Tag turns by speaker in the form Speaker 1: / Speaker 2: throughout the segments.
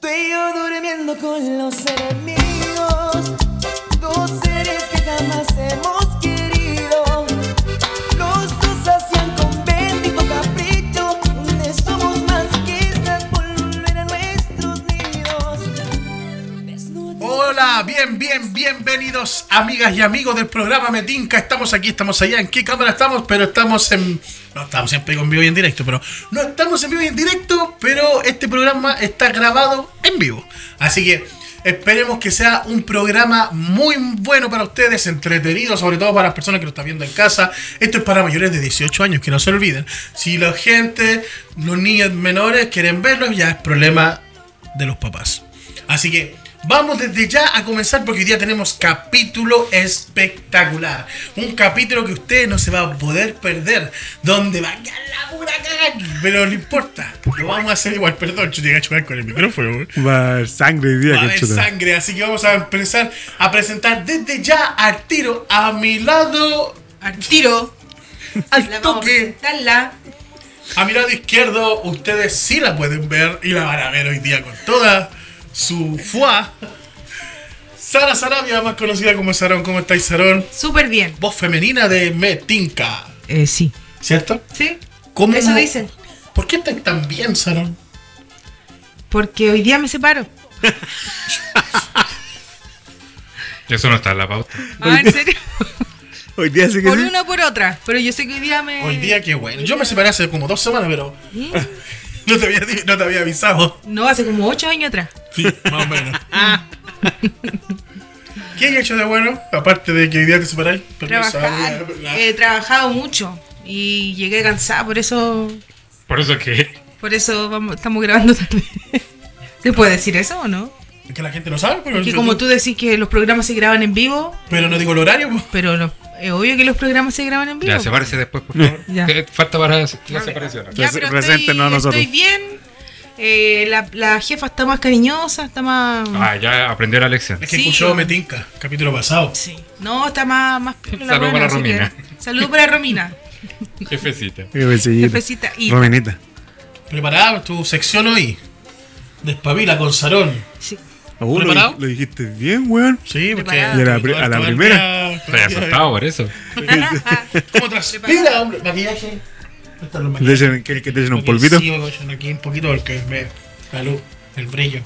Speaker 1: Tú y yo durmiendo con los enemigos, dos seres que jamás hemos querido. Los dos hacían con bendito capricho, donde somos más quizás volver a nuestros nidos. Desnudos.
Speaker 2: Hola, bien, bien, bienvenidos amigas y amigos del programa Metinca. Estamos aquí, estamos allá. ¿En qué cámara estamos? Pero estamos en... No estamos siempre con vivo y en directo, pero... No estamos en vivo y en directo, pero este programa está grabado en vivo. Así que esperemos que sea un programa muy bueno para ustedes, entretenido, sobre todo para las personas que lo están viendo en casa. Esto es para mayores de 18 años, que no se olviden. Si la gente, los niños menores quieren verlo, ya es problema de los papás. Así que vamos desde ya a comenzar porque hoy día tenemos capítulo espectacular. Un capítulo que usted no se va a poder perder. Donde va a quedar la pura cagada. Pero no importa. Lo vamos a hacer igual. Perdón, yo llegué a chocar con el micrófono.
Speaker 3: Va a haber sangre hoy día,
Speaker 2: Va a haber
Speaker 3: conchetumare.
Speaker 2: sangre, así que vamos a empezar a presentar desde ya al tiro a mi lado,
Speaker 4: Al tiro. La
Speaker 2: al
Speaker 4: vamos a
Speaker 2: toque,
Speaker 4: presentarla.
Speaker 2: a mi lado izquierdo, ustedes sí la pueden ver y la van a ver hoy día con toda su fuá. Sara Sarabia, más conocida como Sarón, ¿cómo estáis Sarón?
Speaker 4: Súper bien.
Speaker 2: Voz femenina de Metinca,
Speaker 4: Eh, sí.
Speaker 2: ¿cierto?
Speaker 4: ¿Sí?
Speaker 2: ¿Cómo-
Speaker 4: Eso dicen.
Speaker 2: ¿Por qué estáis tan bien, Sarón?
Speaker 4: Porque hoy día me separo.
Speaker 5: Eso no está en la pauta.
Speaker 4: Ah, en serio.
Speaker 3: Hoy día sí que
Speaker 4: por
Speaker 3: sí.
Speaker 4: una o por otra. Pero yo sé que hoy día me.
Speaker 2: Hoy día qué bueno. Yo me separé hace como dos semanas, pero
Speaker 4: ¿Sí?
Speaker 2: no te había, di- no te había avisado.
Speaker 4: No, hace como ocho años atrás.
Speaker 2: Sí, más o menos. ¿Qué has hecho de bueno? Aparte de que hoy día te separáis. Permiso,
Speaker 4: Trabajar. Eh.
Speaker 2: habla, habla.
Speaker 4: He trabajado mucho. Y llegué cansada, por eso.
Speaker 5: Por eso que.
Speaker 4: Por eso vamos, estamos grabando tarde. ¿Se puede decir eso o no?
Speaker 2: Es que la gente no sabe, pero,
Speaker 4: Que
Speaker 2: yo-
Speaker 4: como tú decís que los programas se graban en vivo,
Speaker 2: pero no digo el horario. po.
Speaker 4: pero no- es obvio que los programas se graban en vivo.
Speaker 5: Ya, sepárese después, por favor.
Speaker 4: Ya.
Speaker 5: Eh, Falta para la separación.
Speaker 4: Ya,
Speaker 3: Pres-
Speaker 4: pero estoy,
Speaker 3: preséntenos a nosotros.
Speaker 4: estoy bien. eh, la, la jefa está más cariñosa, está más.
Speaker 5: Ah, ya aprendió la lección.
Speaker 2: Es que
Speaker 4: Sí,
Speaker 2: escuchó
Speaker 4: po.
Speaker 2: Metinca, capítulo pasado.
Speaker 4: Sí. No, está más. más piola la
Speaker 5: Saludo
Speaker 4: buena,
Speaker 5: para
Speaker 4: así que-
Speaker 5: Romina.
Speaker 4: Saludo para Romina.
Speaker 5: Jefecita.
Speaker 3: Qué besellita.
Speaker 4: Jefecita y-
Speaker 3: Rominita.
Speaker 2: Preparada tu sección hoy. Despabila con Sarón.
Speaker 4: Sí.
Speaker 3: Oh, lo,
Speaker 2: ¿Preparado?
Speaker 3: lo dijiste bien, weón.
Speaker 2: Sí, porque.
Speaker 4: Preparada.
Speaker 3: Y a la pri- a la
Speaker 2: Todo el
Speaker 3: primera.
Speaker 2: día- todo
Speaker 5: Estoy
Speaker 2: el día-
Speaker 5: asustado por eso.
Speaker 2: ¿Cómo transpira, hombre? Maquillaje. ¿Dónde están los
Speaker 3: Te
Speaker 2: maquillajes?
Speaker 3: echen- ¿Quieres que te echen un
Speaker 2: Ok,
Speaker 3: polvito?
Speaker 2: Sí, voy echando aquí un poquito porque ve la luz, el brillo.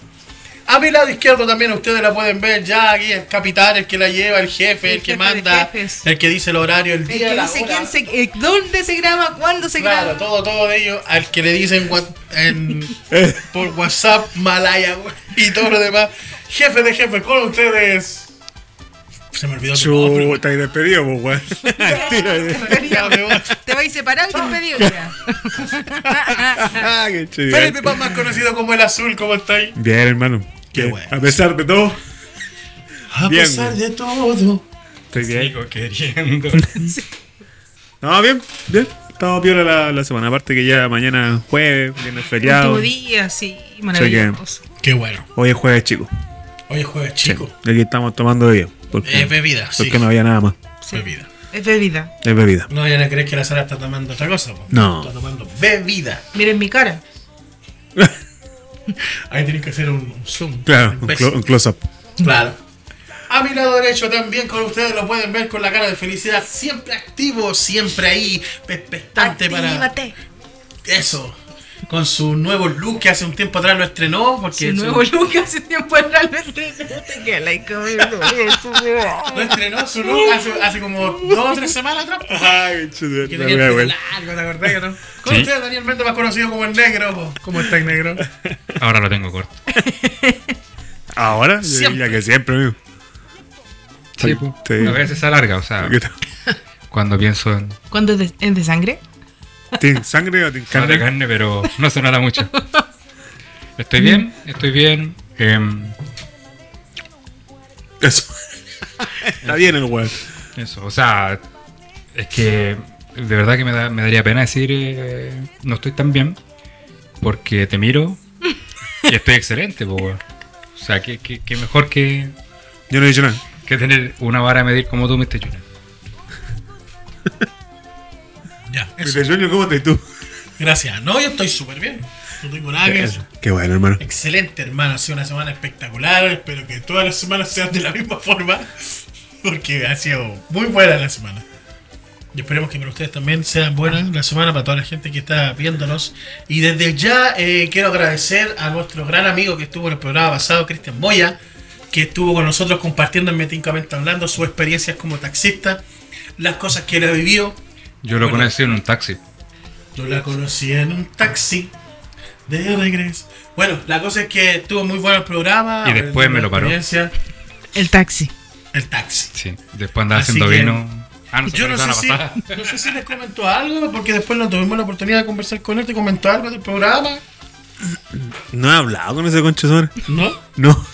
Speaker 2: A mi lado izquierdo también ustedes la pueden ver ya aquí el capitán, el que la lleva, el jefe, el,
Speaker 4: El
Speaker 2: que
Speaker 4: jefe de
Speaker 2: manda,
Speaker 4: jefes.
Speaker 2: el que dice el horario, el
Speaker 4: El
Speaker 2: día,
Speaker 4: que
Speaker 2: la
Speaker 4: dice
Speaker 2: hora.
Speaker 4: quién se, eh, dónde se graba, cuándo se
Speaker 2: Claro,
Speaker 4: graba.
Speaker 2: todo, todo de ellos, al que le dicen what- en-
Speaker 3: Eh,
Speaker 2: por WhatsApp, Malaya y todo lo demás. Jefe de jefe, con ustedes. Se me olvidó tu nombre.
Speaker 3: Chu, estáis despedido, pues, weón. Tira,
Speaker 2: Ya me voy.
Speaker 4: Te vais separando y pedido. ya.
Speaker 3: ah, qué chido.
Speaker 2: Felipe Paz, más conocido como el azul, ¿cómo está ahí?
Speaker 3: Bien, hermano.
Speaker 2: Qué
Speaker 3: Bien.
Speaker 2: bueno.
Speaker 3: A pesar de todo,
Speaker 2: A
Speaker 3: Bien,
Speaker 2: pesar
Speaker 3: güey.
Speaker 2: de todo.
Speaker 3: estoy pues, bien.
Speaker 5: Sigo queriendo.
Speaker 3: No, bien, bien. Estamos piola la, la semana. Aparte que ya mañana es jueves, viernes feriado.
Speaker 4: Último día, sí, maravilloso.
Speaker 2: Qué bueno.
Speaker 3: Hoy es jueves, chico.
Speaker 2: Hoy es jueves, chico.
Speaker 3: Y aquí estamos tomando bebida. Porque,
Speaker 2: Eh, bebida, sí.
Speaker 3: porque no había nada más.
Speaker 4: Sí.
Speaker 2: Bebida.
Speaker 4: Es bebida.
Speaker 3: Es bebida.
Speaker 2: No vayan a creer que la Sara está tomando otra cosa. po.
Speaker 3: No.
Speaker 2: Está tomando bebida.
Speaker 4: Miren mi cara.
Speaker 2: Ahí tienes que hacer un, un zoom.
Speaker 3: Claro,
Speaker 2: Un
Speaker 3: un,
Speaker 2: beso.
Speaker 3: clo- un close-up.
Speaker 2: Claro. A mi lado derecho también con ustedes lo pueden ver con la cara de felicidad. Siempre activo, siempre ahí, expectante para
Speaker 4: Actívate.
Speaker 2: eso. Con su nuevo look que hace un tiempo atrás lo estrenó. Porque
Speaker 4: Su
Speaker 2: su-
Speaker 4: nuevo look hace tiempo realmente no te queda like,
Speaker 2: lo estrenó su look hace, hace como dos o tres semanas atrás. po.
Speaker 3: Ay, qué chido.
Speaker 2: Que
Speaker 3: La
Speaker 2: tenía el pelo
Speaker 3: wea, weón.
Speaker 2: largo, ¿te acordás que no? Con
Speaker 5: Sí.
Speaker 2: ustedes Daniel Mendo, más conocido como el negro. po. ¿Cómo está el negro?
Speaker 5: Ahora lo tengo corto.
Speaker 3: Ahora, yo diría
Speaker 2: Siempre.
Speaker 3: que siempre, amigo. Sí, po.
Speaker 5: A veces se alarga, o sea,
Speaker 3: ¿Qué tal?
Speaker 5: cuando pienso en.
Speaker 4: ¿Cuándo es de, es de sangre?
Speaker 3: ¿Tiene sangre o tiene
Speaker 5: Carne. de
Speaker 3: carne?
Speaker 5: carne, pero no se nota mucho. Estoy bien, estoy bien. em,
Speaker 3: Eso. Está bien el weón.
Speaker 5: Eso, o sea, es que de verdad que me, da- me daría pena decir eh, no estoy tan bien porque te miro y estoy excelente, po, weón. O sea, que, que- que mejor que,
Speaker 3: Yo no he dicho nada.
Speaker 5: que tener una vara a medir como tú, Mr. Junior.
Speaker 2: Ya, eso.
Speaker 3: Mr. Junior, ¿cómo estás tú?
Speaker 2: Gracias. No, yo estoy súper bien. No tengo nada que decir.
Speaker 3: Qué bueno, hermano.
Speaker 2: Excelente, hermano. Ha sido una semana espectacular. Espero que todas las semanas sean de la misma forma. Porque ha sido muy buena la semana. Y esperemos que para ustedes también sean buenas la semana para toda la gente que está viéndonos. Y desde ya eh, quiero agradecer a nuestro gran amigo que estuvo en el programa pasado, Cristian Moya, que estuvo con nosotros compartiendo en Metincamente Hablando sus experiencias como taxista, las cosas que él ha vivido,
Speaker 5: Yo lo
Speaker 2: Bueno.
Speaker 5: conocí en un taxi.
Speaker 2: yo la conocí en un taxi de regreso. Bueno, la cosa es que estuvo muy bueno el programa.
Speaker 5: Y después
Speaker 2: aprendí
Speaker 5: me lo paró.
Speaker 2: experiencia,
Speaker 4: El taxi.
Speaker 2: El taxi.
Speaker 5: Sí. Después andaba
Speaker 2: Así
Speaker 5: haciendo
Speaker 2: que-
Speaker 5: vino. Ah, no,
Speaker 2: Yo no sé, si, no sé si les comentó algo, porque después no tuvimos la oportunidad de conversar con él. ¿Te comentó algo del programa?
Speaker 3: ¿No he hablado con ese concho de su madre?
Speaker 2: No.
Speaker 3: No.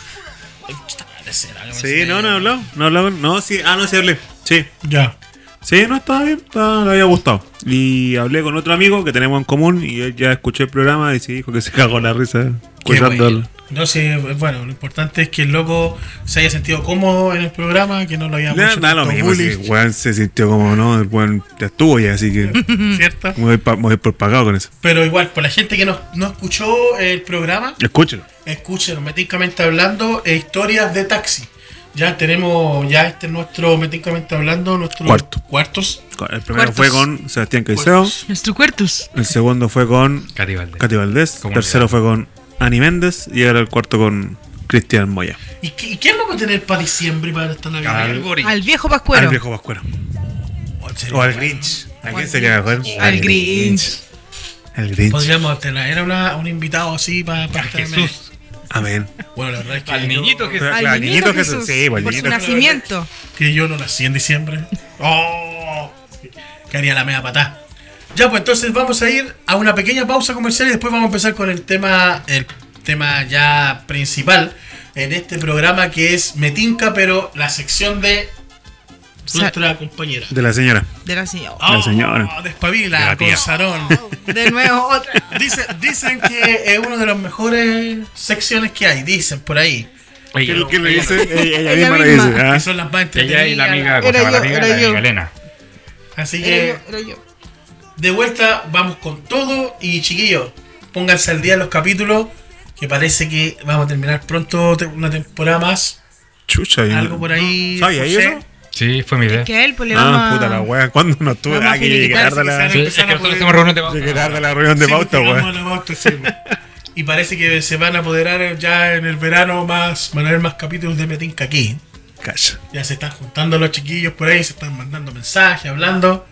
Speaker 2: Será que me
Speaker 3: Sí,
Speaker 2: sé.
Speaker 3: no, no he hablado. No he hablado. con- No, sí. Ah, no, sí hablé. Sí.
Speaker 2: Ya.
Speaker 3: Sí, no, estaba bien. estaba- le había gustado. Y hablé con otro amigo que tenemos en común y él ya escuché el programa y sí dijo que se cagó la risa. eh,
Speaker 2: Qué
Speaker 3: escuchando
Speaker 2: bueno.
Speaker 3: al-
Speaker 2: No sé, bueno, lo importante es que el loco se haya sentido cómodo en el programa, que no lo había
Speaker 3: Le
Speaker 2: hecho
Speaker 3: da lo
Speaker 2: tanto
Speaker 3: mismo, sí, el
Speaker 2: bullying,
Speaker 3: weón se sintió como, no, el weón ya estuvo ya, así que me
Speaker 2: ¿cierto?
Speaker 3: voy, pa- me voy por pagado con eso.
Speaker 2: Pero igual, por la gente que no, no escuchó el programa,
Speaker 3: Escúchelo.
Speaker 2: Escuchen, Metíncamente Hablando e historias de taxi. Ya tenemos, ya este es nuestro Metíncamente Hablando, nuestro
Speaker 3: Cuarto.
Speaker 2: cuartos.
Speaker 3: El primero
Speaker 4: Cuartos.
Speaker 3: fue con Sebastián Caicedo,
Speaker 4: Nuestro cuartus.
Speaker 3: el segundo fue con
Speaker 5: Cati Valdés.
Speaker 3: Cati Valdés,
Speaker 5: Como
Speaker 3: tercero
Speaker 5: olvidar.
Speaker 3: fue con Ani Méndez y ahora el cuarto con Cristian Moya.
Speaker 2: ¿Y qué, y qué vamos a tener para diciembre y para esta Navidad?
Speaker 5: Al Boric.
Speaker 4: Al viejo Pascuero.
Speaker 3: Al viejo Vascuero.
Speaker 2: Oh, sería
Speaker 3: O al
Speaker 2: bueno.
Speaker 3: Grinch. ¿A
Speaker 4: O
Speaker 3: quién
Speaker 4: al
Speaker 3: sería mejor?
Speaker 4: Grinch. Al Grinch.
Speaker 3: Al Grinch.
Speaker 2: Podríamos tener una- un invitado así para, para estar en el-
Speaker 5: Jesús.
Speaker 3: Amén.
Speaker 2: Bueno, la verdad es que
Speaker 5: Al
Speaker 2: yo-
Speaker 5: niñito Jesús.
Speaker 3: Pero-
Speaker 4: Al
Speaker 3: claro,
Speaker 4: niñito
Speaker 3: niñito
Speaker 4: Jesús,
Speaker 3: Jesús, sí, pues,
Speaker 4: por
Speaker 3: niñito.
Speaker 4: su nacimiento.
Speaker 2: que yo no nací en diciembre. ¡Oh! Que haría la media patada. Ya, pues entonces vamos a ir a una pequeña pausa comercial y después vamos a empezar con el tema, el tema ya principal en este programa que es Metinca, pero la sección de
Speaker 4: Sa-
Speaker 2: nuestra compañera.
Speaker 3: De la señora.
Speaker 4: De la señora.
Speaker 2: ¡Oh,
Speaker 3: señora.
Speaker 5: De
Speaker 2: Despabila,
Speaker 5: la tía.
Speaker 2: Gonzarón.
Speaker 4: De nuevo otra.
Speaker 2: Dicen, dicen que es una de las mejores secciones que hay, dicen por ahí.
Speaker 5: Oye,
Speaker 3: ¿Qué le
Speaker 5: ella-
Speaker 3: dice? Ella,
Speaker 4: Ella
Speaker 3: misma lo
Speaker 4: misma.
Speaker 3: dice.
Speaker 2: Que
Speaker 3: ¿ah?
Speaker 2: son las más
Speaker 5: Ella y
Speaker 2: entretenidas.
Speaker 5: la amiga,
Speaker 4: Era
Speaker 5: ¿cómo se llama
Speaker 4: yo,
Speaker 5: la amiga?
Speaker 4: era
Speaker 5: La amiga
Speaker 4: yo.
Speaker 5: Elena.
Speaker 2: Así que.
Speaker 4: Era yo, era yo.
Speaker 2: De vuelta, vamos con todo y chiquillos, pónganse al día en los capítulos, que parece que vamos a terminar pronto te- una temporada más.
Speaker 3: Chucha, yo-
Speaker 2: Algo por ahí.
Speaker 3: ¿Sabía
Speaker 2: no sé.
Speaker 3: eso?
Speaker 5: Sí, fue mi idea.
Speaker 4: Que a él pues le vamos
Speaker 3: Ah,
Speaker 4: a-
Speaker 3: puta la wea, ¿cuándo no estuve?
Speaker 4: Vamos a
Speaker 3: Ah, que llegué
Speaker 4: felicitar,
Speaker 3: tarde a la,
Speaker 2: sí,
Speaker 5: Sí, es que
Speaker 2: Empezaron a
Speaker 5: nosotros
Speaker 2: poder-
Speaker 5: hacemos reunión de pauta.
Speaker 3: llegué tarde a la reunión de
Speaker 2: Sí,
Speaker 3: pauta,
Speaker 2: porque vamos
Speaker 3: weón.
Speaker 2: a la pauta, sí, weón. Y parece que se van a apoderar ya en el verano más, van a haber más capítulos de Metinca aquí.
Speaker 3: Cacha.
Speaker 2: Ya se están juntando los chiquillos por ahí, se están mandando mensajes, hablando.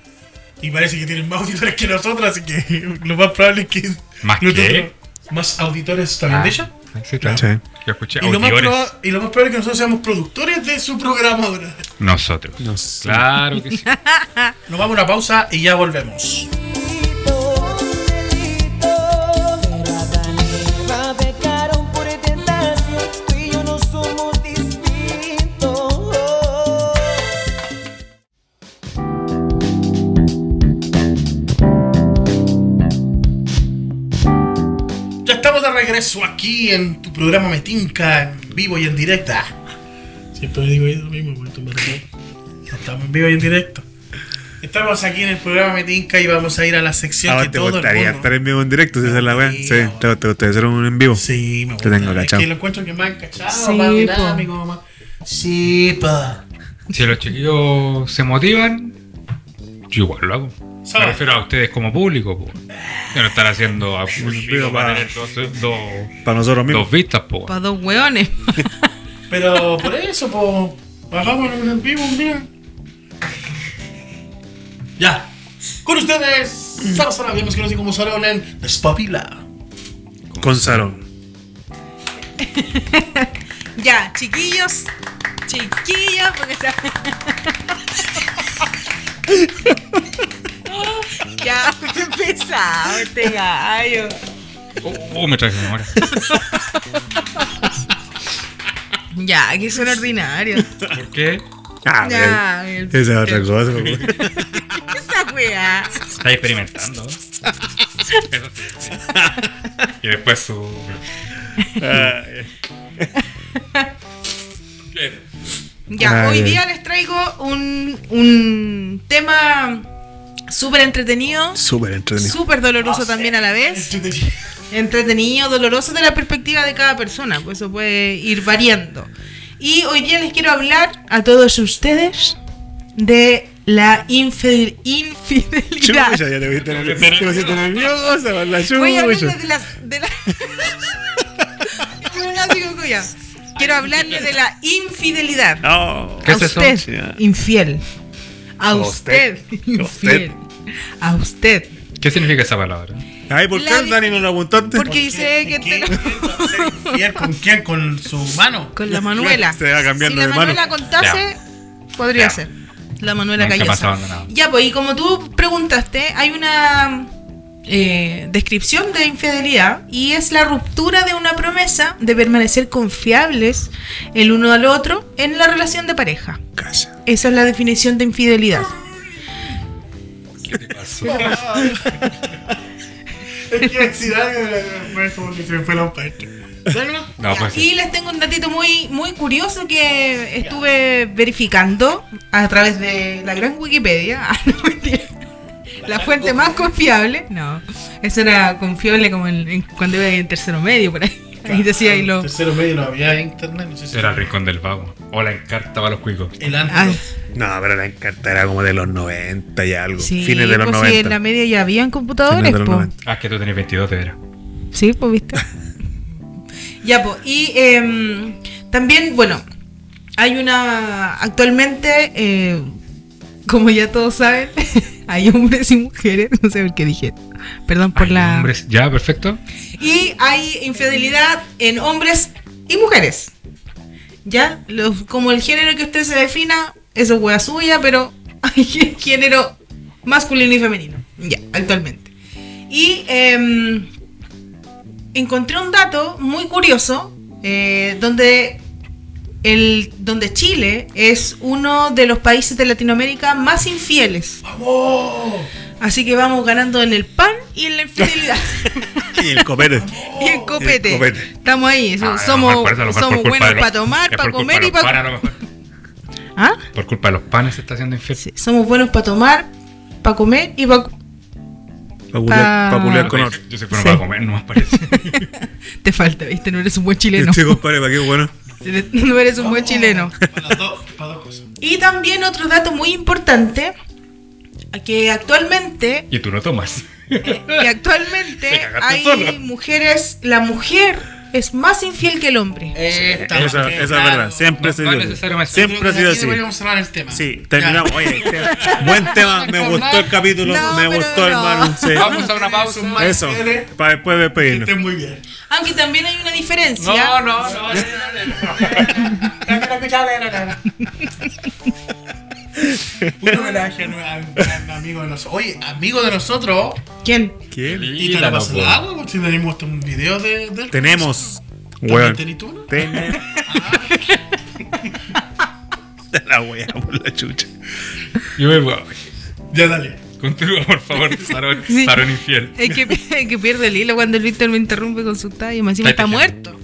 Speaker 2: Y parece que tienen más auditores que nosotros, así que lo más probable es que...
Speaker 5: ¿Más qué?
Speaker 2: nosotros- Más auditores, ¿está bien
Speaker 5: Ah,
Speaker 2: dicho?
Speaker 5: Sí,
Speaker 3: Sí.
Speaker 5: claro. Yo escuché
Speaker 2: Y lo, más
Speaker 5: audidores.
Speaker 2: proba- y lo más probable es que nosotros seamos productores de su programa ahora.
Speaker 5: Nosotros.
Speaker 3: Nos-
Speaker 5: Claro que sí.
Speaker 2: Nos vamos a una pausa y ya volvemos.
Speaker 1: Un delito, pero a Daniela pecaron por tentación. Tú y yo no somos distintos.
Speaker 2: Ya estamos de regreso aquí en tu programa Metinca, en vivo y en directa. Siempre digo eso mismo, por tu madre. Ya estamos en vivo y en directo. Estamos aquí en el programa Metinca y vamos a ir a la sección
Speaker 3: Ah,
Speaker 2: que
Speaker 3: te
Speaker 2: todo el
Speaker 3: gustaría
Speaker 2: mundo...
Speaker 3: estar en vivo en directo, si esa es la weá.
Speaker 2: Sí,
Speaker 3: Sí,
Speaker 2: weón.
Speaker 3: te, te gustaría hacer un en vivo.
Speaker 2: Sí, me
Speaker 3: Te
Speaker 2: gusta.
Speaker 3: tengo
Speaker 2: Es
Speaker 3: cachado.
Speaker 2: que lo encuentro que más encachado,
Speaker 4: Sí,
Speaker 2: más
Speaker 4: po.
Speaker 2: dinámico, más... Sí, pa.
Speaker 5: Si los chiquillos se motivan, yo igual lo hago. Me
Speaker 2: ¿Sabes?
Speaker 5: refiero a ustedes como público, po. Ya no estar haciendo a público
Speaker 3: Digo,
Speaker 5: para
Speaker 3: para-
Speaker 5: tener dos, dos-
Speaker 3: Para nosotros mismos.
Speaker 5: dos vistas, po.
Speaker 4: Para dos hueones.
Speaker 2: Pero por eso, po. Hagámoslo en vivo un día. Ya. Con ustedes, Sara Sara, vemos que no sé cómo salón en Despapila.
Speaker 3: Con Sarón.
Speaker 4: Ya, chiquillos. Chiquillos, porque se... ya, qué pesado este gallo.
Speaker 5: Oh, oh, me traje memoria.
Speaker 4: Ya, que son ordinarios.
Speaker 5: ¿Por qué?
Speaker 3: Ah,
Speaker 4: Ya,
Speaker 3: weón.
Speaker 4: el-
Speaker 3: Esa es otra cosa, weón.
Speaker 4: Esa weá.
Speaker 5: Está experimentando. Eso sí. Y después su.
Speaker 2: Ah,
Speaker 4: Ya,
Speaker 3: Ay,
Speaker 4: hoy
Speaker 3: ay.
Speaker 4: día les traigo un, un tema súper entretenido,
Speaker 3: Súper entretenido.
Speaker 4: súper doloroso también a la vez. entretenido, doloroso de la perspectiva de cada persona, pues eso puede ir variando. Y hoy día les quiero hablar a todos ustedes de la infel- infidelidad.
Speaker 3: Chucha, ya te pusiste nerviosa, te pusiste nerviosa con la
Speaker 4: Voy a
Speaker 3: chucha.
Speaker 4: hablarles de las. De la... Una psicocuya. Quiero hablarles de la infidelidad.
Speaker 3: No.
Speaker 5: ¿Qué
Speaker 4: a
Speaker 5: es eso?
Speaker 4: usted,
Speaker 3: Sí, ah.
Speaker 4: infiel. A
Speaker 3: A
Speaker 4: usted,
Speaker 3: usted.
Speaker 4: infiel.
Speaker 3: A usted.
Speaker 4: A usted.
Speaker 5: ¿Qué significa esa palabra?
Speaker 3: Ay, ¿por qué
Speaker 4: La-
Speaker 3: Dani no lo apuntaste?
Speaker 4: Porque dice que te lo-
Speaker 2: Fiel ¿Con quién? ¿Con su mano?
Speaker 4: Con la Manuela.
Speaker 3: Se va cambiando
Speaker 4: si la
Speaker 3: de mano.
Speaker 4: Manuela contase, podría
Speaker 5: Ya.
Speaker 4: ser. La Manuela
Speaker 5: Nunca más
Speaker 4: Callosa.
Speaker 5: abandonado.
Speaker 4: Ya, pues, y como tú preguntaste, hay una eh, descripción de infidelidad y es la ruptura de una promesa de permanecer confiables el uno al otro en la relación de pareja.
Speaker 3: Casa.
Speaker 4: Esa es la definición de infidelidad.
Speaker 5: ¿Qué te pasó?
Speaker 2: Es que si Dani como que se me fue la parte.
Speaker 5: No,
Speaker 3: Ah,
Speaker 4: Ya,
Speaker 5: pues
Speaker 4: y les tengo un datito muy, muy curioso que estuve verificando a través de la gran Wikipedia. Ah, no, mentira. La fuente más confiable. No, eso era confiable como en- en- cuando iba en tercero medio, por ahí. Ahí decía ahí lo...
Speaker 2: Tercero medio no había internet, no sé si
Speaker 5: Era el rincón del vago. O la encarta para los cuicos.
Speaker 2: El
Speaker 4: Ah,
Speaker 2: antro.
Speaker 3: No, pero la encarta era como de los 90 y algo.
Speaker 4: sí,
Speaker 3: Fines de los
Speaker 4: pues, sí,
Speaker 3: 90.
Speaker 4: en la pues. media ya habían computadores,
Speaker 3: Fines de los
Speaker 4: po.
Speaker 3: 90.
Speaker 5: Ah, es que tú tenés 22 de veras.
Speaker 4: Sí, pues viste. ya, pues. Y em, también, bueno, hay una. Actualmente, eh, como ya todos saben, hay hombres y mujeres. No sé por qué dije. Perdón por
Speaker 5: Ay,
Speaker 4: la.
Speaker 5: hombres. Ya, perfecto. Ah,
Speaker 4: Y hay infidelidad en hombres y mujeres. ¿Ya? Los- como el género que usted se defina, eso es hueá suya, pero hay género masculino y femenino. Ya, actualmente. Y em, encontré un dato muy curioso eh, donde, el, donde Chile es uno de los países de Latinoamérica más infieles.
Speaker 2: ¡Vamos!
Speaker 4: Así que vamos ganando en el pan y en la infidelidad.
Speaker 3: Y el copete.
Speaker 4: Y el copete.
Speaker 3: Y el copete.
Speaker 4: Estamos ahí. so-
Speaker 5: Oh, Ah, a lo
Speaker 4: somos
Speaker 5: mejor por eso, a lo mejor por
Speaker 4: somos
Speaker 5: culpa
Speaker 4: buenos
Speaker 5: de los-
Speaker 4: para tomar,
Speaker 5: es
Speaker 4: para
Speaker 5: por culpa
Speaker 4: comer
Speaker 5: de
Speaker 4: y
Speaker 5: los
Speaker 4: para.
Speaker 5: panes, a lo mejor.
Speaker 4: ¿Ah?
Speaker 5: Por culpa de los panes se está haciendo infiel.
Speaker 4: Sí, somos buenos para tomar, para comer y para.
Speaker 3: Papulear,
Speaker 4: Pa-
Speaker 3: papulear
Speaker 5: No,
Speaker 3: con
Speaker 5: yo-
Speaker 3: otro.
Speaker 5: Yo soy bueno para comer, no más parece.
Speaker 4: Te falta, ¿viste? No eres un buen chileno.
Speaker 3: Este compadre, ¿para qué bueno?
Speaker 4: No eres un buen chileno.
Speaker 2: Para las dos, para dos cosas.
Speaker 4: Y también otro dato muy importante: que actualmente eh,
Speaker 5: Y tú no tomas.
Speaker 4: que actualmente
Speaker 5: Te cagaste
Speaker 4: hay
Speaker 5: solo.
Speaker 4: mujeres. La mujer es más infiel que el hombre.
Speaker 2: Esta,
Speaker 3: Eso, eso
Speaker 2: que
Speaker 3: es
Speaker 2: claro.
Speaker 3: verdad. Siempre ha
Speaker 5: No-
Speaker 3: sido
Speaker 5: no es necesario
Speaker 3: así.
Speaker 5: más-
Speaker 3: Siempre ha
Speaker 2: Creo que
Speaker 3: sido
Speaker 2: aquí
Speaker 3: así.
Speaker 2: deberíamos cerrar el tema.
Speaker 3: Sí, terminamos. Oye, te- buen tema. Me gustó el capítulo.
Speaker 4: No,
Speaker 3: me
Speaker 4: pero
Speaker 3: gustó,
Speaker 4: no.
Speaker 3: hermano. Sí.
Speaker 5: Vamos a una pausa.
Speaker 2: Son más
Speaker 3: Eso.
Speaker 2: fieles,
Speaker 3: Para después
Speaker 2: que
Speaker 4: Este-
Speaker 3: despedirnos.
Speaker 2: estén muy bien.
Speaker 4: Aunque también hay una diferencia.
Speaker 5: No, no, no.
Speaker 2: Un homenaje a un- a un amigo de nosotros. Oye, amigo de nosotros.
Speaker 4: ¿Quién?
Speaker 3: ¿Quién?
Speaker 2: Y te la pasa el agua, pues, si tenemos hasta un video de. de
Speaker 3: Tenemos.
Speaker 2: ¿También
Speaker 3: Weón.
Speaker 2: tenés tú, no? Ah.
Speaker 3: Tenemos. La wea por la chucha.
Speaker 5: Yo me voy.
Speaker 2: Ya dale.
Speaker 5: Continúa, por favor, Sarón,
Speaker 4: Sí.
Speaker 5: Sarón infiel.
Speaker 4: Es que, es que pierde el hilo cuando el Víctor me interrumpe con su talla y más encima está
Speaker 5: Está
Speaker 4: muerto.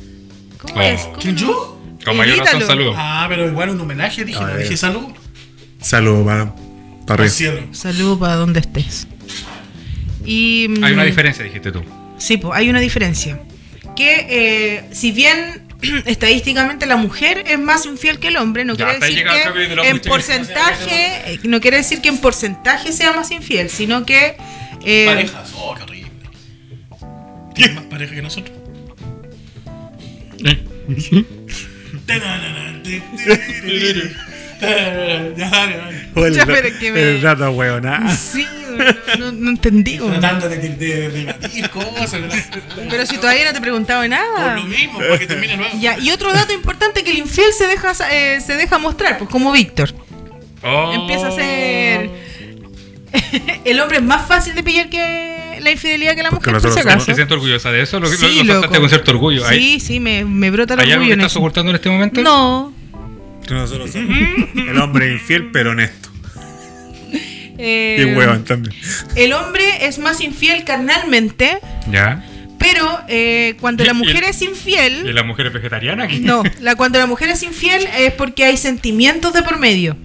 Speaker 4: ¿Cómo
Speaker 5: Oh.
Speaker 4: es? ¿Cómo
Speaker 2: ¿Quién
Speaker 4: no?
Speaker 2: yo?
Speaker 5: Con mayor razón,
Speaker 4: Evítalo.
Speaker 5: saludo.
Speaker 2: Ah, pero igual un homenaje, dije,
Speaker 3: A
Speaker 2: no
Speaker 3: ver.
Speaker 2: dije salud.
Speaker 3: Saludos para, para
Speaker 2: Al
Speaker 3: arriba.
Speaker 2: cielo.
Speaker 4: Saludo para donde estés. Y, mm,
Speaker 5: Hay una diferencia, dijiste tú.
Speaker 4: Sí, po, hay una diferencia. Que eh, si bien estadísticamente la mujer es más infiel que el hombre, no
Speaker 5: Ya,
Speaker 4: quiere
Speaker 5: hasta ahí
Speaker 4: decir
Speaker 5: llega el capítulo,
Speaker 4: que en
Speaker 5: muchachos.
Speaker 4: porcentaje, eh, no quiere decir que en porcentaje sea más infiel, sino que eh,
Speaker 2: Parejas. Oh, qué horrible. Tienen más pareja que nosotros. Ya dale, dale.
Speaker 3: El,
Speaker 4: Ya, pero que me-
Speaker 3: el rato ah. weona.
Speaker 4: sí, no, no- no entendí. po.
Speaker 2: Tratando de, de, de debatir cosas. ¿verdad?
Speaker 4: Pero si todavía no te he preguntado
Speaker 2: Por
Speaker 4: nada.
Speaker 2: lo mismo, para que termine luego.
Speaker 4: Ya, y otro dato importante que el infiel se deja, eh, se deja mostrar, pues como Víctor.
Speaker 5: Oh.
Speaker 4: Empieza a ser... el hombre es más fácil de pillar que la infidelidad que la
Speaker 3: Porque
Speaker 4: mujer, por si
Speaker 3: nosotros somos-
Speaker 4: acaso.
Speaker 5: ¿Te sientes orgullosa de eso? Lo, lo-
Speaker 4: Sí,
Speaker 5: lo soltaste
Speaker 4: loco.
Speaker 5: con cierto orgullo.
Speaker 4: Sí,
Speaker 5: ¿Hay,
Speaker 4: sí, me, me brota el
Speaker 5: ¿hay algo
Speaker 4: orgullo
Speaker 5: que
Speaker 4: en
Speaker 5: estás
Speaker 4: eso.
Speaker 5: ocultando en este momento?
Speaker 4: No,
Speaker 3: Nosotros somos el hombre infiel pero honesto.
Speaker 4: eh,
Speaker 3: Y hueón también.
Speaker 4: el hombre es más infiel carnalmente,
Speaker 5: Ya.
Speaker 4: pero eh, cuando
Speaker 5: Y-
Speaker 4: la
Speaker 5: y-
Speaker 4: mujer es
Speaker 5: ¿Y
Speaker 4: infiel...
Speaker 5: la mujer es vegetariana?
Speaker 4: No, la, cuando la mujer es infiel es porque hay sentimientos de por medio.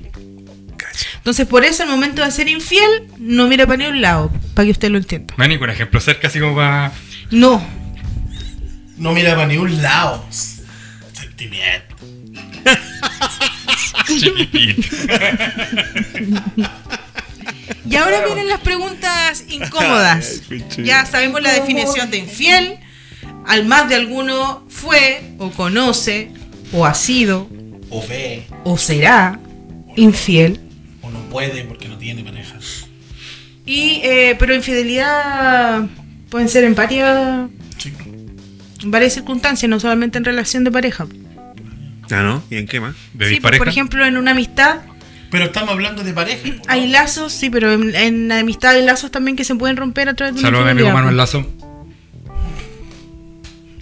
Speaker 4: Entonces, por eso, al momento de ser infiel, no mira para ni un lado, para que usted lo entienda.
Speaker 5: No hay ningún ejemplo cerca, así como para.
Speaker 4: No,
Speaker 2: no mira para ningún lado. Sentimiento.
Speaker 4: Y ahora vienen las preguntas incómodas. Ya sabemos la definición de infiel. Al más de alguno fue o conoce o ha sido
Speaker 2: O ve,
Speaker 4: o será infiel.
Speaker 2: o no puede porque no tiene pareja.
Speaker 4: Y eh, pero infidelidad pueden ser en varias
Speaker 2: Sí.
Speaker 4: en varias circunstancias, no solamente en relación de pareja.
Speaker 3: Ah, ¿no? ¿Y en qué más?
Speaker 5: ¿Bebís
Speaker 4: Sí, pues,
Speaker 5: pareja?
Speaker 4: por ejemplo, en una amistad
Speaker 2: Pero estamos hablando de pareja. ¿no?
Speaker 4: hay lazos, sí, pero en, en la amistad hay lazos también que se pueden romper a través de una
Speaker 5: Saludos a mi amigo
Speaker 4: infidelidad.
Speaker 5: Manuel Lazo.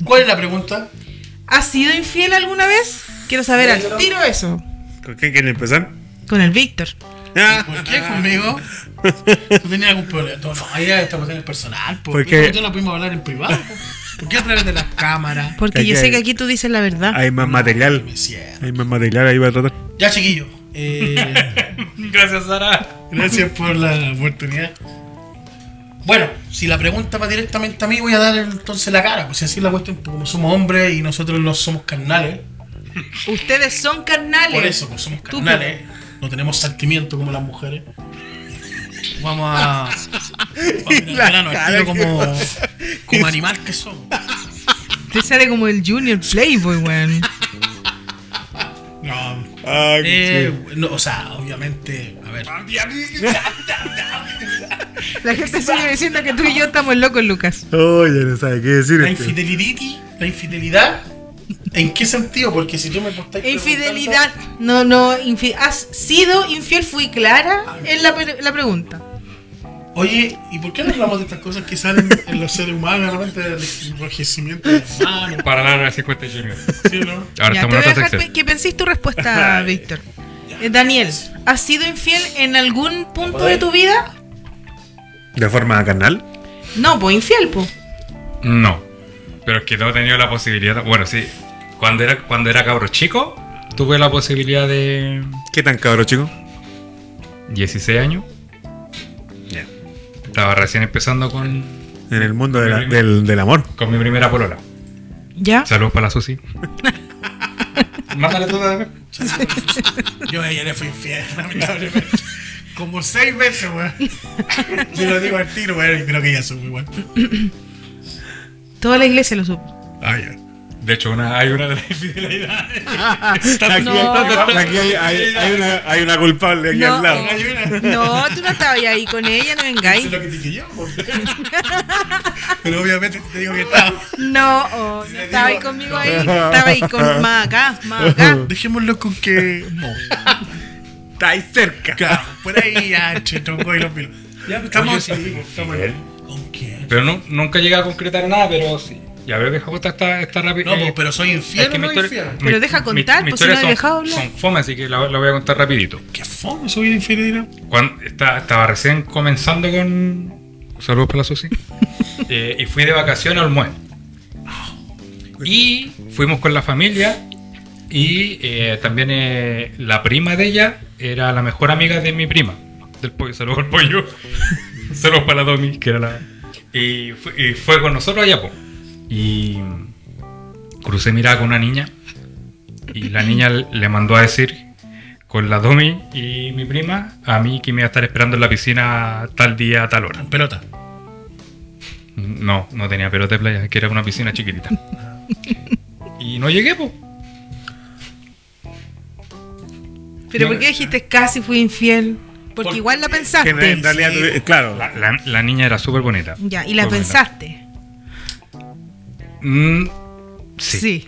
Speaker 2: ¿Cuál es la pregunta?
Speaker 4: ¿Has sido infiel alguna vez? Quiero saber al tiro eso.
Speaker 3: ¿Con quién quieren empezar?
Speaker 4: Con el Víctor.
Speaker 3: Ah,
Speaker 2: ¿Por qué conmigo? ¿Tú tenías algún problema? No, no, ella está cuestión es personal. ¿Por
Speaker 3: ¿Por
Speaker 2: qué?
Speaker 3: qué?
Speaker 2: Nosotros no pudimos hablar en privado. pues. ¿Por qué a través de las cámaras?
Speaker 4: Porque
Speaker 3: Es
Speaker 4: yo
Speaker 3: que
Speaker 4: sé
Speaker 3: hay-
Speaker 4: que aquí tú dices la verdad.
Speaker 3: hay más
Speaker 2: Que
Speaker 3: material.
Speaker 2: me cierra.
Speaker 3: Hay más material ahí para tratar.
Speaker 2: Ya, chiquillo. eh,
Speaker 5: Gracias, Sara.
Speaker 2: gracias por la oportunidad. Bueno, si la pregunta va directamente a mí, voy a dar entonces la cara. Pues si así es la cuestión, pues, como somos hombres y nosotros no somos carnales,
Speaker 4: Ustedes son carnales.
Speaker 2: por eso, pues somos
Speaker 4: Estúpido.
Speaker 2: carnales, no tenemos sentimiento como las mujeres. Vamos a. Vamos a ir al
Speaker 3: la
Speaker 2: grano, al
Speaker 3: cara
Speaker 2: tiro
Speaker 3: que
Speaker 2: como, como animal que somos.
Speaker 4: Usted sale como el Junior Playboy, weón.
Speaker 2: No,
Speaker 3: Ah, qué
Speaker 2: eh, no, o sea, obviamente, a ver.
Speaker 4: La gente sigue diciendo que tú y yo estamos locos, Lucas.
Speaker 3: chido. Oh, ya no sabe qué decir.
Speaker 2: La
Speaker 3: este.
Speaker 2: infidelidad, la infidelidad, ¿en qué sentido? Porque si tú me estás
Speaker 4: Infidelidad. No, no, infi- ¿has sido infiel? Fui clara en la, pre- la pregunta.
Speaker 2: preguntando, Oye, ¿y por qué no hablamos de estas cosas que salen en los seres humanos, realmente del enrojecimiento de las manos?
Speaker 5: Para dar a 50 junior.
Speaker 2: ¿sí o no?
Speaker 5: este
Speaker 4: Ya, te
Speaker 5: Ahora
Speaker 4: voy
Speaker 5: estamos en
Speaker 4: a
Speaker 5: otra
Speaker 4: dejar
Speaker 5: sección.
Speaker 4: pe- que penséis tu respuesta, Víctor. Eh, Daniel, ¿has sido infiel en algún punto de tu vida?
Speaker 3: ¿De forma carnal?
Speaker 4: No, pues infiel, pues.
Speaker 5: No. Pero es que no he tenido la posibilidad. Bueno, sí. Cuando era, cuando era cabro chico, tuve la posibilidad de.
Speaker 3: ¿Qué tan cabro, chico?
Speaker 5: 16 años.
Speaker 3: Ya.
Speaker 5: Estaba recién empezando con,
Speaker 3: En el mundo de la- del, del amor.
Speaker 5: con mi primera polola.
Speaker 4: ¿Ya?
Speaker 5: Saludos para la Susi. Mándale todo a
Speaker 2: Yo ayer le fui infiel, lamentablemente. Como seis veces, weón. Yo lo digo al tiro, weón, y creo que ya soy muy bueno.
Speaker 4: Toda la iglesia lo supo.
Speaker 5: Ah, ya. De hecho, una, hay una de las infidelidades.
Speaker 3: Aquí, aquí hay, hay- hay una, hay una culpable aquí
Speaker 4: No. eh,
Speaker 3: al lado.
Speaker 2: Hay una.
Speaker 4: No, tú no estabas ahí con ella, no
Speaker 2: Eso
Speaker 4: vengáis.
Speaker 2: es lo que dije yo, weón. Pero obviamente te digo que estaba.
Speaker 4: No, oh, no estaba ahí conmigo ahí. Estaba ahí con más acá, más acá.
Speaker 2: Dejémoslo con que. No.
Speaker 3: Está ahí cerca.
Speaker 2: Claro, por ahí ya, entre Tongo y los pilos. Ya, pues,
Speaker 5: Oye,
Speaker 2: estamos
Speaker 5: sí,
Speaker 2: así, estamos
Speaker 5: Fidel.
Speaker 2: ¿Con quién?
Speaker 5: Pero no, nunca llegué a concretar nada, pero sí. Ya veo que Jota está, está rápido.
Speaker 2: No, pues, pero soy infiel. o
Speaker 5: mi
Speaker 2: no
Speaker 5: historia-
Speaker 2: infiel?
Speaker 5: mi-
Speaker 4: Pero deja
Speaker 5: mi-
Speaker 4: contar,
Speaker 5: mi
Speaker 4: pues, si
Speaker 5: historia
Speaker 4: no he
Speaker 5: son-
Speaker 4: dejado hablar.
Speaker 5: Son fome, así que la, la voy a contar rapidito.
Speaker 2: ¿Qué fome? ¿Soy infiel?
Speaker 5: Cuando esta- estaba recién comenzando con. Saludos para la Susi. Eh, y fui de vacaciones al Mue. Y fuimos con la familia. Y eh, también eh, la prima de ella era la mejor amiga de mi prima. Del pollo. Saludos al pollo. Saludos para la Domi, que era la. Y fue, y fue con nosotros allá, po. Y crucé mirada con una niña. Y la niña le mandó a decir con la Domi y mi prima a mí que me iba a estar esperando en la piscina tal día, tal hora.
Speaker 2: Pelota.
Speaker 5: No, no tenía pelota de playa, que era una piscina chiquitita. Y no llegué, po.
Speaker 4: Pero ¿por qué dijiste casi fui infiel? Porque
Speaker 2: Por-
Speaker 4: igual la
Speaker 3: Que en, en
Speaker 4: pensaste.
Speaker 3: realidad, tú- eh, claro.
Speaker 5: La, la- la niña era súper bonita.
Speaker 4: Ya, y la
Speaker 5: Súper
Speaker 4: pensaste.
Speaker 5: bonita. Mm,
Speaker 4: Sí.
Speaker 5: sí.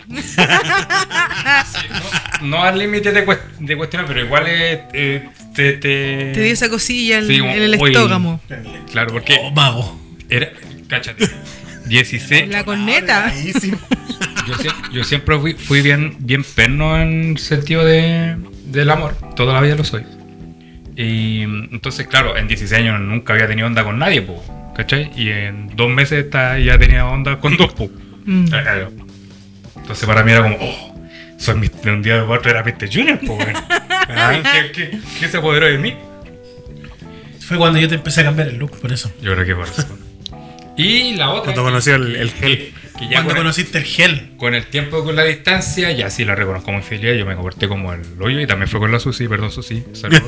Speaker 5: No al límite de, cuest- de cuestionar, pero igual eh, eh, te, te-
Speaker 4: Te dio esa cosilla en,
Speaker 5: Sí,
Speaker 4: en el
Speaker 5: uy.
Speaker 4: estómago.
Speaker 5: Claro, porque
Speaker 2: Oh, mago.
Speaker 5: era... Cáchate. 16,
Speaker 4: La corneta.
Speaker 3: eh.
Speaker 2: Ahí sí.
Speaker 5: Yo, sie- yo siempre fui, fui bien, bien perno en sentido de, del amor. Toda la vida lo soy. Y mm, entonces, claro, en 16 años nunca había tenido onda con nadie, po, ¿cachai? Y en dos meses esta ya tenía onda con dos, po.
Speaker 4: Mm.
Speaker 5: Claro. Entonces para mí era como, oh, soy Mr. de un día a otro era Mr. Junior, po, weón. Ah, ¿Qué, qué, qué se apoderó de mí?
Speaker 2: Fue cuando yo te empecé a cambiar el look, por eso.
Speaker 5: Yo creo que por eso. Y la otra.
Speaker 3: Cuando conocí el- el
Speaker 5: gel. que ya
Speaker 2: Cuando
Speaker 5: con el,
Speaker 2: conociste el gel.
Speaker 5: con el tiempo, con la distancia, ya sí la reconozco como infidelidad. Yo me comporté como el hoyo y también fue con la Susi, perdón Susi. saludos.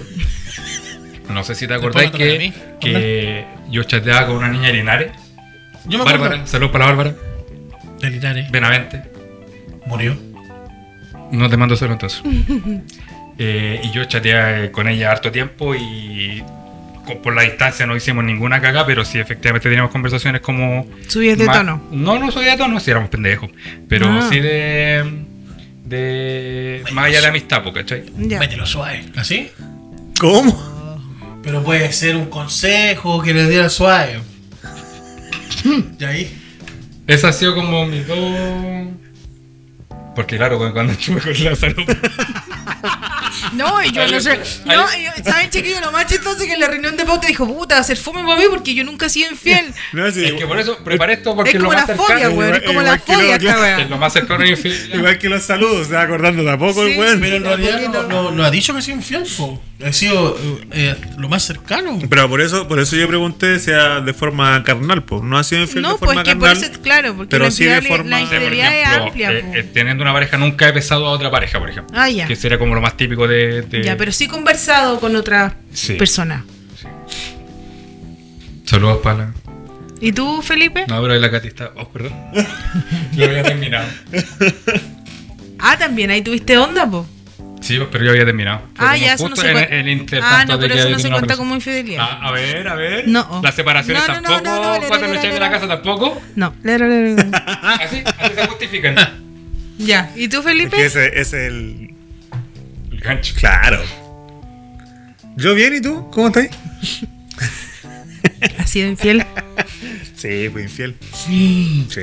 Speaker 5: no sé si te
Speaker 2: puedo
Speaker 5: acordás
Speaker 2: tocar a
Speaker 5: que,
Speaker 2: mí?
Speaker 5: que yo chateaba con una niña de Linares.
Speaker 2: Yo me
Speaker 5: Bárbara,
Speaker 2: acuerdo.
Speaker 5: saludos para la Bárbara.
Speaker 2: De Linares.
Speaker 5: Benavente.
Speaker 2: Murió.
Speaker 5: No te mando cero entonces. Eh, y yo chateé con ella harto tiempo y co- por la distancia no hicimos ninguna cagada, pero sí efectivamente teníamos conversaciones como...
Speaker 4: Subías de
Speaker 5: ma-
Speaker 4: tono.
Speaker 5: No, no subía de tono, sí éramos pendejos. Pero
Speaker 4: Ah.
Speaker 5: sí de... de más allá de la amistad, po, ¿cachai?
Speaker 4: Ya.
Speaker 2: Mételo suave. ¿Así?
Speaker 3: ¿Cómo?
Speaker 2: Pero puede ser un consejo que le diera suave. Y ahí.
Speaker 5: Esa ha sido como mi dos... Porque claro, cuando- cuando estuve con la salud...
Speaker 4: No, y yo no sé. No, y yo- ¿saben, chiquillos? Lo más chistoso es que en la reunión de pauta dijo, puta, va a ser fome para mí porque yo nunca he sido infiel.
Speaker 3: No, sí,
Speaker 5: Es que por eso preparé esto porque
Speaker 4: es
Speaker 5: es lo
Speaker 4: como
Speaker 5: más
Speaker 4: la fobia,
Speaker 5: cercano...
Speaker 4: weón. Es
Speaker 3: igual-
Speaker 4: como la
Speaker 3: igual que no,
Speaker 4: fobia esta
Speaker 3: claro.
Speaker 5: Es
Speaker 4: weón.
Speaker 5: lo más cercano a la infidelidad.
Speaker 3: Igual que los saludos, se va acordando tampoco
Speaker 4: Sí.
Speaker 3: el weón.
Speaker 2: Pero en
Speaker 4: Un
Speaker 2: realidad no,
Speaker 4: poquito.
Speaker 2: no- no ha dicho que ha sido infiel, po. Ha sido eh, eh, lo más cercano.
Speaker 3: Pero por eso, por eso yo pregunté sea de forma carnal, pues. No ha sido infiel de
Speaker 4: No, pues
Speaker 3: forma
Speaker 4: es que por
Speaker 3: carnal.
Speaker 4: eso, es- claro, porque
Speaker 3: pero
Speaker 4: la
Speaker 3: sí de
Speaker 4: infidelidad,
Speaker 3: forma-
Speaker 4: la
Speaker 3: No sé, por
Speaker 4: infidelidad
Speaker 5: ejemplo,
Speaker 4: es
Speaker 5: eh,
Speaker 4: amplia.
Speaker 5: eh,
Speaker 4: po.
Speaker 5: teniendo una pareja nunca he besado a otra pareja, por ejemplo.
Speaker 4: Ah, ya.
Speaker 5: Que sería como lo más típico de. de-
Speaker 4: Ya, pero sí he conversado con otra
Speaker 5: Eh, Sí.
Speaker 4: persona.
Speaker 5: Saludos para. la-
Speaker 4: ¿Y tú, Felipe?
Speaker 5: No, pero la Katy está. Oh, perdón. Yo había terminado.
Speaker 4: Ah, también, ahí tuviste onda, po.
Speaker 5: Sí, pero yo había terminado. Fue
Speaker 4: Ah,
Speaker 5: como
Speaker 4: ya, eso no
Speaker 5: justo
Speaker 4: se
Speaker 5: en
Speaker 4: cuenta.
Speaker 5: el intertanto
Speaker 4: Ah, no,
Speaker 5: de
Speaker 4: pero
Speaker 5: que
Speaker 4: eso
Speaker 5: había
Speaker 4: no se
Speaker 5: terminado
Speaker 4: cuenta
Speaker 5: la
Speaker 4: como infidelidad.
Speaker 5: relación. Ah, a ver, a ver.
Speaker 4: No, oh.
Speaker 5: Las separaciones
Speaker 4: No, no, no,
Speaker 5: tampoco.
Speaker 4: no, no, no,
Speaker 5: cuando me
Speaker 4: no,
Speaker 5: echan de
Speaker 4: no, Ah. no.
Speaker 5: la casa tampoco.
Speaker 4: No. Lero, lero, lero.
Speaker 5: Así, así se justifican.
Speaker 4: ya. ¿Y tú,
Speaker 3: Es que
Speaker 4: Felipe?
Speaker 3: ese ese es el.
Speaker 5: El gancho.
Speaker 3: Claro. ¿Yo bien y tú? ¿Cómo estás?
Speaker 4: ¿Has sido infiel?
Speaker 3: Sí, fui infiel.
Speaker 2: Sí.
Speaker 3: Sí.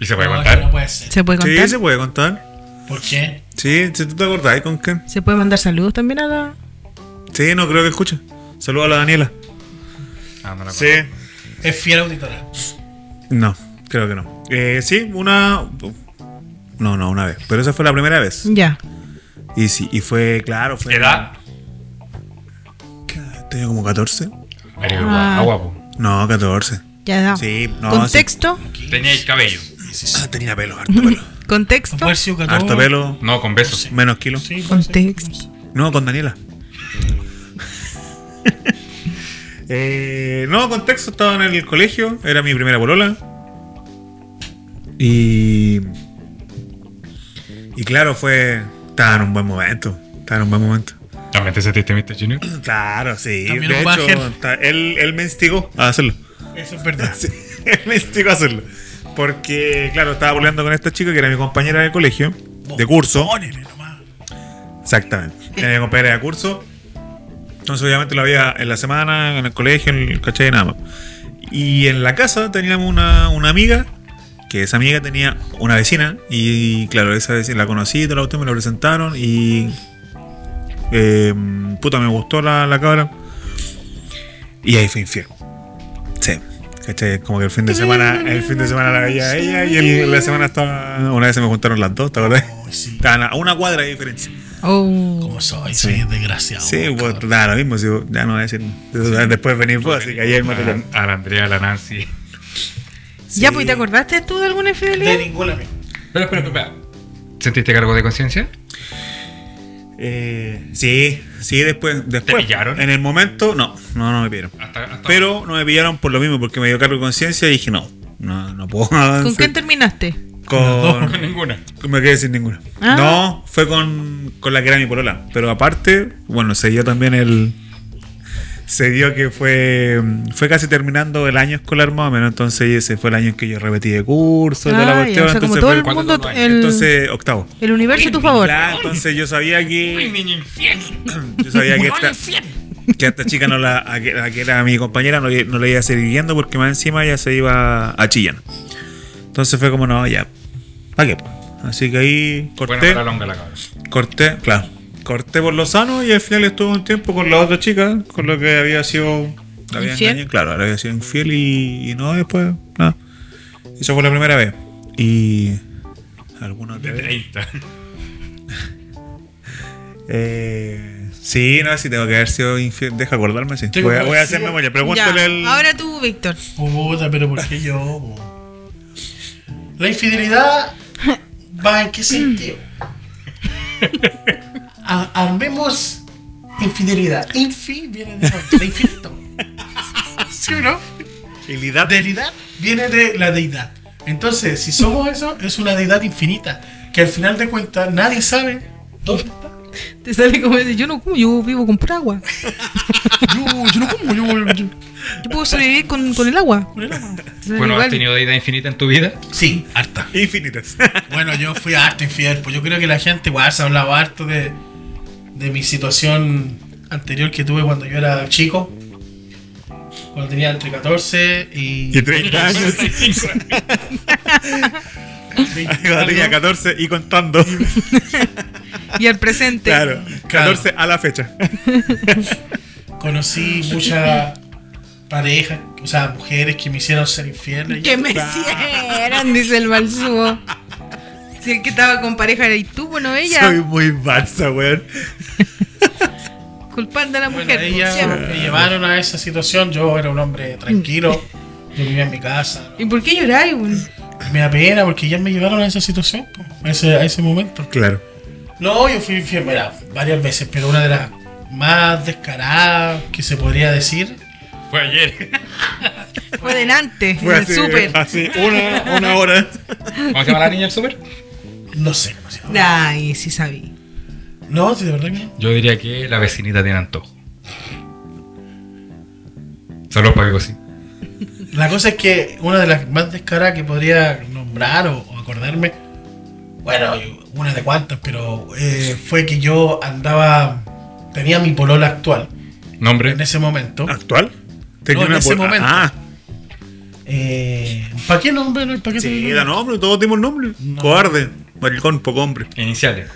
Speaker 5: ¿Y se puede
Speaker 2: No,
Speaker 5: contar?
Speaker 2: eso no puede ser.
Speaker 4: ¿Se puede
Speaker 3: Sí,
Speaker 4: contar?
Speaker 3: se puede contar.
Speaker 2: ¿Por qué?
Speaker 3: Sí, si tú te acordás con qué.
Speaker 4: ¿Se puede mandar saludos también a la...?
Speaker 3: Sí, no creo que escuche. Saludos a la Daniela.
Speaker 5: Ah, no la
Speaker 3: Sí.
Speaker 5: conozco.
Speaker 2: Es fiel auditora.
Speaker 3: No, creo que no. Eh, sí, una. No, no, una vez. Pero esa fue la primera vez.
Speaker 4: Ya.
Speaker 3: Y sí, y fue, claro, fue.
Speaker 5: ¿Edad?
Speaker 4: Ah.
Speaker 3: Tenía como 14.
Speaker 5: Marico,
Speaker 4: Ah.
Speaker 5: guau, guapo.
Speaker 3: No, 14.
Speaker 4: Ya, da.
Speaker 3: Sí, no,
Speaker 4: ¿Contexto?
Speaker 5: Tenía el cabello.
Speaker 3: Ah, tenía pelo, harto pelo.
Speaker 4: ¿Contexto?
Speaker 2: Puede haber sido católico.
Speaker 3: harto pelo,
Speaker 5: No, con besos.
Speaker 3: menos kilo.
Speaker 2: Sí, puede ser.
Speaker 4: Contexto.
Speaker 3: No, con Daniela. Eh, no, contexto, estaba en el colegio, era mi primera polola. Y. Y claro, fue. Estaba en un buen momento. Estaba en un buen momento.
Speaker 5: ¿También te sentiste, Mr. Junior?
Speaker 3: Claro, sí.
Speaker 2: También
Speaker 3: de
Speaker 2: un
Speaker 3: hecho,
Speaker 2: ángel.
Speaker 3: ta- él, él me instigó a hacerlo.
Speaker 2: Eso es verdad.
Speaker 3: Sí, él me instigó a hacerlo. Porque, claro, estaba volando con esta chica que era mi compañera de colegio, de curso.
Speaker 2: Ponele nomás.
Speaker 3: Exactamente. Era mi compañera de curso. Entonces, obviamente, lo había en la semana, en el colegio, en el cachai y nada más. Y en la casa teníamos una, una amiga, que esa amiga tenía una vecina. Y, claro, esa vecina la conocí, toda la cuestión, me la presentaron. Y. eh, puta, me gustó la, la cabra. Y ahí fue infiel. Sí. ¿Cachai? Como que el fin de semana, el fin de semana la veía a ella y el- la semana estaba. Una vez se me juntaron las dos, ¿te acordás?
Speaker 2: Oh, sí.
Speaker 3: Estaban a una cuadra de diferencia.
Speaker 4: Oh.
Speaker 2: Como soy, soy desgraciado.
Speaker 3: Sí, pues da lo mismo, si vos- ya no voy a decir. Después venís vos, así que ayer me
Speaker 5: A, a la Andrea, a la Nancy.
Speaker 4: Ya, pues, ¿te acordaste tú de alguna
Speaker 2: De
Speaker 4: infidelidad?
Speaker 2: ninguna amigo.
Speaker 5: Pero, espera, espera. ¿Sentiste cargo de conciencia?
Speaker 3: Eh, sí, sí, después. después
Speaker 5: pillaron? Ah,
Speaker 3: En el momento, no, no, no me pillaron.
Speaker 5: Hasta, hasta
Speaker 3: Pero no me pillaron por lo mismo, porque me dio cargo de conciencia y dije, no, no, no puedo. avanzar.
Speaker 4: ¿Con quién terminaste?
Speaker 5: No,
Speaker 3: Con-
Speaker 5: ninguna.
Speaker 3: Me quedé sin ninguna.
Speaker 4: Ah.
Speaker 3: No, fue con, con la que era mi polola. Pero aparte, bueno, se dio también el. Se dio que fue. Fue casi terminando el año escolar más o menos. Entonces ese fue el año en que yo repetí de curso, toda la
Speaker 4: Ah, ya,
Speaker 3: cuestión.
Speaker 4: o sea, como
Speaker 3: entonces,
Speaker 4: todo
Speaker 3: fue-
Speaker 4: el
Speaker 5: ¿Cuánto
Speaker 4: mundo,
Speaker 5: toma?
Speaker 4: el,
Speaker 3: entonces, octavo.
Speaker 4: el universo a tu favor.
Speaker 3: Claro, entonces yo sabía que.
Speaker 5: niño infiel.
Speaker 3: Yo sabía que esta, que a esta chica no la, a que, a que era mi compañera no, le- no le iba a seguir guiando porque más encima ya se iba a Chillán. Entonces fue como, no, ya. ¿Para qué? po? Así que ahí corté.
Speaker 5: Bueno, para la longa la cabra.
Speaker 3: Corté, claro. Corté por lo sano y al final estuve un tiempo con la otra chica, con lo que había sido. la había
Speaker 4: Infiel.
Speaker 3: engañado, claro, la había sido infiel y, y no, después, nada. Eso fue la primera vez. Y. ¿Alguna otra vez?
Speaker 5: 30.
Speaker 3: Eh, sí, no, si tengo que haber sido infiel. Deja acordarme, sí.
Speaker 2: Tengo
Speaker 3: Voy a,
Speaker 2: que
Speaker 3: voy a
Speaker 2: haber
Speaker 3: hacer
Speaker 2: sido-
Speaker 3: memoria.
Speaker 4: Ya,
Speaker 3: Pregúntale al.
Speaker 4: Ahora tú, Víctor.
Speaker 2: Puta, pero ¿por qué yo? po? La infidelidad va en qué sentido. Ha- Armemos infidelidad. Infi viene de, de infinito. ¿Sí o no?
Speaker 3: Habilidad
Speaker 2: Deidad viene de la deidad. Entonces, si somos eso, es una deidad infinita. Que al final de cuentas nadie sabe dónde está.
Speaker 4: Te sale como decir, yo no como, yo vivo con agua.
Speaker 2: Yo, yo no como, yo, yo- yo-
Speaker 4: Yo puedo sobrevivir con, con el agua.
Speaker 2: con el agua.
Speaker 4: Entonces,
Speaker 5: Bueno, ¿has
Speaker 4: igual-
Speaker 5: tenido deidad infinita en tu vida?
Speaker 2: Sí, harta.
Speaker 3: Infinitas.
Speaker 2: Bueno, yo fui harto infiel, pues yo creo que la gente igual se hablaba harto de, de mi situación anterior que tuve cuando yo era chico. Cuando tenía entre 14 y,
Speaker 3: y 30 años.
Speaker 2: 20
Speaker 3: Cuando tenía
Speaker 2: algo.
Speaker 3: 14 y contando.
Speaker 4: Y al presente.
Speaker 3: Claro. 14 a la fecha.
Speaker 2: conocí muchas parejas, o sea, mujeres que me hicieron ser infiel.
Speaker 4: Que me hicieron, dice el balsúo. Si el que estaba con pareja era y tú, bueno, ella.
Speaker 3: Soy muy balsa, weón.
Speaker 4: Culpando a la
Speaker 2: Bueno,
Speaker 4: mujer. pues, por
Speaker 2: ellas
Speaker 4: siempre.
Speaker 2: me llevaron a esa situación, yo era un hombre tranquilo, yo vivía en mi casa.
Speaker 4: ¿Y por qué lloráis? güey?
Speaker 2: Me da pena porque ellas me llevaron a esa situación, pues, a ese- a ese momento.
Speaker 3: Claro.
Speaker 2: No, yo fui infiel, mira, varias veces, pero una de las más descaradas que se podría decir.
Speaker 5: Fue ayer.
Speaker 4: Fue delante,
Speaker 3: Fue
Speaker 4: en el
Speaker 3: así,
Speaker 4: súper.
Speaker 3: así una, una hora.
Speaker 5: ¿Cómo se llama la niña del súper?
Speaker 2: No sé cómo se llama.
Speaker 4: Ay, sí sabí.
Speaker 2: No, sí, de verdad que no.
Speaker 5: Yo diría que la vecinita tiene antojo. Saludos para que cocine.
Speaker 2: La cosa es que una de las más descaradas que podría nombrar o, o acordarme, bueno, yo- una de cuantas, pero eh, fue que yo andaba, tenía mi polola actual
Speaker 5: Nombre.
Speaker 2: en ese momento.
Speaker 3: ¿Actual?
Speaker 2: No, en ese
Speaker 3: po-
Speaker 2: momento.
Speaker 3: Ah,
Speaker 2: Eh, ¿Para qué nombre? no? ¿Para qué
Speaker 3: sí,
Speaker 2: nombre?
Speaker 3: da nombre, todos dimos nombre.
Speaker 2: No.
Speaker 3: Cobarde, maricón, poco hombre.
Speaker 5: Iniciales.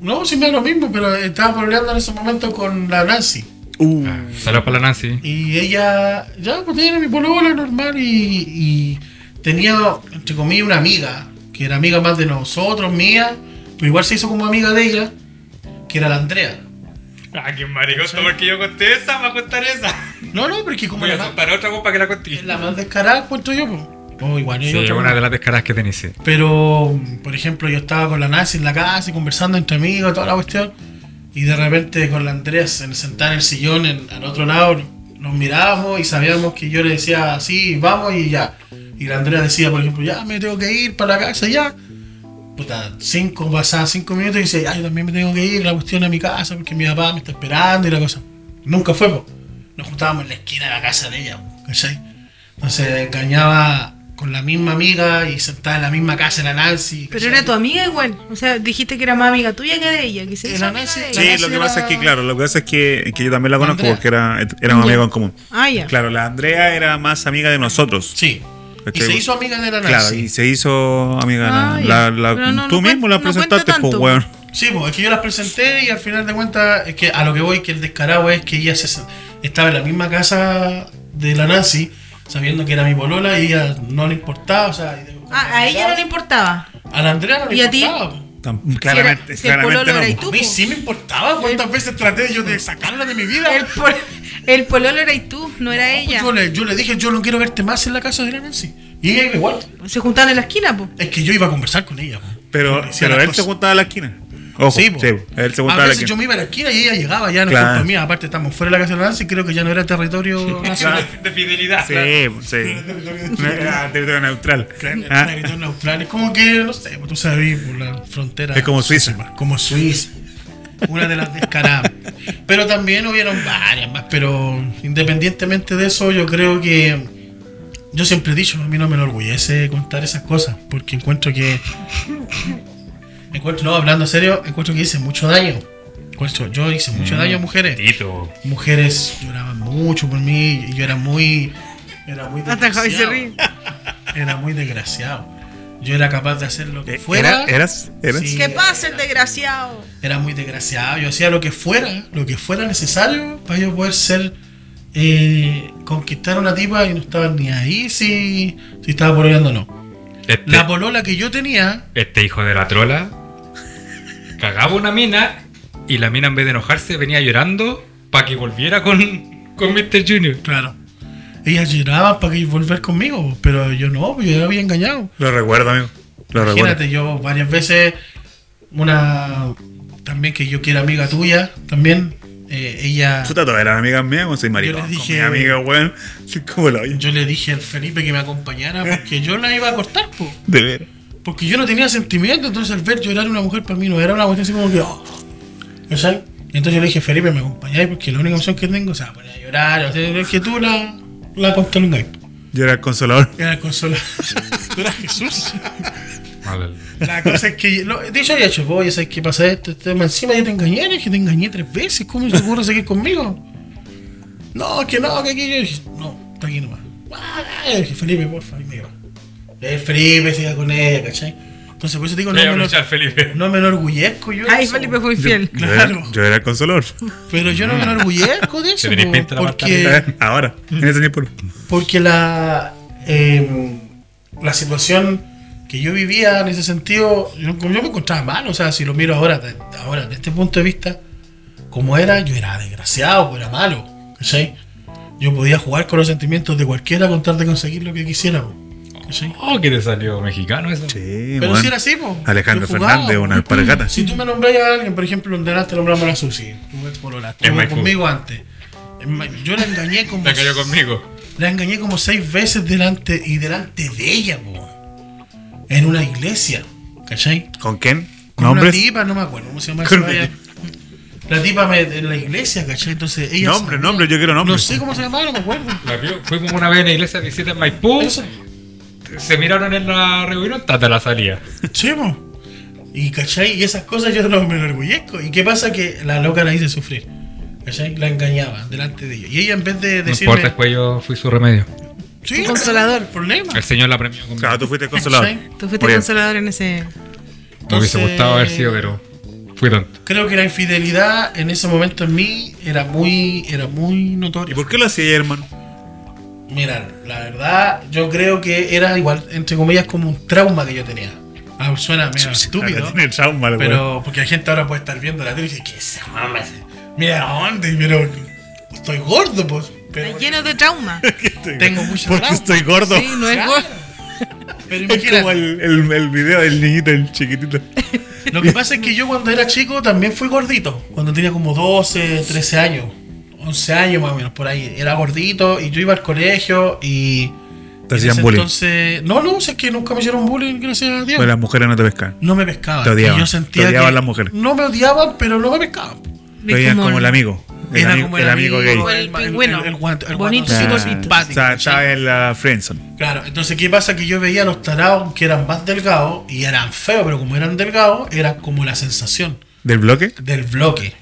Speaker 2: No, sí me da lo mismo, pero estaba pololeando en ese momento con la Nancy.
Speaker 3: Uh,
Speaker 5: Ah, Saludos para la Nancy.
Speaker 2: Y ella, ya, pues tenía mi polola normal y, y tenía, entre comillas, una amiga, que era amiga más de nosotros, mía, pero igual se hizo como amiga de ella, que era la Andrea.
Speaker 5: Ah, qué maricón, porque yo conté esa, me a contar esa.
Speaker 2: No, no, pero es que como
Speaker 5: Voy
Speaker 2: la
Speaker 5: a
Speaker 2: más,
Speaker 5: contar otra voz para que la conté.
Speaker 2: es la más descarada, cuento yo, pues. Oh, igual, yo
Speaker 5: Sí,
Speaker 2: otra
Speaker 5: una
Speaker 2: más.
Speaker 5: de las descaradas que tenés. sí.
Speaker 2: Pero, mm, por ejemplo, yo estaba con la Nancy en la casa y conversando entre amigos, toda la cuestión. Y de repente con la Andrea se- sentada en el sillón en- al otro lado, nos mirábamos y sabíamos que yo le decía, sí, vamos y ya. Y la Andrea decía, por ejemplo, ya me tengo que ir para la casa, ya. Puta, cinco, pasadas cinco minutos y dice, ya, yo también me tengo que ir, la cuestión a mi casa porque mi papá me está esperando y la cosa. Nunca fue, po. Nos juntábamos en la esquina de la casa de ella, po, ¿cachai? Entonces engañaba con la misma amiga y sentada en la misma casa de la Nancy.
Speaker 4: Pero
Speaker 2: ¿cachai?
Speaker 4: era tu amiga igual. O sea, dijiste que era más amiga tuya que de ella. Que se hizo
Speaker 2: Era
Speaker 4: amiga
Speaker 2: nazi.
Speaker 4: de ella.
Speaker 2: La
Speaker 3: Sí,
Speaker 2: Nancy
Speaker 3: lo que pasa
Speaker 2: era-
Speaker 3: es que, claro, lo que pasa es que, que yo también la conozco
Speaker 2: Andrea.
Speaker 3: porque era, era una amiga en común.
Speaker 4: Ah, ya.
Speaker 3: Claro, la Andrea era más amiga de nosotros.
Speaker 2: Sí. Y
Speaker 3: ¿Cachai?
Speaker 2: se hizo amiga de la Nancy.
Speaker 3: Claro, y se hizo amiga.
Speaker 4: Ah,
Speaker 3: la,
Speaker 4: ya.
Speaker 3: la-
Speaker 4: Pero no-
Speaker 3: tú
Speaker 4: no
Speaker 3: mismo
Speaker 4: cuen-
Speaker 3: la
Speaker 4: no cuenta
Speaker 3: presentaste, pues,
Speaker 4: tanto.
Speaker 3: weón.
Speaker 2: Sí, pues es que yo las presenté y al final de cuentas, es que a lo que voy, que el descarado es que ella se- estaba en la misma casa de la Nancy, sabiendo que era mi polola y ella no le importaba, o sea, y de-
Speaker 4: Ah, a ella no le importaba.
Speaker 2: a la Andrea no le
Speaker 4: ¿Y a ti?
Speaker 2: importaba. po.
Speaker 3: Tam-
Speaker 4: Si era-
Speaker 3: Claramente,
Speaker 4: si el
Speaker 3: claramente
Speaker 4: pololo
Speaker 3: no.
Speaker 4: era y
Speaker 3: po.
Speaker 4: tú.
Speaker 2: A mí
Speaker 4: po.
Speaker 2: sí me importaba cuántas veces traté yo de sacarla de mi vida.
Speaker 4: El, pol- el pololo era y tú, no era ella.
Speaker 2: Yo le, yo le dije, yo no quiero verte más en la casa de la Nancy. Y ella iba igual.
Speaker 4: Se juntaban en la esquina, po.
Speaker 2: Es que yo iba a conversar con ella. po.
Speaker 3: Pero,
Speaker 2: Le decía
Speaker 3: pero este
Speaker 2: las
Speaker 3: él se
Speaker 2: cosas.
Speaker 3: juntaba a la esquina. Ojo, sí,
Speaker 2: Sí, po.
Speaker 3: él
Speaker 4: Ah,
Speaker 3: se
Speaker 2: A
Speaker 3: juntaba a la
Speaker 2: veces yo
Speaker 3: esquina.
Speaker 2: me iba a la esquina y ella llegaba, ya no es
Speaker 3: Claro.
Speaker 2: culpa mía. Aparte, estamos fuera de la casa de la Nancy, creo que ya no era territorio nacional.
Speaker 5: De fidelidad.
Speaker 3: Sí, po, sí. Era territorio neutral.
Speaker 2: Ucrania,
Speaker 3: Ah,
Speaker 2: territorio neutral. Es como que, no sé, pues, tú sabes, por la frontera.
Speaker 3: Es como Suiza.
Speaker 2: Como Suiza. Una de las descaradas. Pero también hubieron varias más. Pero independientemente de eso, yo creo que. Yo siempre he dicho, a mí no me enorgullece contar esas cosas. Porque encuentro que. Encuentro, no, hablando en serio, encuentro que hice mucho daño. Encuentro, yo hice mucho
Speaker 3: Mm,
Speaker 2: daño a mujeres
Speaker 5: Tito.
Speaker 2: mujeres lloraban mucho por mí y yo era muy era muy
Speaker 4: Hasta Javi se
Speaker 2: desgraciado.
Speaker 4: ríe.
Speaker 2: era muy desgraciado yo era capaz de hacer lo que
Speaker 3: eh,
Speaker 2: fuera
Speaker 3: era- ¿Eras? ¿Eras?
Speaker 2: Sí.
Speaker 4: Que pase el desgraciado.
Speaker 2: era muy desgraciado yo hacía lo que fuera lo que fuera necesario para yo poder ser eh, conquistar a una tipa y no estaba ni ahí si, si estaba pololeando o no
Speaker 5: Este,
Speaker 2: la polola que yo tenía
Speaker 5: este hijo de la trola cagaba una mina y la mina en vez de enojarse venía llorando para que volviera con, con Mr. Junior.
Speaker 2: claro ellas lloraban para que volver conmigo, pero yo no, pues yo la había engañado.
Speaker 3: Lo recuerdo, amigo. Lo recuerdo.
Speaker 2: Imagínate, yo varias veces, una también que yo quiera amiga tuya, también, eh, ella...
Speaker 3: Puta, todas las amigas mías, weón, pues, soy maricón.
Speaker 2: les
Speaker 3: con
Speaker 2: dije-
Speaker 3: mi amiga, weón. Soy como la olla.
Speaker 2: Yo le dije al Felipe que me acompañara porque yo la iba a cortar, po.
Speaker 3: De ver.
Speaker 2: porque yo no tenía sentimiento, entonces al ver llorar a una mujer para mí no era una cuestión así como que... oh, ¿cachai? Entonces yo le dije, Felipe, me acompañáis porque la única opción que tengo es poner a llorar, o sea, es que tú la, la consterngáis.
Speaker 3: Yo era el consolador.
Speaker 2: Era el consola. Tú eras Jesús.
Speaker 5: Mal-
Speaker 2: La cosa es que, lo, de hecho, había hecho, oye, ¿sabes qué pasa esto? esto, más encima yo te engañé, es que te engañé tres veces, ¿cómo se te ocurre seguir conmigo? No, que no, que aquí yo dije, no, está aquí nomás. Ah, yo dije, Felipe, porfa, y me iba. Y el Felipe se iba con ella, ¿cachai? Entonces, por eso te digo, no,
Speaker 5: Voy a
Speaker 2: me,
Speaker 5: aprovechar,
Speaker 2: enor-
Speaker 5: Felipe.
Speaker 2: no me enorgullezco yo. de
Speaker 4: Ay,
Speaker 2: eso,
Speaker 4: Felipe fue
Speaker 3: Yo-
Speaker 4: infiel.
Speaker 3: Yo, era- yo
Speaker 2: Claro.
Speaker 3: era, el consolador.
Speaker 2: Pero yo no me enorgullezco de eso,
Speaker 5: Te tenés
Speaker 2: po,
Speaker 5: pinta la
Speaker 2: porque,
Speaker 3: Ahora, en ese tiempo. no.
Speaker 2: porque la, eh, la situación que yo vivía en ese sentido, yo, yo me encontraba mal, o sea, si lo miro ahora, de- ahora desde este punto de vista, como era, yo era desgraciado, pues, era malo, ¿cachai? Yo podía jugar con los sentimientos de cualquiera con tal de conseguir lo que quisiera, pues, ¿cachai?
Speaker 5: Oh, que te salió mexicano eso.
Speaker 3: Sí,
Speaker 2: Pero
Speaker 3: weón.
Speaker 2: si era así, po.
Speaker 3: Alejandro
Speaker 2: Yo jugaba,
Speaker 3: Fernández,
Speaker 2: po.
Speaker 3: una alpargata.
Speaker 2: Si tú me nombras a alguien, por ejemplo, en Dallas te nombramos a la Susi, tú ex polola, estuvo
Speaker 5: Mike
Speaker 2: conmigo antes. Es Mike- Yo la engañé como
Speaker 5: La cayó conmigo.
Speaker 2: la engañé como seis veces delante y delante de ella, po. En una iglesia, ¿cachai?
Speaker 3: ¿Con quién?
Speaker 2: Con una
Speaker 3: ¿Nombres?
Speaker 2: tipa, no me acuerdo cómo se llama
Speaker 3: Con
Speaker 2: esa
Speaker 3: una-
Speaker 2: valla. La tipa me- en la iglesia, ¿cachai? Entonces ella.
Speaker 3: Nombre,
Speaker 2: sabía-
Speaker 3: nombre, yo quiero nombre.
Speaker 2: No sé cómo se llamaba, no me acuerdo.
Speaker 5: La vio. Fuimos una vez a la iglesia de visita en Maipú.
Speaker 2: Eso.
Speaker 5: Se miraron en la reunión, tata la salida.
Speaker 2: Sí, po. Y, ¿cachai? Y esas cosas yo no me enorgullezco. ¿Y qué pasa? Que la loca la hice sufrir. ¿Cachai? La engañaba delante de ella. Y ella en vez de
Speaker 5: No
Speaker 2: decirme.
Speaker 5: importa, después yo fui su remedio.
Speaker 2: sí,
Speaker 4: Consolador.
Speaker 2: problema.
Speaker 5: El señor la premió
Speaker 3: O
Speaker 5: conmigo.
Speaker 3: sea, tú fuiste consolador.
Speaker 2: Sí.
Speaker 4: Tú fuiste
Speaker 3: Oye,
Speaker 4: consolador en ese.
Speaker 5: Me hubiese
Speaker 2: Entonces-
Speaker 5: gustado haber sido, pero fui tonto.
Speaker 2: Creo que la infidelidad en ese momento en mí era muy, era muy
Speaker 3: ¿Y
Speaker 2: notoria.
Speaker 3: por qué lo hacía, hermano?
Speaker 2: Mira, la verdad, yo creo que era igual, entre comillas, como un trauma que yo tenía. Ah, suena medio estúpido.
Speaker 3: Ah, Tiene trauma, el weón.
Speaker 2: Pero porque la gente ahora puede estar viendo la tele y dice, ¿qué se mama? Mira dónde, pero estoy gordo, pues. Pero
Speaker 4: Está lleno de trauma. Sí,
Speaker 2: tengo mucho
Speaker 3: Porque
Speaker 2: trauma.
Speaker 3: estoy gordo.
Speaker 4: no es
Speaker 2: Claro.
Speaker 4: gordo.
Speaker 2: Pero
Speaker 3: Es como
Speaker 2: imagínate,
Speaker 3: el, el, el video del niñito, el chiquitito.
Speaker 2: lo que pasa es que yo cuando era chico también fui gordito. Cuando tenía como 12, 13 años, 11 años más o menos, por ahí. Era gordito y yo iba al colegio y...
Speaker 3: Te
Speaker 2: En
Speaker 3: hacían
Speaker 2: ese
Speaker 3: bullying.
Speaker 2: Entonces, no, no, es que nunca me hicieron bullying, gracias a Dios.
Speaker 3: Pero las mujeres no te pescan.
Speaker 2: no me pescaban.
Speaker 3: Te odiaban,
Speaker 2: Y Yo sentía
Speaker 3: te odiaban
Speaker 2: que
Speaker 3: las mujeres.
Speaker 2: No me odiaban, pero no me pescaban.
Speaker 3: Te veían como el amigo. El,
Speaker 2: Era
Speaker 3: ami-
Speaker 2: como
Speaker 3: el amigo gay.
Speaker 4: O el pingüino.
Speaker 2: El, el, guante- el
Speaker 4: Bonito.
Speaker 2: guatoncito
Speaker 3: Ah,
Speaker 2: simpático,
Speaker 3: o sea,
Speaker 2: ¿cachai?
Speaker 3: estaba en la friendzone.
Speaker 2: Claro, entonces, ¿qué pasa? Que yo veía a los tarados que eran más delgados y eran feos, pero como eran delgados, era como la sensación
Speaker 3: ¿Del bloque?
Speaker 2: del bloque.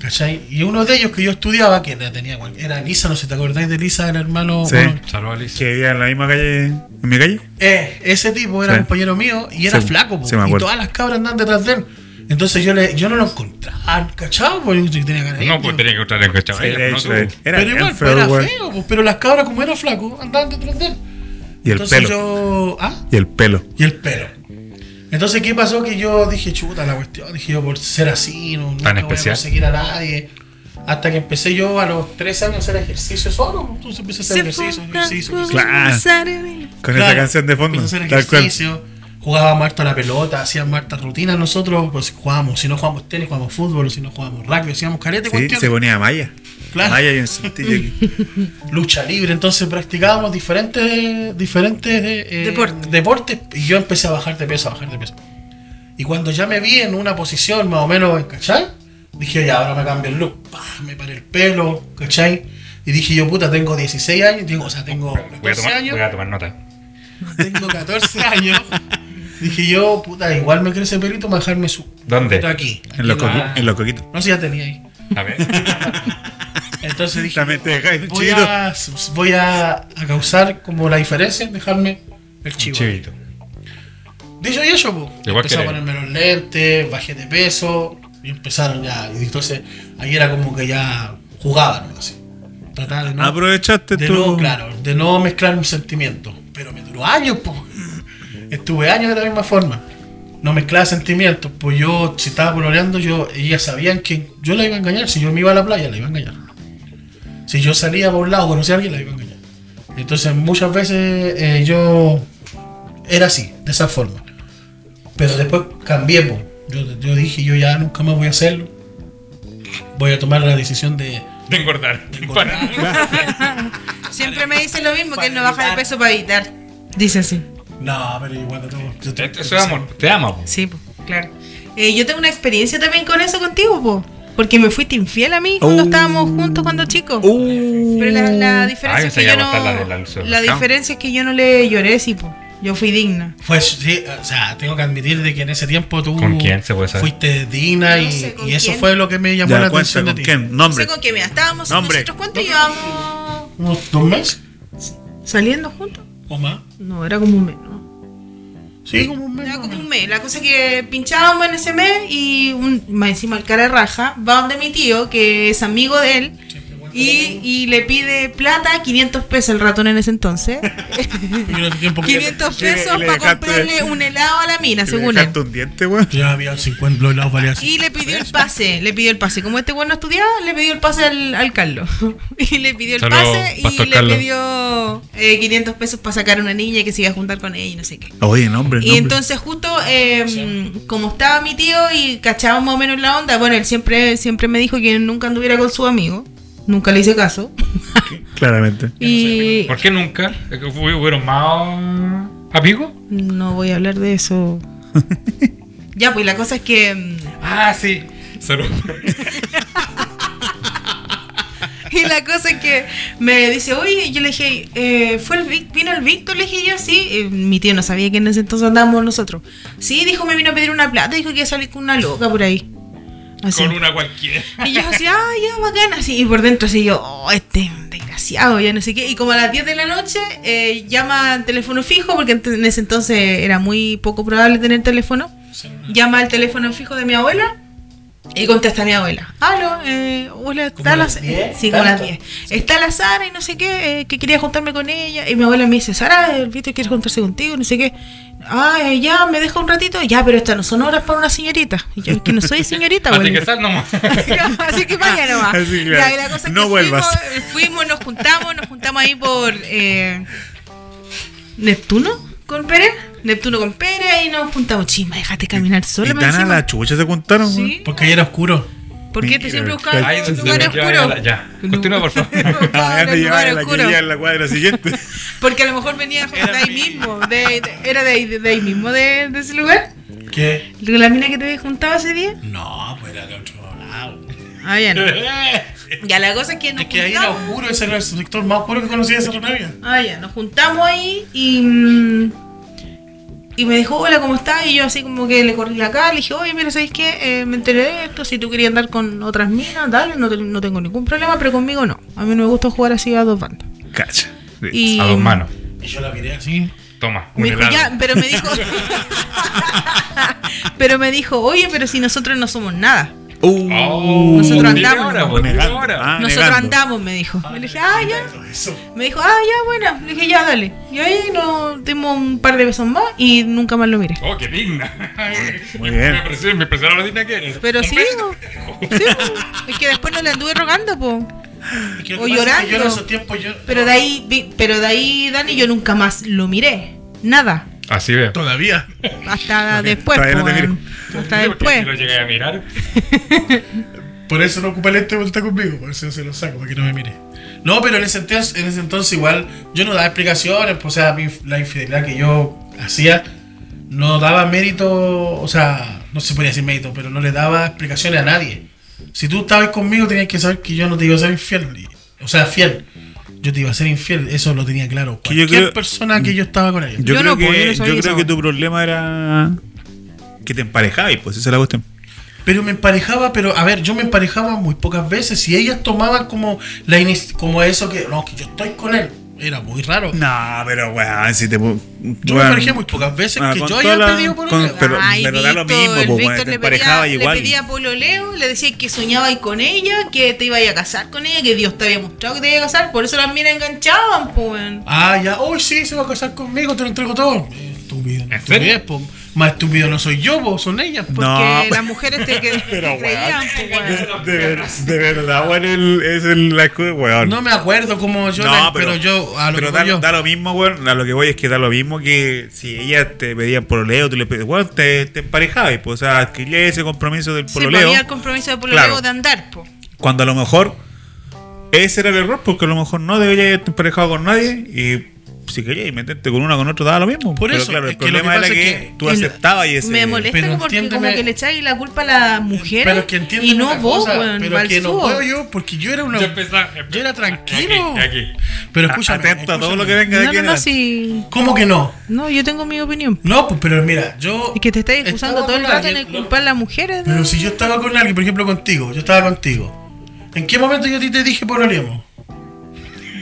Speaker 2: ¿Cachai? Y uno de ellos que yo estudiaba, que la tenía, cual- era Lisa, no sé, ¿te acordáis de Lisa, el hermano?
Speaker 3: Sí.
Speaker 2: bueno,
Speaker 5: Saludos, Alicia.
Speaker 3: Que vivía en la misma calle. ¿En mi calle?
Speaker 2: Eh, ese tipo era
Speaker 3: Sí.
Speaker 2: compañero mío y era
Speaker 3: Sí,
Speaker 2: flaco, po,
Speaker 3: sí me
Speaker 2: y
Speaker 3: acuerdo.
Speaker 2: todas las cabras andaban detrás de él. Entonces yo, le, yo no lo encontraba, ¿cachado? Porque yo tenía ganas de
Speaker 5: No,
Speaker 2: ir,
Speaker 5: pues
Speaker 2: yo.
Speaker 5: tenía que estar
Speaker 3: Sí,
Speaker 5: en
Speaker 3: de
Speaker 5: Cochabamba.
Speaker 3: hecho,
Speaker 5: no
Speaker 3: era
Speaker 5: tú.
Speaker 2: Pero
Speaker 3: bien
Speaker 2: igual,
Speaker 3: feo,
Speaker 2: pues, era
Speaker 3: weón.
Speaker 2: feo, pues, pero las cabras, como era flaco, andaban detrás de él.
Speaker 3: Y el
Speaker 2: Entonces
Speaker 3: pelo.
Speaker 2: yo. Ah,
Speaker 3: Y el pelo.
Speaker 2: y el pelo. Entonces, ¿qué pasó? Que yo dije, chuta, la cuestión, dije yo, por ser así, no, nunca voy a
Speaker 5: especial.
Speaker 2: conseguir a nadie. Hasta que empecé yo a los 13 años a hacer ejercicio solo, pues, entonces empecé a hacer ejercicio, ejercicio, ejercicio.
Speaker 3: Claro. Con esa
Speaker 2: Claro,
Speaker 3: canción de fondo.
Speaker 2: empecé a hacer
Speaker 3: Tal cual.
Speaker 2: ejercicio, jugábamos harto a la pelota, hacíamos hartas rutinas nosotros, pues jugábamos, si no jugábamos tenis, jugábamos fútbol, si no jugábamos rugby, hacíamos carete,
Speaker 3: Sí, se ponía malla.
Speaker 2: Claro.
Speaker 3: Malla y un cintillo. aquí.
Speaker 2: lucha libre, entonces practicábamos diferentes, diferentes eh, eh,
Speaker 4: Deporte.
Speaker 2: deportes y yo empecé a bajar de peso, a bajar de peso. Y cuando ya me vi en una posición más o menos, ¿cachai? Dije, ya, ahora me cambio el look. Pa, me paré el pelo, ¿cachai? Y dije yo, puta, tengo 16 años, digo, o sea, tengo
Speaker 5: Voy a
Speaker 2: 14
Speaker 5: tomar-
Speaker 2: años.
Speaker 5: voy a tomar nota.
Speaker 2: Tengo 14 años. Dije yo, puta, igual me crece pelito para dejarme su.
Speaker 5: ¿Dónde?
Speaker 2: Está Aquí. aquí
Speaker 3: En los, coqui-
Speaker 2: la-
Speaker 3: en los coquitos.
Speaker 2: No sé, ya tenía ahí.
Speaker 5: A ver.
Speaker 2: Entonces dije.
Speaker 3: También te dejáis un
Speaker 2: voy
Speaker 3: chiquito.
Speaker 2: a, voy a, a causar como la diferencia en dejarme el chivo.
Speaker 5: Chivito.
Speaker 2: Dicho y hecho, po.
Speaker 5: Igual
Speaker 2: pues". Empecé
Speaker 5: que
Speaker 2: a
Speaker 5: negro.
Speaker 2: ponerme los lentes, bajé de peso y empezaron ya. Y entonces ahí era como que ya jugaba, ¿no? Así. Trataba de no.
Speaker 3: Ah, Aprovechaste
Speaker 2: de
Speaker 3: tu.
Speaker 2: no, claro, de no mezclar mis sentimientos. Pero me duró años, pues. Estuve años de la misma forma. No mezclaba sentimientos. Pues yo, si estaba pololeando, yo, ellas sabían que yo la iba a engañar. Si yo me iba a la playa, la iba a engañar. Si yo salía por un lado, conocía a alguien, la iba a engañar. Entonces muchas veces eh, yo era así, de esa forma. Pero después cambié. po. Yo, yo dije, yo ya nunca más voy a hacerlo. Voy a tomar la decisión de...
Speaker 5: De engordar.
Speaker 4: Siempre me dice lo mismo, que él no baja de peso para evitar. Dice así.
Speaker 2: No, pero igual no tengo- yo tengo que
Speaker 5: Eso Este es amor. Te amo. po.
Speaker 4: Sí, pues, claro. Eh, yo tengo una experiencia también con eso contigo, po. Porque me fuiste infiel a mí cuando
Speaker 3: Uh.
Speaker 4: estábamos juntos cuando chicos. Pero la, la diferencia
Speaker 5: Oh. Ay,
Speaker 4: es que
Speaker 5: pensé
Speaker 4: yo
Speaker 5: que iba a
Speaker 4: no.
Speaker 5: contar la de la luz del
Speaker 4: la
Speaker 5: mercado.
Speaker 4: diferencia es que yo no le lloré, sí, po. Yo fui digna.
Speaker 2: Pues sí, o sea, tengo que admitir de que en ese tiempo tú
Speaker 5: ¿Con quién se puede saber?
Speaker 2: fuiste digna
Speaker 4: No
Speaker 2: y,
Speaker 4: sé, ¿con
Speaker 2: y eso
Speaker 4: quién?
Speaker 2: fue lo que me llamó la
Speaker 3: Ya,
Speaker 2: atención
Speaker 3: cuenta
Speaker 2: de
Speaker 3: con
Speaker 2: ti.
Speaker 3: quién.
Speaker 4: No sé
Speaker 3: Nombre.
Speaker 4: con qué me estábamos.
Speaker 3: Nombre.
Speaker 4: Nosotros cuánto llevamos
Speaker 2: ¿Unos dos meses
Speaker 4: saliendo juntos.
Speaker 2: o más?
Speaker 4: No, era como un mes, ¿no?
Speaker 2: Sí, como un mes.
Speaker 4: Era
Speaker 2: más o
Speaker 4: como
Speaker 2: menos.
Speaker 4: un mes. La cosa que pinchábamos en ese mes y un, más encima el cara de raja va donde mi tío, que es amigo de él. Y, y le pide plata, 500 pesos el ratón en ese entonces.
Speaker 2: Yo en ese tiempo que
Speaker 4: 500
Speaker 3: Sí, le-
Speaker 4: pesos
Speaker 3: le
Speaker 4: para
Speaker 3: dejaste-
Speaker 4: comprarle un helado a la mina,
Speaker 3: ¿Le
Speaker 4: según él.
Speaker 3: dejaste un diente, weón?
Speaker 2: Ya había 50 los lados valía
Speaker 4: Y le pidió el pase, le pidió el pase. Como este bueno estudiaba, le pidió el pase al, al Carlos. Y le pidió el
Speaker 5: Saludos,
Speaker 4: pase y
Speaker 5: Pastor
Speaker 4: le
Speaker 5: Carlos.
Speaker 4: pidió eh, 500 pesos para sacar a una niña que se iba a juntar con ella y no sé qué.
Speaker 3: Oye, nombre, nombre.
Speaker 4: Y entonces justo, eh, como estaba mi tío y cachaba más o menos la onda, bueno, él siempre, siempre me dijo que nunca anduviera con su amigo. Nunca le hice caso.
Speaker 3: Claramente.
Speaker 4: Y
Speaker 5: ¿Por qué nunca? ¿Es que fu- ¿Fueron más amigos?
Speaker 4: no voy a hablar de eso. ya, pues la cosa es que... mm,
Speaker 5: Ah, sí. Saludos.
Speaker 4: Y la cosa es que me dice, oye, yo le dije, eh, ¿fue el Vic- ¿vino el Víctor? Le dije yo, sí. Eh, mi tío no sabía que en ese entonces andábamos nosotros. Sí, dijo, me vino a pedir una plata, dijo que iba a salir con una loca por ahí. Así.
Speaker 5: Con una cualquiera.
Speaker 4: Y yo así, ah, ya, bacán, así. Y por dentro así yo, oh, este es un desgraciado, ya no sé qué. Y como a las 10 de la noche eh, llama al teléfono fijo, porque ent- en ese entonces era muy poco probable tener teléfono. Llama al teléfono fijo de mi abuela y contesta a mi abuela. Aló, eh, hola,
Speaker 2: ¿Como
Speaker 4: está
Speaker 2: a
Speaker 4: la
Speaker 2: las
Speaker 4: Sa-
Speaker 2: 10?
Speaker 4: Sí, como a las
Speaker 2: ¿Tanto?
Speaker 4: 10. Está la Sara y no sé qué, eh, que quería juntarme con ella. Y mi abuela me dice, Sara, el Víctor quiere juntarse contigo, no sé qué. Ah, eh, ya, me deja un ratito. Ya, pero estas no son horas para una señorita. Y yo, es que no soy señorita,
Speaker 5: Así que
Speaker 4: abuela.
Speaker 5: sal nomás.
Speaker 4: Así que vaya nomás.
Speaker 3: Así, claro.
Speaker 4: Ya, y la cosa es
Speaker 3: No
Speaker 4: que
Speaker 3: vuelvas.
Speaker 4: Fuimos, fuimos, nos juntamos, nos juntamos ahí por eh, Neptuno con Pérez. Neptuno con Pérez y nos juntamos. Chima, déjate caminar sola.
Speaker 3: Y
Speaker 4: me
Speaker 3: tan a
Speaker 4: encima.
Speaker 3: la chucha se contaron, weón.
Speaker 4: ¿Sí?
Speaker 2: Porque ya era oscuro.
Speaker 4: ¿Por qué te
Speaker 3: Mira,
Speaker 4: siempre buscabas
Speaker 3: Ay,
Speaker 4: en
Speaker 5: donde
Speaker 4: un lugar
Speaker 5: me llevaba
Speaker 4: oscuro?
Speaker 5: la- Ya, continúa, por favor.
Speaker 4: Me buscaba
Speaker 3: Ah, ya
Speaker 4: en un
Speaker 3: te llevaba
Speaker 4: lugar
Speaker 3: a la que
Speaker 4: oscuro.
Speaker 3: vivía en la cuadra siguiente.
Speaker 4: Porque a lo mejor venía de ahí mismo. de- de- era de ahí, de ahí mismo, de, de ese lugar.
Speaker 2: ¿Qué?
Speaker 4: La mina que te había juntado ese día.
Speaker 2: No, pues era de otro lado.
Speaker 4: Ah, ya no. Ya la cosa es que nos
Speaker 2: Es que ahí era
Speaker 4: juntamos.
Speaker 2: oscuro, ese era el sector más oscuro que conocía de Cerro Navia.
Speaker 4: Ah, ya, nos juntamos ahí y. mm, Y me dijo, hola, ¿cómo estás? Y yo así como que le corrí la cara, le dije, oye, mira, ¿sabes qué? Eh, me enteré de esto, si tú querías andar con otras minas, dale, no, te- no tengo ningún problema, pero conmigo no. A mí no me gusta jugar así a dos bandas.
Speaker 3: Cacha. Sí.
Speaker 4: Y
Speaker 5: A dos manos.
Speaker 2: Y yo la miré así.
Speaker 5: Toma, un
Speaker 4: Me dijo,
Speaker 5: helado.
Speaker 4: ya, pero me dijo. pero me dijo, oye, pero si nosotros no somos nada.
Speaker 3: Uh,
Speaker 5: Oh,
Speaker 4: Nosotros
Speaker 5: dile
Speaker 4: andamos,
Speaker 5: ahora,
Speaker 4: ¿no?
Speaker 5: pues, dile
Speaker 3: Negando.
Speaker 5: ahora.
Speaker 3: Ah,
Speaker 4: Nosotros
Speaker 3: negando.
Speaker 4: andamos, me dijo. Y le dije, ah, ya.
Speaker 2: Eso.
Speaker 4: Me dijo, ah, ya, buena. Le dije, ya, dale. Y ahí nos dimos un par de besos más y nunca más lo miré.
Speaker 5: Oh, qué digna.
Speaker 3: Muy bien.
Speaker 5: Me impresionó, me impresionó lo digna que eres.
Speaker 4: Pero
Speaker 5: Un
Speaker 4: sí,
Speaker 5: beso.
Speaker 4: po. Sí, po. es que después no le anduve rogando, po.
Speaker 2: Y que lo
Speaker 4: O
Speaker 2: que pasa es que
Speaker 4: llorando.
Speaker 2: Yo en esos tiempos yo.
Speaker 4: Pero de ahí, vi- pero de ahí, Dani, yo nunca más lo miré. Nada.
Speaker 5: Así veo.
Speaker 2: Todavía.
Speaker 4: Hasta después,
Speaker 3: todavía no
Speaker 4: po,
Speaker 3: te miro.
Speaker 4: weón. Hasta después.
Speaker 5: Si lo llegué a mirar.
Speaker 2: Por eso no ocupa el este cuando está conmigo, por eso se lo saco, para que no me mire. No, pero en ese entonces, en ese entonces igual yo no daba explicaciones, pues, o sea, mi- la infidelidad que yo hacía no daba mérito, o sea, no se podía decir mérito, pero no le daba explicaciones a nadie. Si tú estabas conmigo tenías que saber que yo no te iba a ser infiel, y- o sea, fiel. Yo te iba a ser infiel, eso lo tenía claro.
Speaker 3: Que yo
Speaker 2: Cualquier
Speaker 3: creo-
Speaker 2: persona que yo estaba con ella.
Speaker 3: Yo,
Speaker 4: Yo
Speaker 3: creo,
Speaker 4: no,
Speaker 3: que,
Speaker 4: pues, yo no
Speaker 3: yo
Speaker 4: sabía
Speaker 3: creo
Speaker 4: esa
Speaker 3: que
Speaker 4: weá.
Speaker 3: tu problema era que te emparejabas, pues esa es la cuestión.
Speaker 2: Pero me emparejaba, pero a ver, yo me emparejaba muy pocas veces y ellas tomaban como la ini- como eso que no, que yo estoy con él. Era muy raro.
Speaker 3: No, pero weón, si te. Yo
Speaker 2: Yo me emparejé muy pocas veces que yo haya pedido por
Speaker 3: con,
Speaker 2: otra.
Speaker 3: pero,
Speaker 4: Ay,
Speaker 3: pero da lo
Speaker 4: Víctor,
Speaker 3: mismo,
Speaker 4: el
Speaker 3: pues,
Speaker 4: Víctor
Speaker 3: weón, te
Speaker 4: le pedía-
Speaker 3: emparejaba igual.
Speaker 4: Le pedía pololeo, le decía que soñaba ahí con ella, que te iba a ir a casar con ella, que Dios te había mostrado que te iba a casar, por eso las minas enganchaban, pues.
Speaker 2: oh, Ah, ya, hoy sí, se va a casar conmigo, te lo entrego todo. Eh, Estúpido,
Speaker 5: ¿En serio?
Speaker 2: estupidez, po. Más estúpido no soy yo, po, son ellas. po.
Speaker 3: No,
Speaker 4: Porque
Speaker 3: pues-
Speaker 4: las mujeres te, que- te
Speaker 3: Pero,
Speaker 4: creían, pues, weón.
Speaker 3: De, ver- de verdad, weón, el- es el, la excusa, weón.
Speaker 2: No me acuerdo cómo yo,
Speaker 3: No,
Speaker 2: la- pero, yo, a lo
Speaker 3: pero
Speaker 2: que
Speaker 3: da,
Speaker 2: voy yo.
Speaker 3: da lo mismo, weón. A lo que voy es que da lo mismo que si ella te pedía pololeo, tú le pedías, weón, te, te emparejabas. Pues, o sea, adquirías ese compromiso del
Speaker 4: Sí, pues,
Speaker 3: pololeo.
Speaker 4: había el compromiso de pololeo
Speaker 3: Claro.
Speaker 4: de andar, po.
Speaker 3: cuando a lo mejor ese era el error, porque a lo mejor no debería haberte emparejado con nadie y si querías meterte con una o con otro, daba lo mismo.
Speaker 2: Por
Speaker 3: pero
Speaker 2: eso,
Speaker 3: claro, el
Speaker 2: es que lo que
Speaker 3: problema era
Speaker 2: pasa
Speaker 3: que,
Speaker 2: es que
Speaker 3: tú
Speaker 4: El-
Speaker 3: aceptabas y ese.
Speaker 4: Me molesta
Speaker 2: Pero
Speaker 4: porque como
Speaker 2: entiéndeme-
Speaker 4: que le echáis la culpa a las mujeres
Speaker 2: Pero que entienden
Speaker 4: y no
Speaker 2: otra
Speaker 4: vos,
Speaker 2: cosa,
Speaker 4: weón,
Speaker 2: Pero que no
Speaker 4: Balsúo.
Speaker 2: puedo yo, porque yo era una.
Speaker 5: Yo empezaba-
Speaker 2: yo era tranquilo.
Speaker 5: Aquí, aquí.
Speaker 2: Pero
Speaker 3: A-
Speaker 2: escúchame.
Speaker 3: Atento a todo
Speaker 2: escúchame.
Speaker 3: lo que venga de
Speaker 4: No,
Speaker 3: aquí.
Speaker 4: no,
Speaker 3: en
Speaker 4: no,
Speaker 3: adelante.
Speaker 4: sí.
Speaker 2: ¿Cómo que no?
Speaker 4: No, yo tengo mi opinión.
Speaker 2: No, pues, pero mira, yo.
Speaker 4: Y que te estáis excusando
Speaker 2: estaba
Speaker 4: todo el
Speaker 2: con
Speaker 4: rato en
Speaker 2: alguien,
Speaker 4: el
Speaker 2: ¿no?
Speaker 4: culpar a las mujeres. de-
Speaker 2: Pero si yo estaba con alguien, por ejemplo contigo, yo estaba contigo. ¿En qué momento yo a ti te dije pololeemos?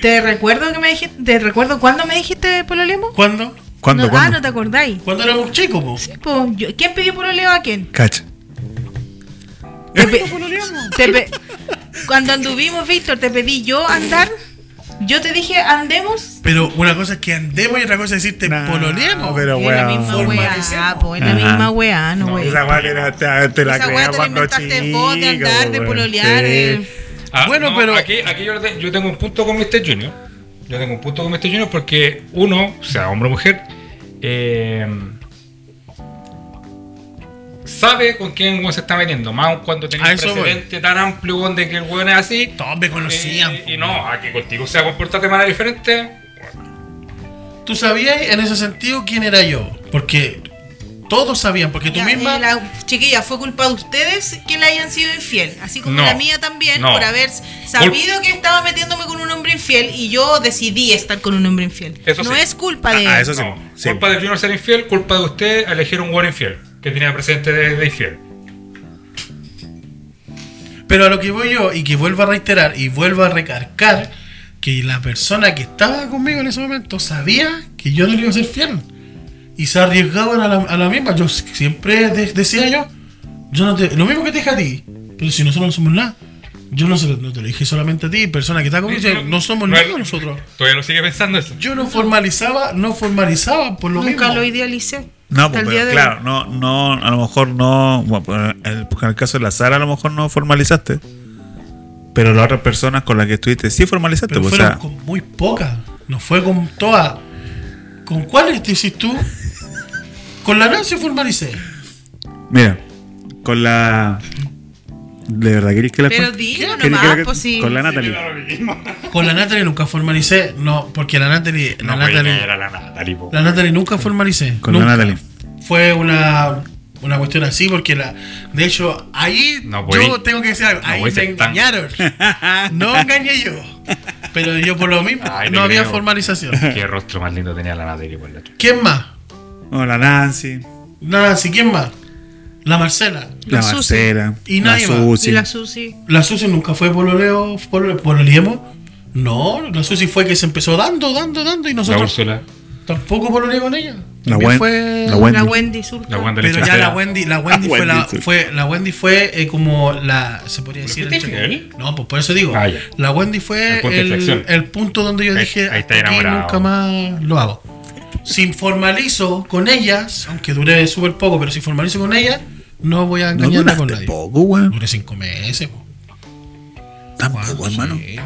Speaker 4: ¿Te recuerdo que me dijiste? ¿Te recuerdo cuándo me dijiste pololeo?
Speaker 2: ¿Cuándo?
Speaker 3: ¿Cuándo?
Speaker 4: No, Ah,
Speaker 3: ¿Cuándo?
Speaker 4: no te acordáis.
Speaker 2: Cuando éramos chicos, po.
Speaker 4: Sí, po, yo- ¿Quién pidió pololeo a quién?
Speaker 3: Cacha. Eh,
Speaker 4: Te pe- te pe- Cuando anduvimos, Víctor, te pedí yo andar. Yo te dije, andemos.
Speaker 2: Pero una cosa es que andemos y otra cosa es decirte
Speaker 3: No,
Speaker 2: pololeemos.
Speaker 3: pero
Speaker 4: Es la
Speaker 3: weón.
Speaker 4: misma weá,
Speaker 2: formalicemos.
Speaker 4: po, es la
Speaker 3: Ajá.
Speaker 4: misma weá, no weá.
Speaker 3: Esa weá que era- te, te la
Speaker 4: Esa
Speaker 3: creía
Speaker 4: weá te la
Speaker 3: cuando
Speaker 4: inventaste vos de
Speaker 3: chico,
Speaker 4: andar, de
Speaker 3: weón.
Speaker 4: pololear, de-
Speaker 5: Ah,
Speaker 2: Bueno,
Speaker 5: no,
Speaker 2: pero-
Speaker 5: Aquí, aquí yo, te- yo tengo un punto con Mr. Junior. Yo tengo un punto con Mr. Junior porque uno, sea hombre o mujer, eh, sabe con quién uno se está metiendo. Más aún cuando tenés
Speaker 2: A
Speaker 5: un
Speaker 2: eso voy.
Speaker 5: precedente tan amplio donde que el weón es así.
Speaker 2: Todos me conocían.
Speaker 5: eh,
Speaker 2: po.
Speaker 5: y no, a que contigo sea comportarte de manera diferente.
Speaker 2: Tú sabías en ese sentido quién era yo. Porque todos sabían, porque tú
Speaker 4: Ya,
Speaker 2: misma.
Speaker 4: eh, la chiquilla, fue culpa de ustedes que le hayan sido infiel, así como
Speaker 5: No,
Speaker 4: la mía también,
Speaker 5: no.
Speaker 4: por haber sabido que estaba metiéndome con un hombre infiel y yo decidí estar con un hombre infiel.
Speaker 5: Eso
Speaker 4: no
Speaker 5: sí.
Speaker 4: es culpa de
Speaker 3: Ah, ah,
Speaker 4: él.
Speaker 3: eso sí.
Speaker 5: No,
Speaker 3: sí.
Speaker 5: Culpa de Junior ser infiel, culpa de usted elegir un weón infiel. Que tenía presente de, de infiel.
Speaker 2: Pero a lo que voy yo, y que vuelvo a reiterar y vuelvo a recargar, que la persona que estaba conmigo en ese momento sabía que yo no le iba a ser fiel. Y se arriesgaban a la, a la misma. Yo s- siempre de- decía yo, yo no te, lo mismo que te dije a ti, pero si nosotros no somos nada. Yo no, se, lo- no te lo dije solamente a ti, persona que está conmigo, dice, no somos nada nosotros.
Speaker 5: Todavía lo sigue pensando eso.
Speaker 2: Yo no formalizaba, no formalizaba por lo
Speaker 4: Nunca
Speaker 2: mismo.
Speaker 4: lo idealicé.
Speaker 3: No,
Speaker 4: Hasta
Speaker 3: pues,
Speaker 4: el día
Speaker 3: pero
Speaker 4: de
Speaker 3: claro,
Speaker 4: hoy.
Speaker 3: no, no, a lo mejor no. Bueno, pues, en el, porque en el caso de la Sara, a lo mejor no formalizaste. Pero las otras personas con las que estuviste sí formalizaste.
Speaker 2: Pero
Speaker 3: pues, o
Speaker 2: fueron
Speaker 3: sea,
Speaker 2: con muy pocas. No fue con todas. ¿Con cuáles te hiciste tú? Con la Nancy formalicé.
Speaker 3: Mira, con la. ¿De verdad queréis que la
Speaker 4: Pero
Speaker 3: cuente?
Speaker 4: dilo
Speaker 3: ¿Queréis
Speaker 4: nomás,
Speaker 3: que-
Speaker 4: pues, sí.
Speaker 3: Con la Natalie.
Speaker 2: Con la Natalie nunca formalicé. No, porque la Natalie. La,
Speaker 5: No, pues,
Speaker 2: Natalie,
Speaker 5: era la Natalie, po.
Speaker 2: la Natalie nunca formalicé.
Speaker 3: Con la
Speaker 2: Nunca.
Speaker 3: Natalie.
Speaker 2: Fue una. Una cuestión así, porque la. De hecho, ahí.
Speaker 5: No,
Speaker 2: yo
Speaker 5: güey.
Speaker 2: tengo que decir algo.
Speaker 5: No,
Speaker 2: Ahí
Speaker 5: güey,
Speaker 2: te
Speaker 5: se están-
Speaker 2: engañaron. No engañé yo. Pero yo por lo mismo.
Speaker 5: Ay, te
Speaker 2: no había
Speaker 5: creo.
Speaker 2: formalización.
Speaker 5: Qué rostro más lindo tenía la Natalie por la
Speaker 2: ¿Quién más?
Speaker 3: No, la Nancy.
Speaker 2: Nancy, ¿quién más? La Marcela.
Speaker 3: La,
Speaker 4: La Susi.
Speaker 3: Marcela.
Speaker 2: Y
Speaker 3: la
Speaker 2: nadie más.
Speaker 3: Susi.
Speaker 4: Y la Susi.
Speaker 2: La Susi nunca fue pololeo, pololeo, pololeemos. No, la Susi fue que se empezó dando, dando, dando y nosotros
Speaker 5: Úrsula.
Speaker 2: tampoco pololeé con ella.
Speaker 3: La
Speaker 2: También
Speaker 3: Wen-
Speaker 2: fue-
Speaker 3: la Wendy.
Speaker 4: La Wendy Surca.
Speaker 5: La Wanda
Speaker 2: Pero ya
Speaker 5: Lechera.
Speaker 2: la Wendy, la Wendy
Speaker 3: Ah,
Speaker 2: fue la
Speaker 3: Wendy, sí.
Speaker 2: fue la Wendy fue eh, como la se podría decir
Speaker 5: fuiste
Speaker 2: entre-
Speaker 5: fiel?
Speaker 2: No, pues por eso digo.
Speaker 5: Ah, ya.
Speaker 2: La Wendy fue
Speaker 5: El punto de
Speaker 2: el,
Speaker 5: inflexión.
Speaker 2: el punto donde yo
Speaker 5: Ahí-
Speaker 2: dije
Speaker 5: ahí está
Speaker 2: "Aquí
Speaker 5: enamorado".
Speaker 2: nunca más lo hago. Si formalizo con ellas, aunque dure súper poco, pero si formalizo con ellas, no voy a
Speaker 3: No
Speaker 2: engañarme con
Speaker 3: duraste
Speaker 2: nadie.
Speaker 3: poco, weón.
Speaker 2: Duré cinco meses. po.
Speaker 3: Tampoco, hermano.
Speaker 2: Sí.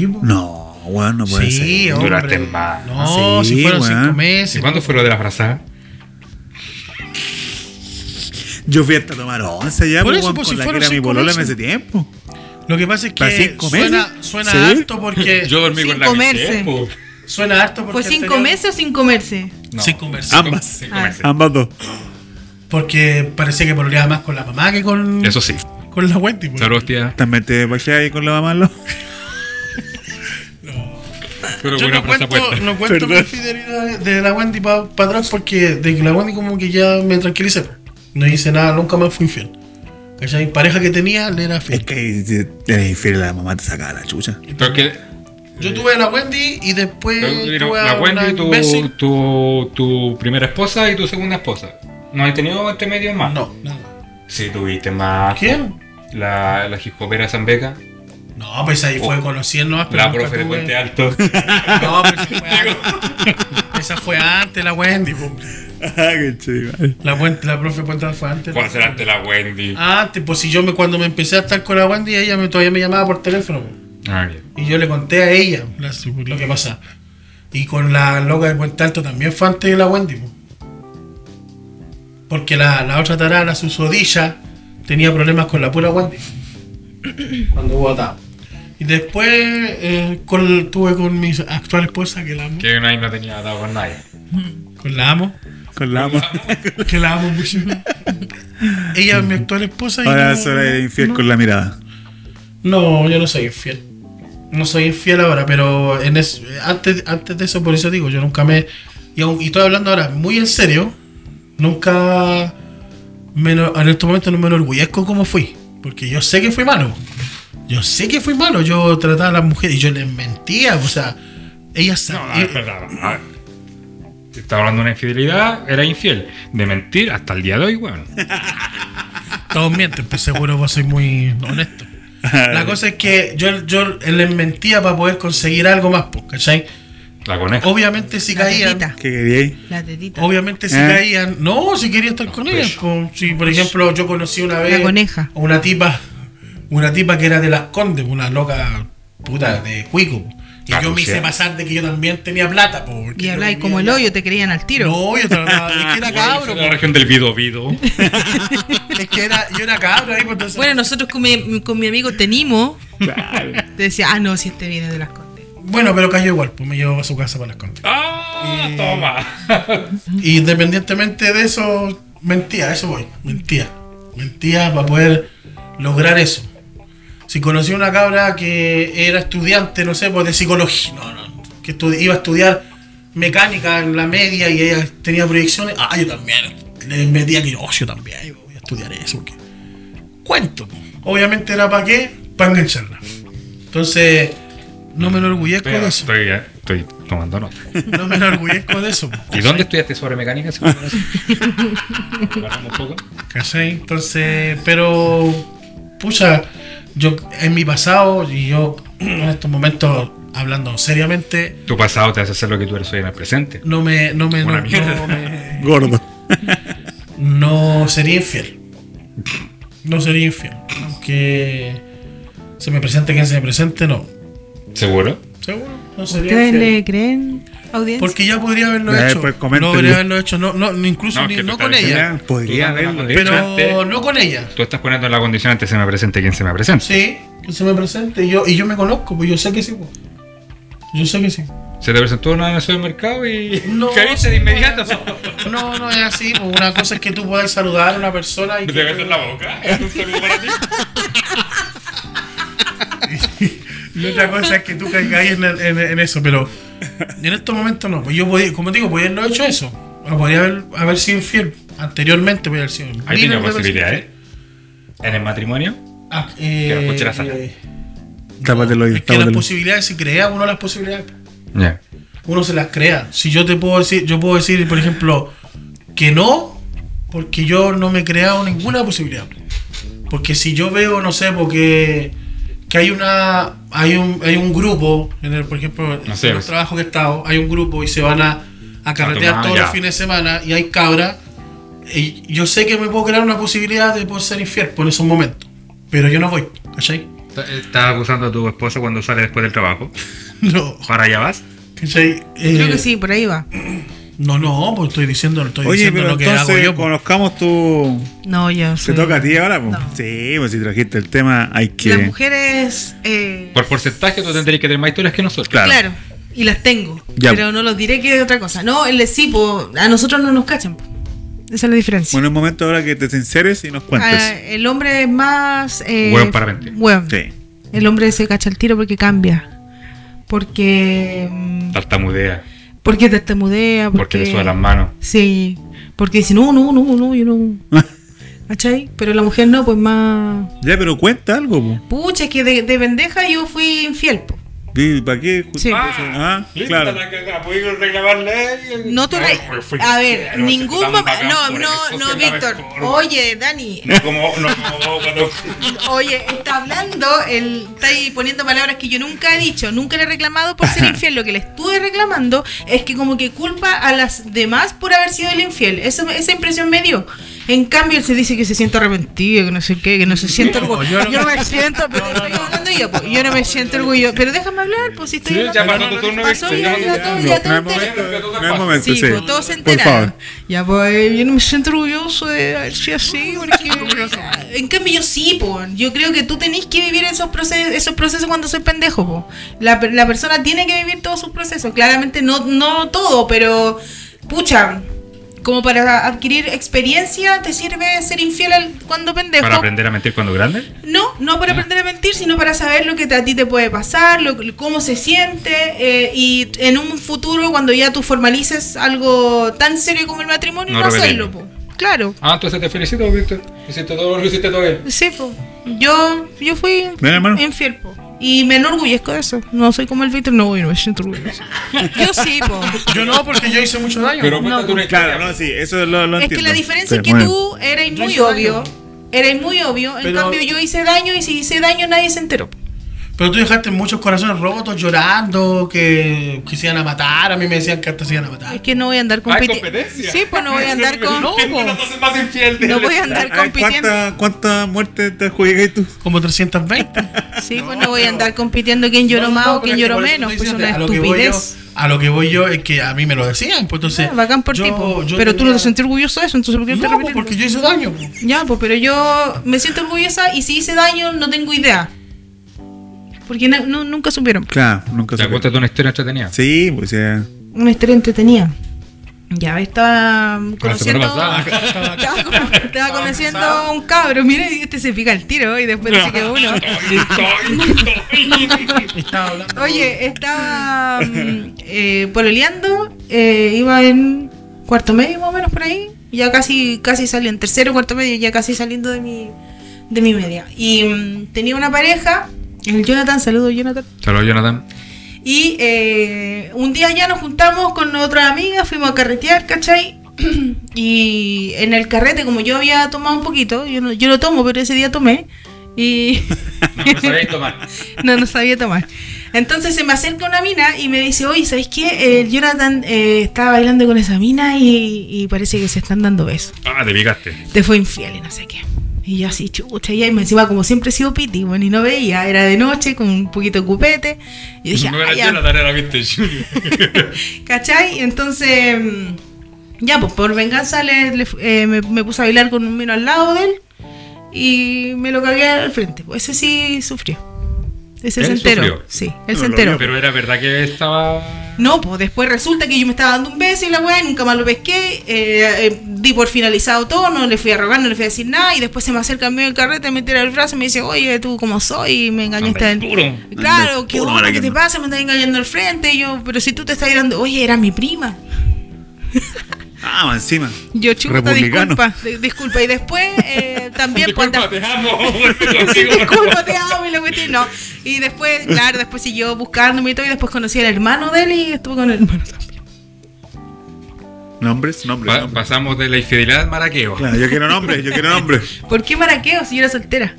Speaker 2: Sí, po.
Speaker 3: No, weón, no puede
Speaker 2: sí,
Speaker 3: ser.
Speaker 2: hombre.
Speaker 5: Duraste más.
Speaker 2: No,
Speaker 3: Sí,
Speaker 2: si fueron
Speaker 3: weón.
Speaker 2: cinco
Speaker 5: ¿Y
Speaker 2: meses.
Speaker 5: cuándo fue lo de la frazada?
Speaker 3: Yo fui hasta tomar once ya,
Speaker 2: Por
Speaker 3: pues,
Speaker 2: eso,
Speaker 3: weón,
Speaker 2: pues, si
Speaker 3: con la que
Speaker 2: fueron
Speaker 3: era mi
Speaker 2: cinco
Speaker 3: polola en
Speaker 2: meses.
Speaker 3: ese tiempo.
Speaker 2: Lo que pasa es
Speaker 3: ¿Para
Speaker 2: que
Speaker 3: cinco meses?
Speaker 2: suena, suena
Speaker 3: Sí.
Speaker 2: harto porque.
Speaker 5: dormí
Speaker 4: Sin
Speaker 5: con la
Speaker 4: comerse.
Speaker 5: Michelle, pues. po.
Speaker 2: Suena harto porque.
Speaker 4: ¿Fue cinco
Speaker 2: anterior-
Speaker 4: meses o sin comerse?
Speaker 5: No.
Speaker 2: Sin conversar.
Speaker 3: Ambas.
Speaker 5: Sin
Speaker 4: Ah.
Speaker 5: comerse.
Speaker 3: Ambas dos.
Speaker 2: Porque parecía que pololeaba más con la mamá que con,
Speaker 5: Eso sí. este
Speaker 2: con la Wendy. pues.
Speaker 5: Saludos, tía.
Speaker 3: También te bajé ahí con la mamá. ¿no?
Speaker 5: Pero
Speaker 2: Yo
Speaker 5: buena
Speaker 2: no
Speaker 5: frase
Speaker 2: cuento,
Speaker 5: puesta.
Speaker 2: no cuento mi
Speaker 3: Perdón.
Speaker 2: fidelidad de la Wendy para atrás porque de que la Wendy como que ya me tranquilicé. pues. No hice nada, nunca más fui infiel. ¿Cachai? Pareja que tenía le era
Speaker 3: Es
Speaker 2: fiel.
Speaker 3: que ahí te- eres infiel, la mamá te sacaba la chucha.
Speaker 5: Pero que-
Speaker 2: Yo tuve a la Wendy y después
Speaker 5: pero,
Speaker 2: tuve a
Speaker 5: la Wendy,
Speaker 2: una
Speaker 5: tu,
Speaker 2: imbécil.
Speaker 5: tu, tu primera esposa y tu segunda esposa. ¿No has tenido entre medio más?
Speaker 2: No, nada.
Speaker 5: Sí, tuviste más.
Speaker 2: ¿Quién?
Speaker 5: La, la jicopera Zambeca.
Speaker 2: No, pues ahí fue
Speaker 5: Oh.
Speaker 2: conociendo más. pero
Speaker 5: La
Speaker 2: nunca
Speaker 5: profe de
Speaker 2: tuve-
Speaker 5: Puente Alto.
Speaker 2: pues No, pero esa fue antes. Esa fue antes la Wendy. po.
Speaker 3: Ah, qué chido.
Speaker 2: La, buen- la profe Puente fue antes.
Speaker 5: Fue hacer ante la Wendy.
Speaker 2: Ah, Antes, pues si yo me, cuando me empecé a estar con la Wendy, ella me, todavía me llamaba por teléfono. po.
Speaker 5: Ah, bien.
Speaker 2: Y yo le conté a ella las- lo que pasa. Y con la loca de Puente Alto también fue antes de la Wendy. po. Porque la, la otra tarada, la susodilla, tenía problemas con la pura Wendy. Cuando hubo atado. Y después eh, con- tuve con mi actual esposa, que la amo.
Speaker 5: Que una ahí no tenía atado con nadie.
Speaker 2: Con la amo.
Speaker 3: Con la ama.
Speaker 2: Que la amo mucho. Ella es mi actual esposa y
Speaker 3: Ahora
Speaker 2: no-
Speaker 3: es hora de ir infiel con la mirada.
Speaker 2: No, yo no soy infiel. No soy infiel ahora, pero en es- antes, antes de eso, por eso digo, yo nunca me. Y, aún- y estoy hablando ahora muy en serio. Nunca. me eno- en estos momentos no me enorgullezco como fui. Porque yo sé que fui malo. Yo sé que fui malo. Yo trataba a las mujeres y yo les mentía. O sea, ellas
Speaker 5: No,
Speaker 2: sabían.
Speaker 5: a ver, espera, a ver. Te Estaba hablando de una infidelidad, era infiel. De mentir hasta el día de hoy, weón.
Speaker 2: Todos mienten, pues seguro vos sois muy honesto. La cosa es que yo, yo les mentía para poder conseguir algo más, po, ¿cachai?
Speaker 5: La coneja.
Speaker 2: Obviamente si
Speaker 4: La
Speaker 2: caían.
Speaker 4: tetita.
Speaker 3: ¿Qué queríais?
Speaker 4: La tetita.
Speaker 2: Obviamente si
Speaker 3: ¿Eh?
Speaker 2: caían. No, si quería estar
Speaker 4: Pues
Speaker 2: con ellas.
Speaker 5: pecho.
Speaker 2: po. Si, por ejemplo, yo conocí una vez.
Speaker 4: La coneja.
Speaker 2: a Una tipa. Una tipa que era de las Condes, una loca
Speaker 4: Ah.
Speaker 2: puta de cuico. po. Y
Speaker 5: Ah,
Speaker 2: yo me
Speaker 5: pues,
Speaker 2: hice
Speaker 5: sí.
Speaker 2: pasar de que yo también tenía plata. po, porque
Speaker 4: Y
Speaker 2: yo
Speaker 4: habláis
Speaker 2: vivía
Speaker 4: como el
Speaker 2: allá.
Speaker 4: hoyo, te creían al tiro.
Speaker 2: No, yo trataba- Es que era cabro.
Speaker 5: La región del Vido Vido.
Speaker 2: po. Es que era, yo era cabro ahí. po, entonces-
Speaker 4: Bueno, nosotros con mi, con mi amigo Tenimo, te decía, ah, no, si este viene de las Condes.
Speaker 2: Bueno, pero cayó igual, pues me llevó a su casa para las Condes. Eh,
Speaker 5: ¡Ah! ¡Toma!
Speaker 2: Y independientemente de eso, mentía, a eso voy, mentía. Mentía para poder lograr eso. Si conocí una cabra que era estudiante, no sé, pues de psicología, no, no, que estu- iba a estudiar mecánica en la media y ella tenía proyecciones, ah, yo también. Le metía que oh, yo también yo voy a estudiar eso. Porque... Cuento. po. Obviamente era para qué, para engancharla. Entonces, no me enorgullezco
Speaker 5: Espera,
Speaker 2: de eso.
Speaker 5: Estoy, estoy tomando nota.
Speaker 2: No me enorgullezco de eso. pues. po.
Speaker 5: ¿Y dónde estudiaste sobre mecánica? si me parece? Hablamos un poco.
Speaker 2: ¿Cachai? Entonces, pero, pucha, yo en mi pasado y yo en estos momentos, hablando seriamente,
Speaker 5: Tu pasado te hace ser lo que tú eres hoy en el presente.
Speaker 2: no me, no me,
Speaker 5: Una
Speaker 2: no,
Speaker 5: mierda.
Speaker 2: no me-
Speaker 3: Gordo.
Speaker 2: no sería infiel. No sería infiel. Aunque se me presente quien se me presente, no.
Speaker 5: ¿Seguro?
Speaker 2: Seguro, no sería
Speaker 4: ¿Ustedes
Speaker 2: infiel.
Speaker 4: le creen, audiencia?
Speaker 2: Porque ya podría haberlo
Speaker 3: Ya,
Speaker 2: hecho.
Speaker 3: pues,
Speaker 2: no
Speaker 3: coméntenlo.
Speaker 2: podría haberlo hecho, no, no, ni incluso
Speaker 5: No,
Speaker 2: ni-
Speaker 5: que
Speaker 2: no
Speaker 5: tú
Speaker 2: con
Speaker 5: estás
Speaker 2: ella.
Speaker 5: diciendo-
Speaker 3: Podría
Speaker 5: Tú dando la
Speaker 3: haberlo.
Speaker 5: condición
Speaker 2: Pero
Speaker 5: de-
Speaker 2: no con ella.
Speaker 5: Tú estás poniendo en la condición antes se me presente quien se me presente.
Speaker 2: Sí, que se me presente y yo, y yo me conozco, pues yo sé que sí. pues. Yo sé que sí.
Speaker 5: Se te presentó una en el supermercado y
Speaker 2: No,
Speaker 5: caíste de
Speaker 2: sí,
Speaker 5: inmediato.
Speaker 2: No, no es así. pues, Una cosa es que tú puedas saludar a una persona y
Speaker 5: Te
Speaker 2: que,
Speaker 5: besas la boca. Es un saludo para ti.
Speaker 2: y otra cosa es que tú caigas en, el- en- en eso, pero en estos momentos no. Pues yo, podía, como te digo, podía haberlo hecho eso. O podría haber, haber sido infiel. Anteriormente podía haber sido infiel.
Speaker 5: Hay tenido posibilidades. En el matrimonio,
Speaker 2: Ah, eh,
Speaker 5: Que la escuche la Sara.
Speaker 2: eh,
Speaker 3: Tápate el hoyo,
Speaker 2: es que
Speaker 3: tápate
Speaker 2: las
Speaker 3: el hoyo.
Speaker 2: posibilidades se crea uno las posibilidades.
Speaker 5: ya.
Speaker 2: uno se las crea. Si yo te puedo decir, yo puedo decir, por ejemplo, que no, porque yo no me he creado ninguna posibilidad. Porque si yo veo, no sé, porque que hay una hay un hay un grupo, en el, por ejemplo,
Speaker 5: No sé,
Speaker 2: en los
Speaker 5: pues.
Speaker 2: trabajos que he estado, hay un grupo y se van a, a carretear
Speaker 5: tomar,
Speaker 2: todos
Speaker 5: ya.
Speaker 2: los fines de semana y hay cabra, y yo sé que me puedo crear una posibilidad de poder ser infiel por esos momentos. Pero yo no voy, ¿cachai?
Speaker 5: Estás acusando a tu esposo cuando sale después del trabajo.
Speaker 2: No,
Speaker 5: Ahora ya vas.
Speaker 2: ¿cachai? Eh,
Speaker 4: Creo que sí, por ahí va.
Speaker 2: No, no, pues estoy diciendo, estoy
Speaker 3: Oye,
Speaker 2: diciendo
Speaker 3: pero
Speaker 2: lo que hago
Speaker 3: entonces
Speaker 2: yo. pues.
Speaker 3: conozcamos tu.
Speaker 4: No, yo
Speaker 3: Te
Speaker 4: soy-
Speaker 3: toca a ti ahora, pues.
Speaker 4: No.
Speaker 3: Sí, pues si trajiste el tema, hay que.
Speaker 4: Las mujeres... eh,
Speaker 5: Por porcentaje, tú tendrías que tener más historias que nosotros.
Speaker 3: Claro.
Speaker 4: Claro. Y las tengo.
Speaker 3: Ya.
Speaker 4: Pero no los diré que es otra cosa. No, el de sí, po, a nosotros no nos cachan. po. Esa es la diferencia.
Speaker 3: Bueno, es momento ahora que te sinceres y nos
Speaker 4: Ah,
Speaker 3: cuentes.
Speaker 4: el hombre es más. Eh,
Speaker 5: Hueón para mentir.
Speaker 4: hueón.
Speaker 3: Sí.
Speaker 4: El hombre se cacha el tiro porque cambia. Porque. mm,
Speaker 5: Tartamudea,
Speaker 4: Porque tartamudea. Porque,
Speaker 5: porque le sudan las manos.
Speaker 4: Sí. Porque dice, no, no, no, no, yo no. ¿Cachai? Pero la mujer no, pues más.
Speaker 3: ya, pero cuenta algo, pues.
Speaker 4: Pucha, es que de, de pendeja yo fui infiel. po.
Speaker 3: ¿Y ¿Para qué?
Speaker 4: Sí.
Speaker 3: Ah, claro.
Speaker 5: ¿Pudieron reclamarle a él?
Speaker 4: No te
Speaker 5: Ay,
Speaker 4: re-
Speaker 5: güey, fue
Speaker 4: A
Speaker 5: claro,
Speaker 4: ver,
Speaker 5: se
Speaker 4: ningún
Speaker 5: tan
Speaker 4: papá.
Speaker 5: bacán
Speaker 4: No,
Speaker 5: por
Speaker 4: no,
Speaker 5: eso,
Speaker 4: no,
Speaker 5: se la
Speaker 4: Víctor.
Speaker 5: mejor.
Speaker 4: Oye, Dani.
Speaker 5: No como, no como vos cuando-
Speaker 4: Oye, está hablando, el, está ahí poniendo palabras que yo nunca he dicho, nunca le he reclamado por ser infiel. Lo que le estuve reclamando es que como que culpa a las demás por haber sido el infiel. Eso, esa impresión me dio. En cambio, él se dice que se siente arrepentido, que no sé qué, que no se siente
Speaker 2: No,
Speaker 4: orgulloso.
Speaker 2: yo
Speaker 4: Yo,
Speaker 2: no-
Speaker 4: no me siento, pero estoy hablando yo, pues, yo no me siento orgulloso. Pero déjame hablar, pues si estoy
Speaker 5: Sí,
Speaker 4: hablando.
Speaker 5: ya pasó tu turno,
Speaker 4: Pasó,
Speaker 5: Víctor,
Speaker 4: ya,
Speaker 5: ya,
Speaker 4: ya,
Speaker 5: ya.
Speaker 4: todo-
Speaker 3: No,
Speaker 4: ya todo
Speaker 3: no es
Speaker 4: entero.
Speaker 3: momento, no es momento,
Speaker 4: Sí,
Speaker 3: sí.
Speaker 4: pues todos se
Speaker 3: Por favor.
Speaker 4: enteraron. Ya, pues, yo no me siento orgulloso de haber sido así, porque... en cambio, yo sí, po. Yo creo que tú tenés que vivir esos procesos, esos procesos cuando soy pendejo, po. La, per- la persona tiene que vivir todos sus procesos. Claramente, no, no todo, pero... Pucha, como para adquirir experiencia, te sirve ser infiel al- cuando pendejo.
Speaker 5: Para aprender a mentir cuando grande.
Speaker 4: No, no para aprender a mentir, sino para saber lo que te- a ti te puede pasar, lo, cómo se siente eh, y en un futuro cuando ya tú formalices algo tan serio como el matrimonio,
Speaker 5: No
Speaker 4: no, hacerlo, po. Claro.
Speaker 5: Ah, entonces te felicito, Víctor. Hiciste todo, lo hiciste todo bien.
Speaker 4: Sí, po. Yo, yo fui
Speaker 3: Mira, hermano.
Speaker 4: infiel, po. Y me enorgullezco de eso. No soy como el Víctor, no, yo no me siento orgulloso. Yo sí, po.
Speaker 2: Yo no, porque yo hice mucho daño.
Speaker 5: Pero cuéntate una historia.
Speaker 3: Claro, no, sí, eso lo, lo
Speaker 4: Es
Speaker 3: entiendo.
Speaker 4: que la diferencia
Speaker 3: Sí,
Speaker 4: es que
Speaker 3: muy
Speaker 4: tú erais
Speaker 2: Yo
Speaker 4: muy
Speaker 2: hice
Speaker 4: obvio.
Speaker 2: daño.
Speaker 4: Erais muy obvio. En
Speaker 2: Pero-
Speaker 4: cambio, yo hice daño y si hice daño nadie se enteró.
Speaker 2: Pero tú dejaste muchos corazones rotos llorando, que quisieran a matar. A mí me decían que hasta se iban a matar.
Speaker 4: Es que no voy a andar
Speaker 5: Hay
Speaker 4: compitiendo.
Speaker 5: competencia.
Speaker 4: Sí, pues no voy a andar con.
Speaker 2: No, po.
Speaker 5: soy más infiel
Speaker 4: No voy a
Speaker 3: bien.
Speaker 4: andar
Speaker 3: Ah, ah,
Speaker 4: compitiendo.
Speaker 3: ¿Cuánta, ¿Cuánta muerte te adjudicas tú?
Speaker 2: Como 320.
Speaker 4: Sí, pues no voy a andar compitiendo quién lloró más o
Speaker 2: pero
Speaker 4: quién
Speaker 2: es que
Speaker 4: lloró
Speaker 2: por eso
Speaker 4: menos.
Speaker 2: estoy
Speaker 4: Pues es
Speaker 2: diciendo, a
Speaker 4: una
Speaker 2: lo que voy
Speaker 4: estupidez.
Speaker 2: yo- A lo que voy yo es que a mí me lo decían, pues entonces.
Speaker 4: Ah, bacán por
Speaker 2: yo-
Speaker 4: ti, po.
Speaker 2: yo
Speaker 4: Pero tú no
Speaker 2: tenía-
Speaker 4: te sentís orgulloso de eso, entonces ¿por qué te
Speaker 2: No,
Speaker 4: arrepientes?
Speaker 2: po, porque yo hice daño. po.
Speaker 4: Ya, pues pero yo me siento orgullosa y si hice daño no tengo idea. Porque na- no- nunca supieron.
Speaker 3: Claro, nunca
Speaker 5: Ya,
Speaker 3: se
Speaker 5: cuéntate una historia entretenida.
Speaker 3: Sí, pues ya.
Speaker 4: Una historia entretenida. Ya estaba conociendo.
Speaker 5: semana pasada.
Speaker 4: Estaba, con- estaba conociendo a un cabro. Mira, y este se pica el tiro y después dice que uno.
Speaker 2: Estaba hablando.
Speaker 4: Oye, estaba mm, eh, pololeando, eh, iba en cuarto medio más o menos por ahí, ya casi, casi salí en tercero, cuarto medio, ya casi saliendo de mi, de mi media. Y mm, tenía una pareja, el Jonathan, saludo Jonathan.
Speaker 5: Saludos, Jonathan.
Speaker 4: Y eh, un día ya nos juntamos con otra amiga, fuimos a carretear, ¿cachai? Y en el carrete, como yo había tomado un poquito, yo, no, yo lo tomo, pero ese día tomé. Y
Speaker 5: No, no sabéis tomar.
Speaker 4: no, no sabía tomar. Entonces se me acerca una mina y me dice, oye, ¿sabes qué? El Jonathan eh, estaba bailando con esa mina y, y parece que se están dando besos.
Speaker 5: Ah, te picaste.
Speaker 4: Te fue infiel y no sé qué. Y yo así, chucha, y ahí me encima como siempre he sido piti, bueno, y no veía, era de noche, con un poquito de cupete. Y dije,
Speaker 5: No era
Speaker 4: "Ah, ya".
Speaker 5: Jonathan, era Víctor Junior.
Speaker 4: ¿Cachai? Entonces, mm, ya, pues por venganza le- le- eh, me, me puse a bailar con un mino al lado de él y me lo cagué al frente. Pues ese sí sufrió. Ese
Speaker 5: Él
Speaker 4: se enteró.
Speaker 5: sufrió.
Speaker 4: Sí,
Speaker 3: No,
Speaker 4: él se
Speaker 3: lo
Speaker 4: enteró.
Speaker 3: vio,
Speaker 5: Pero era verdad que estaba.
Speaker 4: No, pues después resulta que yo me estaba dando un beso y la weá, y nunca más lo pesqué. eh, eh, di por finalizado todo, no le fui a rogar, no le fui a decir nada. Y después se me acerca en medio del carrete, me tira el brazo y me dice, oye, tú cómo soy, y me engañaste.
Speaker 5: Andáis puro.
Speaker 4: Claro,
Speaker 3: Andáis
Speaker 4: qué
Speaker 3: puro,
Speaker 4: bueno, ¿qué
Speaker 3: maraqueta.
Speaker 4: te pasa? Me estás engañando al frente. Y yo, pero si tú te estás dando, oye, era mi prima.
Speaker 3: Ah, más encima.
Speaker 4: Yo, chuta,
Speaker 3: Republicano.
Speaker 4: disculpa, di- disculpa. Y después eh, también
Speaker 5: Disculpa,
Speaker 4: cuando-
Speaker 5: te amo. vuelve conmigo, por favor.
Speaker 4: disculpa, te amo y la cuestión, no. Y después, claro, después siguió buscándome y todo. Y después conocí al hermano de él y estuve con el hermano también.
Speaker 3: Nombres, nombres.
Speaker 5: Pa-
Speaker 3: nombres.
Speaker 5: pasamos de la infidelidad al maraqueo.
Speaker 3: Claro, yo quiero nombres, yo quiero nombres.
Speaker 4: ¿Por qué maraqueo si yo era soltera?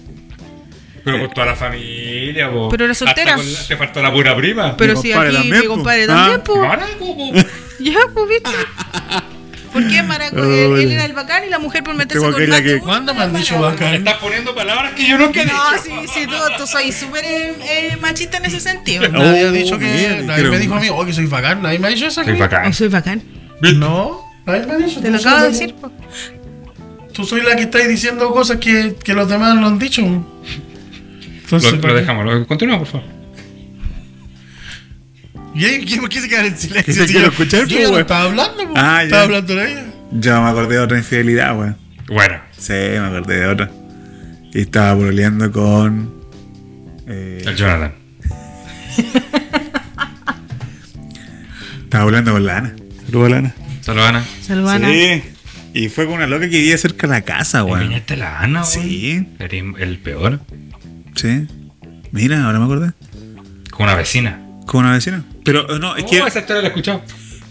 Speaker 5: Pero con toda la familia, po.
Speaker 4: Pero era
Speaker 5: Hasta
Speaker 4: soltera.
Speaker 5: con la- Te faltó la pura prima.
Speaker 4: Pero
Speaker 3: Mi
Speaker 4: si
Speaker 3: compadre
Speaker 4: aquí
Speaker 3: también,
Speaker 4: mi
Speaker 3: po.
Speaker 4: compadre
Speaker 3: Ah.
Speaker 4: también, po.
Speaker 5: Maraco, po.
Speaker 4: Ya, pues, ¿viste? ¿Por qué maraco?
Speaker 2: Oh,
Speaker 3: Ah,
Speaker 4: él, él
Speaker 3: bueno.
Speaker 4: era el bacán y la mujer por meterse
Speaker 3: Tengo
Speaker 4: con
Speaker 3: que ir
Speaker 4: más
Speaker 3: aquí.
Speaker 4: de uno
Speaker 2: Este ¿Cuándo me
Speaker 4: era
Speaker 2: han dicho
Speaker 4: maraco.
Speaker 2: bacán?
Speaker 5: Estás poniendo palabras que yo nunca he dicho.
Speaker 4: No, sí, sí, tú, tú soy súper eh, eh, machista en ese sentido.
Speaker 3: No,
Speaker 2: Nadie ha
Speaker 3: Oh,
Speaker 2: dicho que.
Speaker 3: mierda,
Speaker 2: nadie
Speaker 3: creo.
Speaker 2: me dijo a mí, oye, que soy bacán. Nadie me ha dicho eso.
Speaker 5: Soy
Speaker 2: que-
Speaker 5: bacán.
Speaker 4: No soy bacán.
Speaker 2: No, nadie me ha dicho.
Speaker 4: Te lo
Speaker 2: Tú
Speaker 4: acabo de
Speaker 2: soy
Speaker 4: decir,
Speaker 2: la-
Speaker 4: po.
Speaker 2: Tú soy la que estáis diciendo cosas que, que los demás no han dicho.
Speaker 5: Lo,
Speaker 2: Entonces,
Speaker 5: lo
Speaker 2: ¿para qué?
Speaker 5: dejamos, lo- continúa, por favor.
Speaker 2: ¿Y ahí quién por qué se queda en silencio?
Speaker 3: Que te
Speaker 2: Si
Speaker 3: quiero
Speaker 2: yo-
Speaker 3: escuchar,
Speaker 2: yo
Speaker 3: pues,
Speaker 2: ya no
Speaker 3: güey.
Speaker 2: estaba hablando, pues.
Speaker 3: Ah, ya.
Speaker 2: Estaba hablando de ella.
Speaker 3: Yo me acordé de otra infidelidad, weón.
Speaker 5: Bueno,
Speaker 3: Sí, me acordé de otra. Y estaba pololeando con. eh,
Speaker 5: el Jonathan.
Speaker 3: estaba pololeando con Lana. Saludos, Lana.
Speaker 5: Saludos, Ana.
Speaker 4: Saludos, Ana.
Speaker 3: Sí. Y fue con una loca que vivía cerca de la casa, weón.
Speaker 5: ¿Engañaste a la Ana, weón?
Speaker 3: Sí.
Speaker 5: Eres el peor.
Speaker 3: Sí. Mira, ahora me acordé.
Speaker 5: Con una vecina.
Speaker 3: con una vecina. Pero eh, no, es que,
Speaker 5: Oh, esa historia la he escuchado.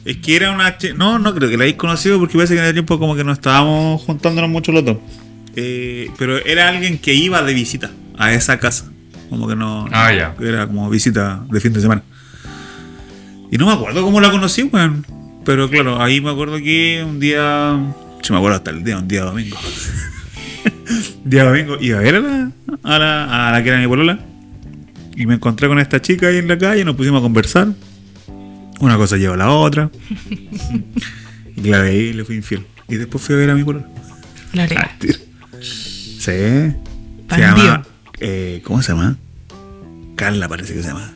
Speaker 3: es que era una. ch- No, no creo que la hayáis conocido porque parece que en el tiempo como que no estábamos juntándonos mucho los dos. Eh, pero era alguien que iba de visita a esa casa. Como que no.
Speaker 5: Ah, ya.
Speaker 3: Era como visita de fin de semana. Y no me acuerdo cómo la conocí, weón. Pero claro, ahí me acuerdo que un día. Si me acuerdo hasta el día, un día domingo. día domingo iba a ver a la, a la, a la que era mi polola. Y me encontré con esta chica ahí en la calle, nos pusimos a conversar. Una cosa lleva a la otra. y claro, ahí le fui infiel. Y después fui a ver a mi polola.
Speaker 4: La
Speaker 5: Ah,
Speaker 4: arena.
Speaker 3: Sí. Se
Speaker 4: Bandido.
Speaker 3: llama. eh, ¿Cómo se llama? Carla parece que se llama.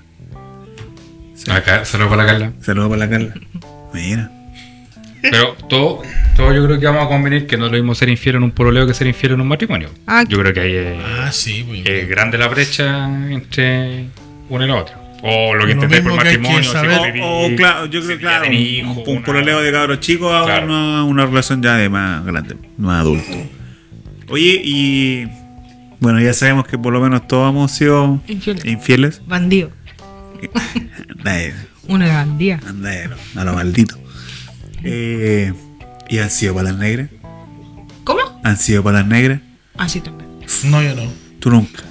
Speaker 5: Acá, saludos para la Carla.
Speaker 3: Saludos para la Carla. Mira.
Speaker 5: Pero todo, todo yo creo que vamos a convenir que no es lo mismo ser infiel en un pololeo que ser infiel en un matrimonio.
Speaker 4: Ah,
Speaker 5: yo creo que ahí es,
Speaker 2: Ah, sí, pues.
Speaker 5: es grande la brecha entre uno y la otra. O lo que
Speaker 2: Lo
Speaker 5: entendés por
Speaker 2: mismo que hay que
Speaker 5: matrimonio. si
Speaker 2: saber- Oh,
Speaker 5: convivís,
Speaker 3: O, o Oh, claro, yo creo
Speaker 5: si
Speaker 3: que claro,
Speaker 5: Oh, ya
Speaker 3: un,
Speaker 5: tenés hijos,
Speaker 3: un
Speaker 5: una-
Speaker 3: pololeo de cabros chicos a
Speaker 5: Claro.
Speaker 3: una, una relación ya de más grande, más adulto. Oye, y bueno, ya sabemos que por lo menos todos hemos sido
Speaker 4: Infieles.
Speaker 3: infieles.
Speaker 4: Bandido.
Speaker 3: Nadie,
Speaker 4: Una bandida.
Speaker 3: nadie, a lo maldito. Eh, y han sido palas negras,
Speaker 4: ¿Cómo?
Speaker 3: han sido palas negras,
Speaker 4: Así también.
Speaker 2: No, yo no.
Speaker 3: tú nunca.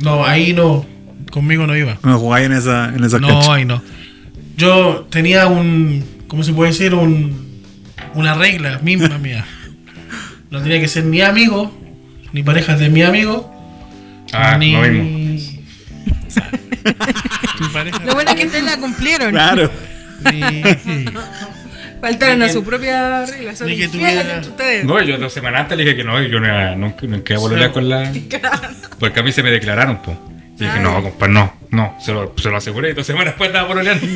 Speaker 2: No, ahí no. Conmigo no iba.
Speaker 3: No jugáis en esa, en esa
Speaker 2: No,
Speaker 3: cancha.
Speaker 2: ahí no. Yo tenía un. ¿Cómo se puede decir? Un, una regla misma mía. No tenía que ser ni amigo, ni parejas de mi amigo,
Speaker 5: Ah,
Speaker 2: ni.
Speaker 5: lo mismo.
Speaker 2: O sea, ni pareja.
Speaker 4: Lo bueno es que ustedes la cumplieron.
Speaker 3: Claro.
Speaker 2: ni-
Speaker 4: Faltaron
Speaker 2: Ni
Speaker 4: a
Speaker 2: que-
Speaker 4: su propia regla. Son
Speaker 2: ni que
Speaker 4: infieles
Speaker 2: tuviera-
Speaker 4: entre ustedes.
Speaker 5: No, yo dos semanas antes le dije que no, yo no, nunca, nunca iba a volver
Speaker 2: Sí. Ah.
Speaker 5: con la. Porque a mí se me declararon, po. Y dije, no, compadre, no, no, se lo, se lo aseguré. y Dos semanas después estaba pololeando.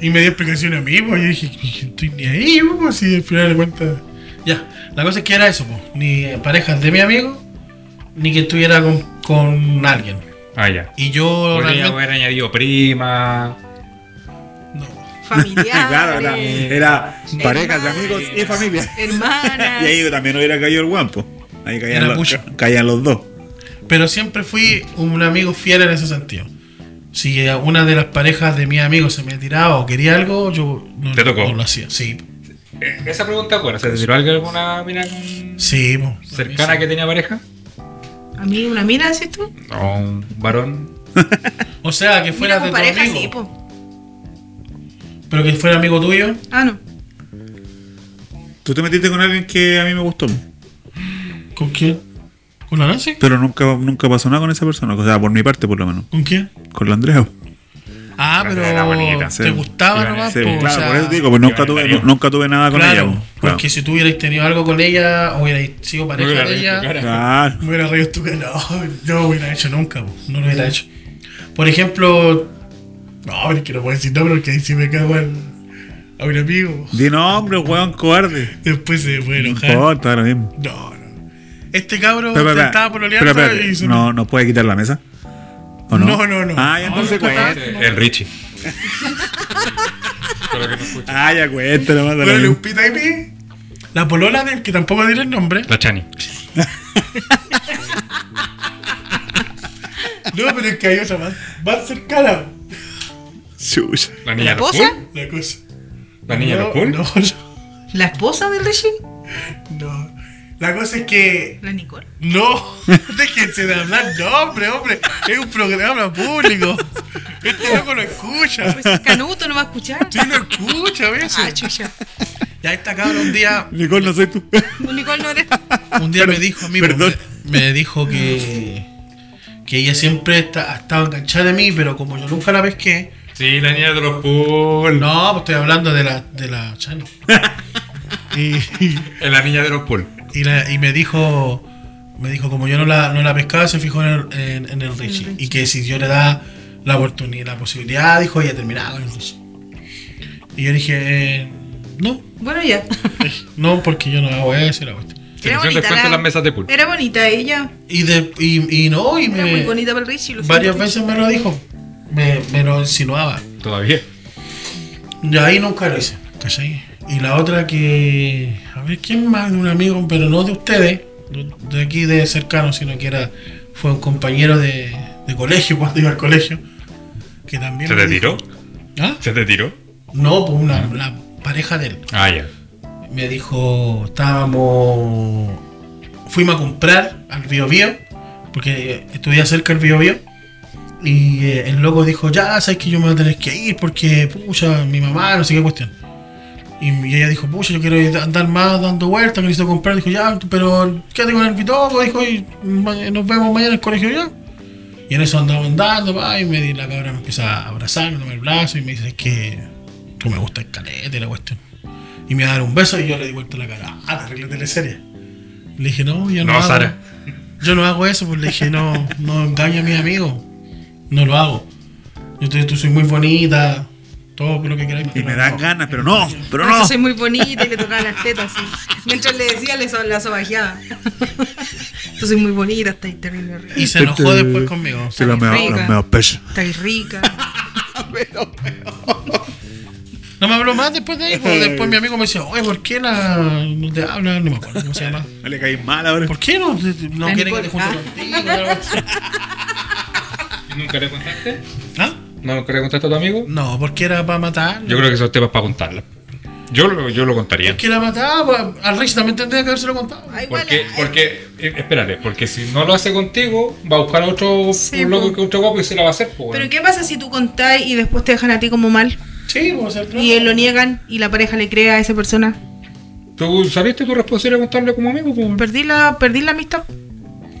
Speaker 2: Y me dio explicaciones a mí, pues. Yo dije, "Dije, no estoy ni ahí, pues. Si al final de cuentas. Ya, la cosa es que era eso, pues. Ni parejas de mi amigo, ni que estuviera con, con alguien.
Speaker 5: Ah, ya.
Speaker 2: Y yo
Speaker 5: Podría
Speaker 2: realmente.
Speaker 5: haber añadido prima.
Speaker 2: No.
Speaker 4: Familiares.
Speaker 3: Claro, era, era parejas de amigos y familia.
Speaker 4: Hermanas.
Speaker 3: Y ahí también hubiera caído el guampo. Ahí
Speaker 2: Era
Speaker 3: caían, los,
Speaker 2: pucho.
Speaker 3: ca- caían los dos.
Speaker 2: Pero siempre fui un amigo fiel en ese sentido. Si una de las parejas de mis amigos se me tiraba o quería algo, yo no,
Speaker 5: Te tocó.
Speaker 2: no lo hacía. Sí,
Speaker 5: Eh, Esa pregunta, bueno, ¿se te tiró algo alguna mina con-
Speaker 2: sí. po.
Speaker 5: cercana que tenía pareja?
Speaker 4: ¿A mí una mina decís tú?
Speaker 5: ¿O un varón?
Speaker 2: O sea, que fuera
Speaker 4: Mira,
Speaker 2: de
Speaker 4: con
Speaker 2: tu
Speaker 4: pareja
Speaker 2: amigo,
Speaker 4: sí, pues. po.
Speaker 2: pero que fuera amigo tuyo.
Speaker 4: Ah, no.
Speaker 3: Tú te metiste con alguien que a mí me gustó,
Speaker 2: ¿Con quién? ¿Con la Nancy?
Speaker 3: pero nunca, nunca pasó nada con esa persona. O sea, por mi parte, por lo menos.
Speaker 2: ¿Con quién?
Speaker 3: Con la Andrea.
Speaker 2: Ah,
Speaker 5: La
Speaker 2: pero
Speaker 5: nena bonita,
Speaker 2: te
Speaker 3: sí.
Speaker 2: gustaba
Speaker 5: Sí,
Speaker 2: nomás.
Speaker 3: Sí,
Speaker 2: po, o
Speaker 3: claro,
Speaker 2: sea,
Speaker 3: por eso te digo, pues nunca
Speaker 5: Iván
Speaker 3: tuve,
Speaker 5: Darío.
Speaker 3: nu- nunca tuve nada con
Speaker 2: claro,
Speaker 3: ella. pues. Claro.
Speaker 2: porque si tú hubieras tenido algo con ella, o hubieras sido pareja
Speaker 5: hubiera
Speaker 2: de
Speaker 5: visto
Speaker 2: ella,
Speaker 5: cara.
Speaker 3: Claro.
Speaker 2: Me hubiera reído tú que no, yo no lo hubiera hecho nunca, po, no lo hubiera hecho. Por ejemplo, no, pero es que no puedo decir nombre porque ahí sí me cago al, a un amigo.
Speaker 3: Di nombre, weón, cobarde.
Speaker 2: Después se puede
Speaker 3: No
Speaker 2: enojar.
Speaker 3: importa, ahora mismo.
Speaker 2: No, no. Este cabro
Speaker 3: Oh, Pero, pero,
Speaker 2: estaba por
Speaker 3: pero, espérate,
Speaker 2: y se
Speaker 3: no, ¿Nos puede quitar la mesa? ¿O no?
Speaker 2: No, no, no.
Speaker 3: Ah, ya
Speaker 2: No,
Speaker 3: entonces
Speaker 2: no, no.
Speaker 3: cuenta.
Speaker 5: El Richie. Pero que no escucha.
Speaker 3: Ah, ya cuenta, nomás. da lo
Speaker 2: Bueno, le un
Speaker 3: mismo.
Speaker 2: pita y pi. La polola del que tampoco diré el nombre.
Speaker 5: La Chani.
Speaker 2: No, pero es que hay otra más, más cercana.
Speaker 3: Chucha.
Speaker 5: La niña
Speaker 4: ¿La esposa?
Speaker 5: Raccoon.
Speaker 2: La cosa.
Speaker 5: La niña
Speaker 2: no,
Speaker 5: Raccoon.
Speaker 2: no,
Speaker 4: ¿La esposa del Reggie?
Speaker 2: no, no. La cosa es que
Speaker 4: La Nicole.
Speaker 2: No, déjense de hablar, no, hombre, hombre. Es un programa público. Este loco no escucha.
Speaker 4: Pues Canuto no va a escuchar.
Speaker 2: Sí, no escucha a
Speaker 4: Ah,
Speaker 2: veces.
Speaker 4: chucha.
Speaker 2: Ya esta cabra un día,
Speaker 3: Nicole, no soy tú.
Speaker 4: Nicole no eres.
Speaker 2: un día me dijo a mí,
Speaker 3: perdón.
Speaker 2: Me, me dijo que, que ella siempre está, ha estado enganchada de mí, pero como yo nunca la pesqué,
Speaker 5: Sí, la niña de los pool.
Speaker 2: no, pues estoy hablando de la, de la Chani. Y,
Speaker 5: Es la niña de los pool.
Speaker 2: Y, la- y me dijo, me dijo, como yo no la, no la pescaba, se fijó en el, en, en el Richie. Y que si yo le daba la oportunidad, la posibilidad, dijo, ella terminaba con el Richie. Y yo dije, eh, no,
Speaker 4: Bueno, ya.
Speaker 2: no, porque yo no hago eso y la cuestión.
Speaker 5: Se pusieron descuento en las mesas de pool.
Speaker 4: Era bonita ella.
Speaker 2: Y, de, y, y no, y
Speaker 4: Era muy
Speaker 2: me,
Speaker 4: bonita para el Richie. lo
Speaker 2: varias
Speaker 4: siento.
Speaker 2: veces me lo dijo, me, me lo insinuaba.
Speaker 5: Todavía.
Speaker 2: Y ahí nunca lo hice, ¿cachai? Y la otra que, a ver, ¿quién más? Un amigo, pero no de ustedes, de de aquí de cercano, sino que era, fue un compañero de, de colegio, cuando iba al colegio, que también.
Speaker 5: ¿Se te
Speaker 2: me dijo-
Speaker 5: tiró?
Speaker 2: ¿Ah?
Speaker 5: ¿Se te tiró?
Speaker 2: No, pues una, la pareja de él.
Speaker 5: Ah, ya.
Speaker 2: Me dijo, estábamos. Fuimos a comprar al Bio Bio, porque estudié cerca del Bio Bio. Y eh, el loco dijo, ya sabes que yo me voy a tener que ir porque, pucha, mi mamá, no sé qué cuestión. Y y ella dijo, pucha, yo quiero ir a andar más dando vueltas, que necesito comprar. Dijo, ya, pero quédate con el bitoco. Dijo, y ma- nos vemos mañana en el colegio ya. Y en eso andamos andando, pa, y me di- la cabra me empieza a abrazar, me toma el brazo y me dice, es que tú me gustas caleta y la cuestión. Y me va a dar un beso y yo le di vuelta la cara. Ah, terrible teleserie. Le dije, no, yo no,
Speaker 5: No,
Speaker 2: hago-
Speaker 5: Sara.
Speaker 2: Yo no hago eso, pues le dije, no, no engaño a mis amigos. No lo hago. Yo te- tú soy muy bonita, todo lo que queráis.
Speaker 3: Y
Speaker 2: pero
Speaker 3: me
Speaker 2: no
Speaker 3: dan
Speaker 2: hago".
Speaker 3: ganas, pero no, pero
Speaker 4: Por Ah, eso
Speaker 3: no.
Speaker 4: soy muy bonita y le tocaba las tetas así. Mientras le decía, le so- la sobajeaba. Tú soy muy bonita, estáis terrible rica.
Speaker 2: Y se enojó
Speaker 5: Este,
Speaker 2: después conmigo.
Speaker 3: Sí, los meos- los meos pechos.
Speaker 4: Estáis rica.
Speaker 2: No me habló más después de ahí. pues, después mi amigo me decía, oye, ¿por qué la... no te habla? No me acuerdo cómo se llama.
Speaker 3: No le caí mal ahora.
Speaker 2: ¿Por qué no, te- te- no
Speaker 4: La
Speaker 2: quieren que
Speaker 4: Nicole.
Speaker 2: te junte
Speaker 4: Ah.
Speaker 2: contigo?
Speaker 5: ¿Y nunca le contaste?
Speaker 2: ¿Ah?
Speaker 5: ¿No nunca le contaste a tu amigo?
Speaker 2: No, porque era para matar.
Speaker 5: Yo creo que esos temas para contarla. Yo lo, yo lo contaría.
Speaker 2: Porque era matar. pues, Al Rich también tendría que habérselo contado.
Speaker 4: Ay,
Speaker 5: Porque,
Speaker 4: guala.
Speaker 5: porque, eh, espérate, porque si no lo hace contigo, va a buscar a otro
Speaker 4: Sí,
Speaker 5: un loco
Speaker 4: po.
Speaker 5: que otro guapo y se la va a hacer, po, weón.
Speaker 4: Pero ¿qué pasa si tú contás y después te dejan a ti como mal?
Speaker 2: Sí, pues el
Speaker 4: Y él lo niegan y la pareja le cree a esa persona.
Speaker 5: Tú saliste tu responsabilidad de contarle como amigo, po, weón.
Speaker 4: Perdí la, perdí la amistad.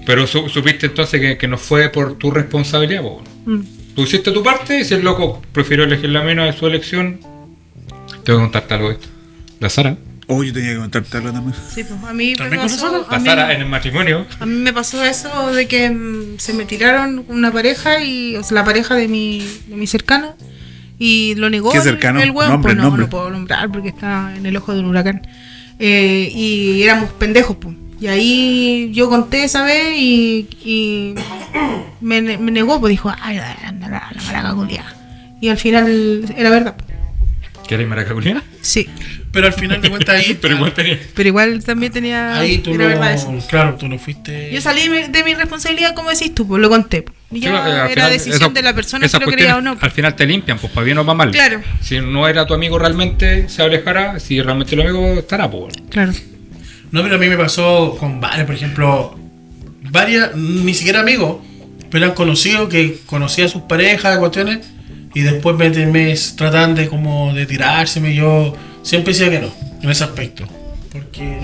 Speaker 5: Pero su- supiste entonces que, que no fue por tu responsabilidad, po, weón.
Speaker 4: Mm.
Speaker 5: Tú hiciste tu parte y si el loco prefirió elegir la menos de su elección, tengo que contarte algo de esto. La Sara.
Speaker 3: Oh, yo tenía que contarte algo también.
Speaker 4: Sí, pues a mí me
Speaker 2: ¿También con
Speaker 4: pasó.
Speaker 2: nosotros?
Speaker 5: La
Speaker 4: A mí,
Speaker 5: Sara en el matrimonio.
Speaker 4: a mí me pasó eso de que mm, se me tiraron una pareja y. O sea, la pareja de mi, de mi cercano. Y lo negó
Speaker 3: ¿Qué
Speaker 4: el-
Speaker 3: cercano?
Speaker 4: el hueón.
Speaker 3: Nombre,
Speaker 4: pues no,
Speaker 3: nombre.
Speaker 4: no puedo nombrar porque está en el ojo del huracán. Eh, y éramos pendejos, pues. Y ahí yo conté esa vez y, y me, ne- me negó, pues dijo, ay, anda la, la maraca culiá". Y al final era verdad. po.
Speaker 5: ¿Quieres maracaculina?
Speaker 4: Sí.
Speaker 2: Pero al final de cuentas ahí.
Speaker 5: Pero igual tenía.
Speaker 4: Pero igual también tenía.
Speaker 2: Ahí tú
Speaker 4: era verdad eso.
Speaker 2: no. Claro, tú no fuiste.
Speaker 4: Yo salí de de mi responsabilidad, como decís tú, pues lo conté. pues. Y Ya
Speaker 5: Sí, eh, al
Speaker 4: era
Speaker 5: final,
Speaker 4: decisión
Speaker 5: esas-
Speaker 4: de la persona si
Speaker 5: esas
Speaker 4: lo quería o
Speaker 5: cuestiones
Speaker 4: no.
Speaker 5: Al final te limpian, pues para bien o para mal.
Speaker 4: Claro.
Speaker 5: Si no era tu amigo realmente, se alejará. Si realmente lo amigo, estará, pues. bueno.
Speaker 4: Claro.
Speaker 2: No, pero a mí me pasó con varias, por ejemplo, varias, ni siquiera amigos, pero eran conocidos que conocía a sus parejas, cuestiones, y después me, me trataban de como de tirárseme. Yo siempre decía que no, en ese aspecto. Porque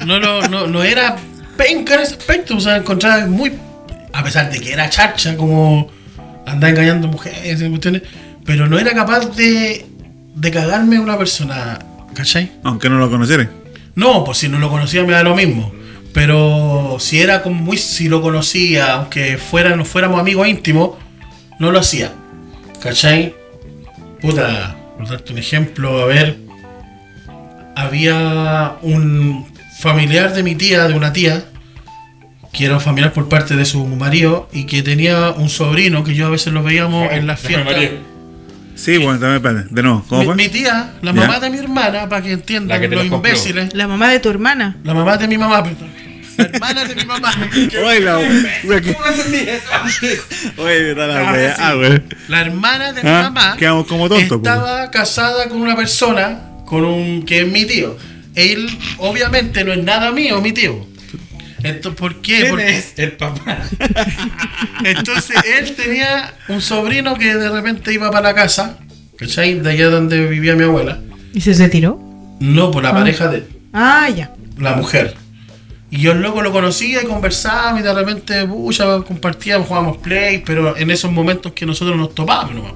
Speaker 2: no. No, no, no, no era penca en ese aspecto. O sea, encontraba muy. A pesar de que era chacha, como andaba engañando mujeres, esas cuestiones, pero no era capaz de, de cagarme a una persona, ¿cachai?
Speaker 3: Aunque no lo conocieras.
Speaker 2: No, pues si no lo conocía me da lo mismo. Pero si era como muy, si lo conocía, aunque fuera, no fuéramos amigos íntimos, no lo hacía. ¿Cachai? Puta, por darte un ejemplo, a ver. Había un familiar de mi tía, de una tía, que era un familiar por parte de su marido y que tenía un sobrino que yo a veces lo veíamos en las fiestas.
Speaker 3: Sí, bueno, también, espérate. De nuevo, ¿cómo
Speaker 2: Mi,
Speaker 3: fue?
Speaker 2: mi tía, la
Speaker 3: Ya.
Speaker 2: mamá de mi hermana, para que entiendan
Speaker 5: La que te
Speaker 2: los
Speaker 5: los compró.
Speaker 2: imbéciles.
Speaker 4: La mamá de tu hermana.
Speaker 2: La mamá de mi mamá, perdón. La hermana de mi mamá.
Speaker 3: Oye, la wea que- Oye, está la wea. Ah, wea.
Speaker 2: La hermana de mi
Speaker 3: Ah,
Speaker 2: mamá
Speaker 3: quedamos como tontos, pues.
Speaker 2: estaba casada con una persona con un que es mi tío. Él obviamente no es nada mío, mi tío. Entonces, ¿por qué? Porque-
Speaker 5: El papá.
Speaker 2: Entonces él tenía un sobrino que de repente iba para la casa, ¿cachai? De allá donde vivía mi abuela.
Speaker 4: ¿Y se, se tiró?
Speaker 2: No, por la pareja de él.
Speaker 4: Ah, ya.
Speaker 2: la mujer. Y yo el loco lo conocía y conversábamos y de repente, pucha, compartíamos, jugábamos play, pero en esos momentos que nosotros nos topábamos nomás.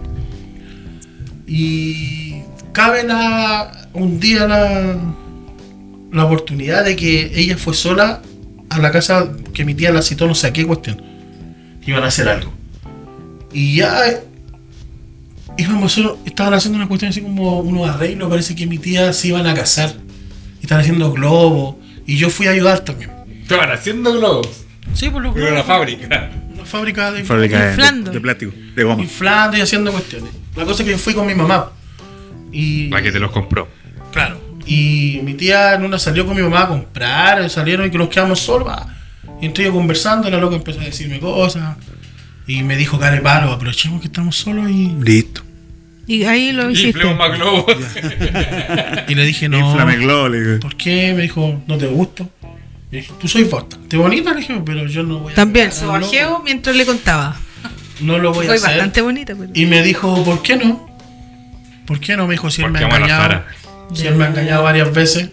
Speaker 2: Y cabe la, un día la, la oportunidad de que ella fue sola a la casa que mi tía la citó, no sé a qué cuestión. Iban a hacer algo. Y ya eh, íbamos a hacer- estaban haciendo una cuestión así como unos arreglos, parece que mi tía se iban a casar. Y están haciendo globos. Y yo fui a ayudar también.
Speaker 5: Estaban haciendo globos.
Speaker 2: Sí, por los
Speaker 5: Pero en la fábrica.
Speaker 2: La fábrica de
Speaker 3: Fábrica de-
Speaker 4: Inflando.
Speaker 3: de plástico, de goma.
Speaker 2: inflando y haciendo cuestiones. La cosa es que yo fui con mi mamá. Y,
Speaker 5: La que te los compró.
Speaker 2: Claro. Y mi tía en una salió con mi mamá a comprar, salieron y que nos quedamos solos. va. Y entonces yo conversando, la loca empezó a decirme cosas. Y me dijo, care palo, aprovechemos que estamos solos y,
Speaker 3: Listo.
Speaker 4: Y ahí lo
Speaker 5: Y
Speaker 4: hiciste.
Speaker 5: Fleo más globo.
Speaker 3: pues,
Speaker 2: y le dije, no.
Speaker 3: Inflame globo, le digo.
Speaker 2: ¿Por qué? Me dijo, no te gusto. Le dije, tú soy bosta. Te bonita, le dije, pero yo no voy a.
Speaker 4: También,
Speaker 2: no,
Speaker 4: sobajeo mientras le contaba.
Speaker 2: No lo voy a
Speaker 4: Soy
Speaker 2: hacer.
Speaker 4: bastante bonita, pues. pero.
Speaker 2: Y me dijo, ¿por qué no? ¿Por qué no? Me dijo, si él
Speaker 5: Porque
Speaker 2: me ha
Speaker 5: amo a la
Speaker 2: engañado.
Speaker 5: Sara.
Speaker 2: Si él me ha engañado varias veces.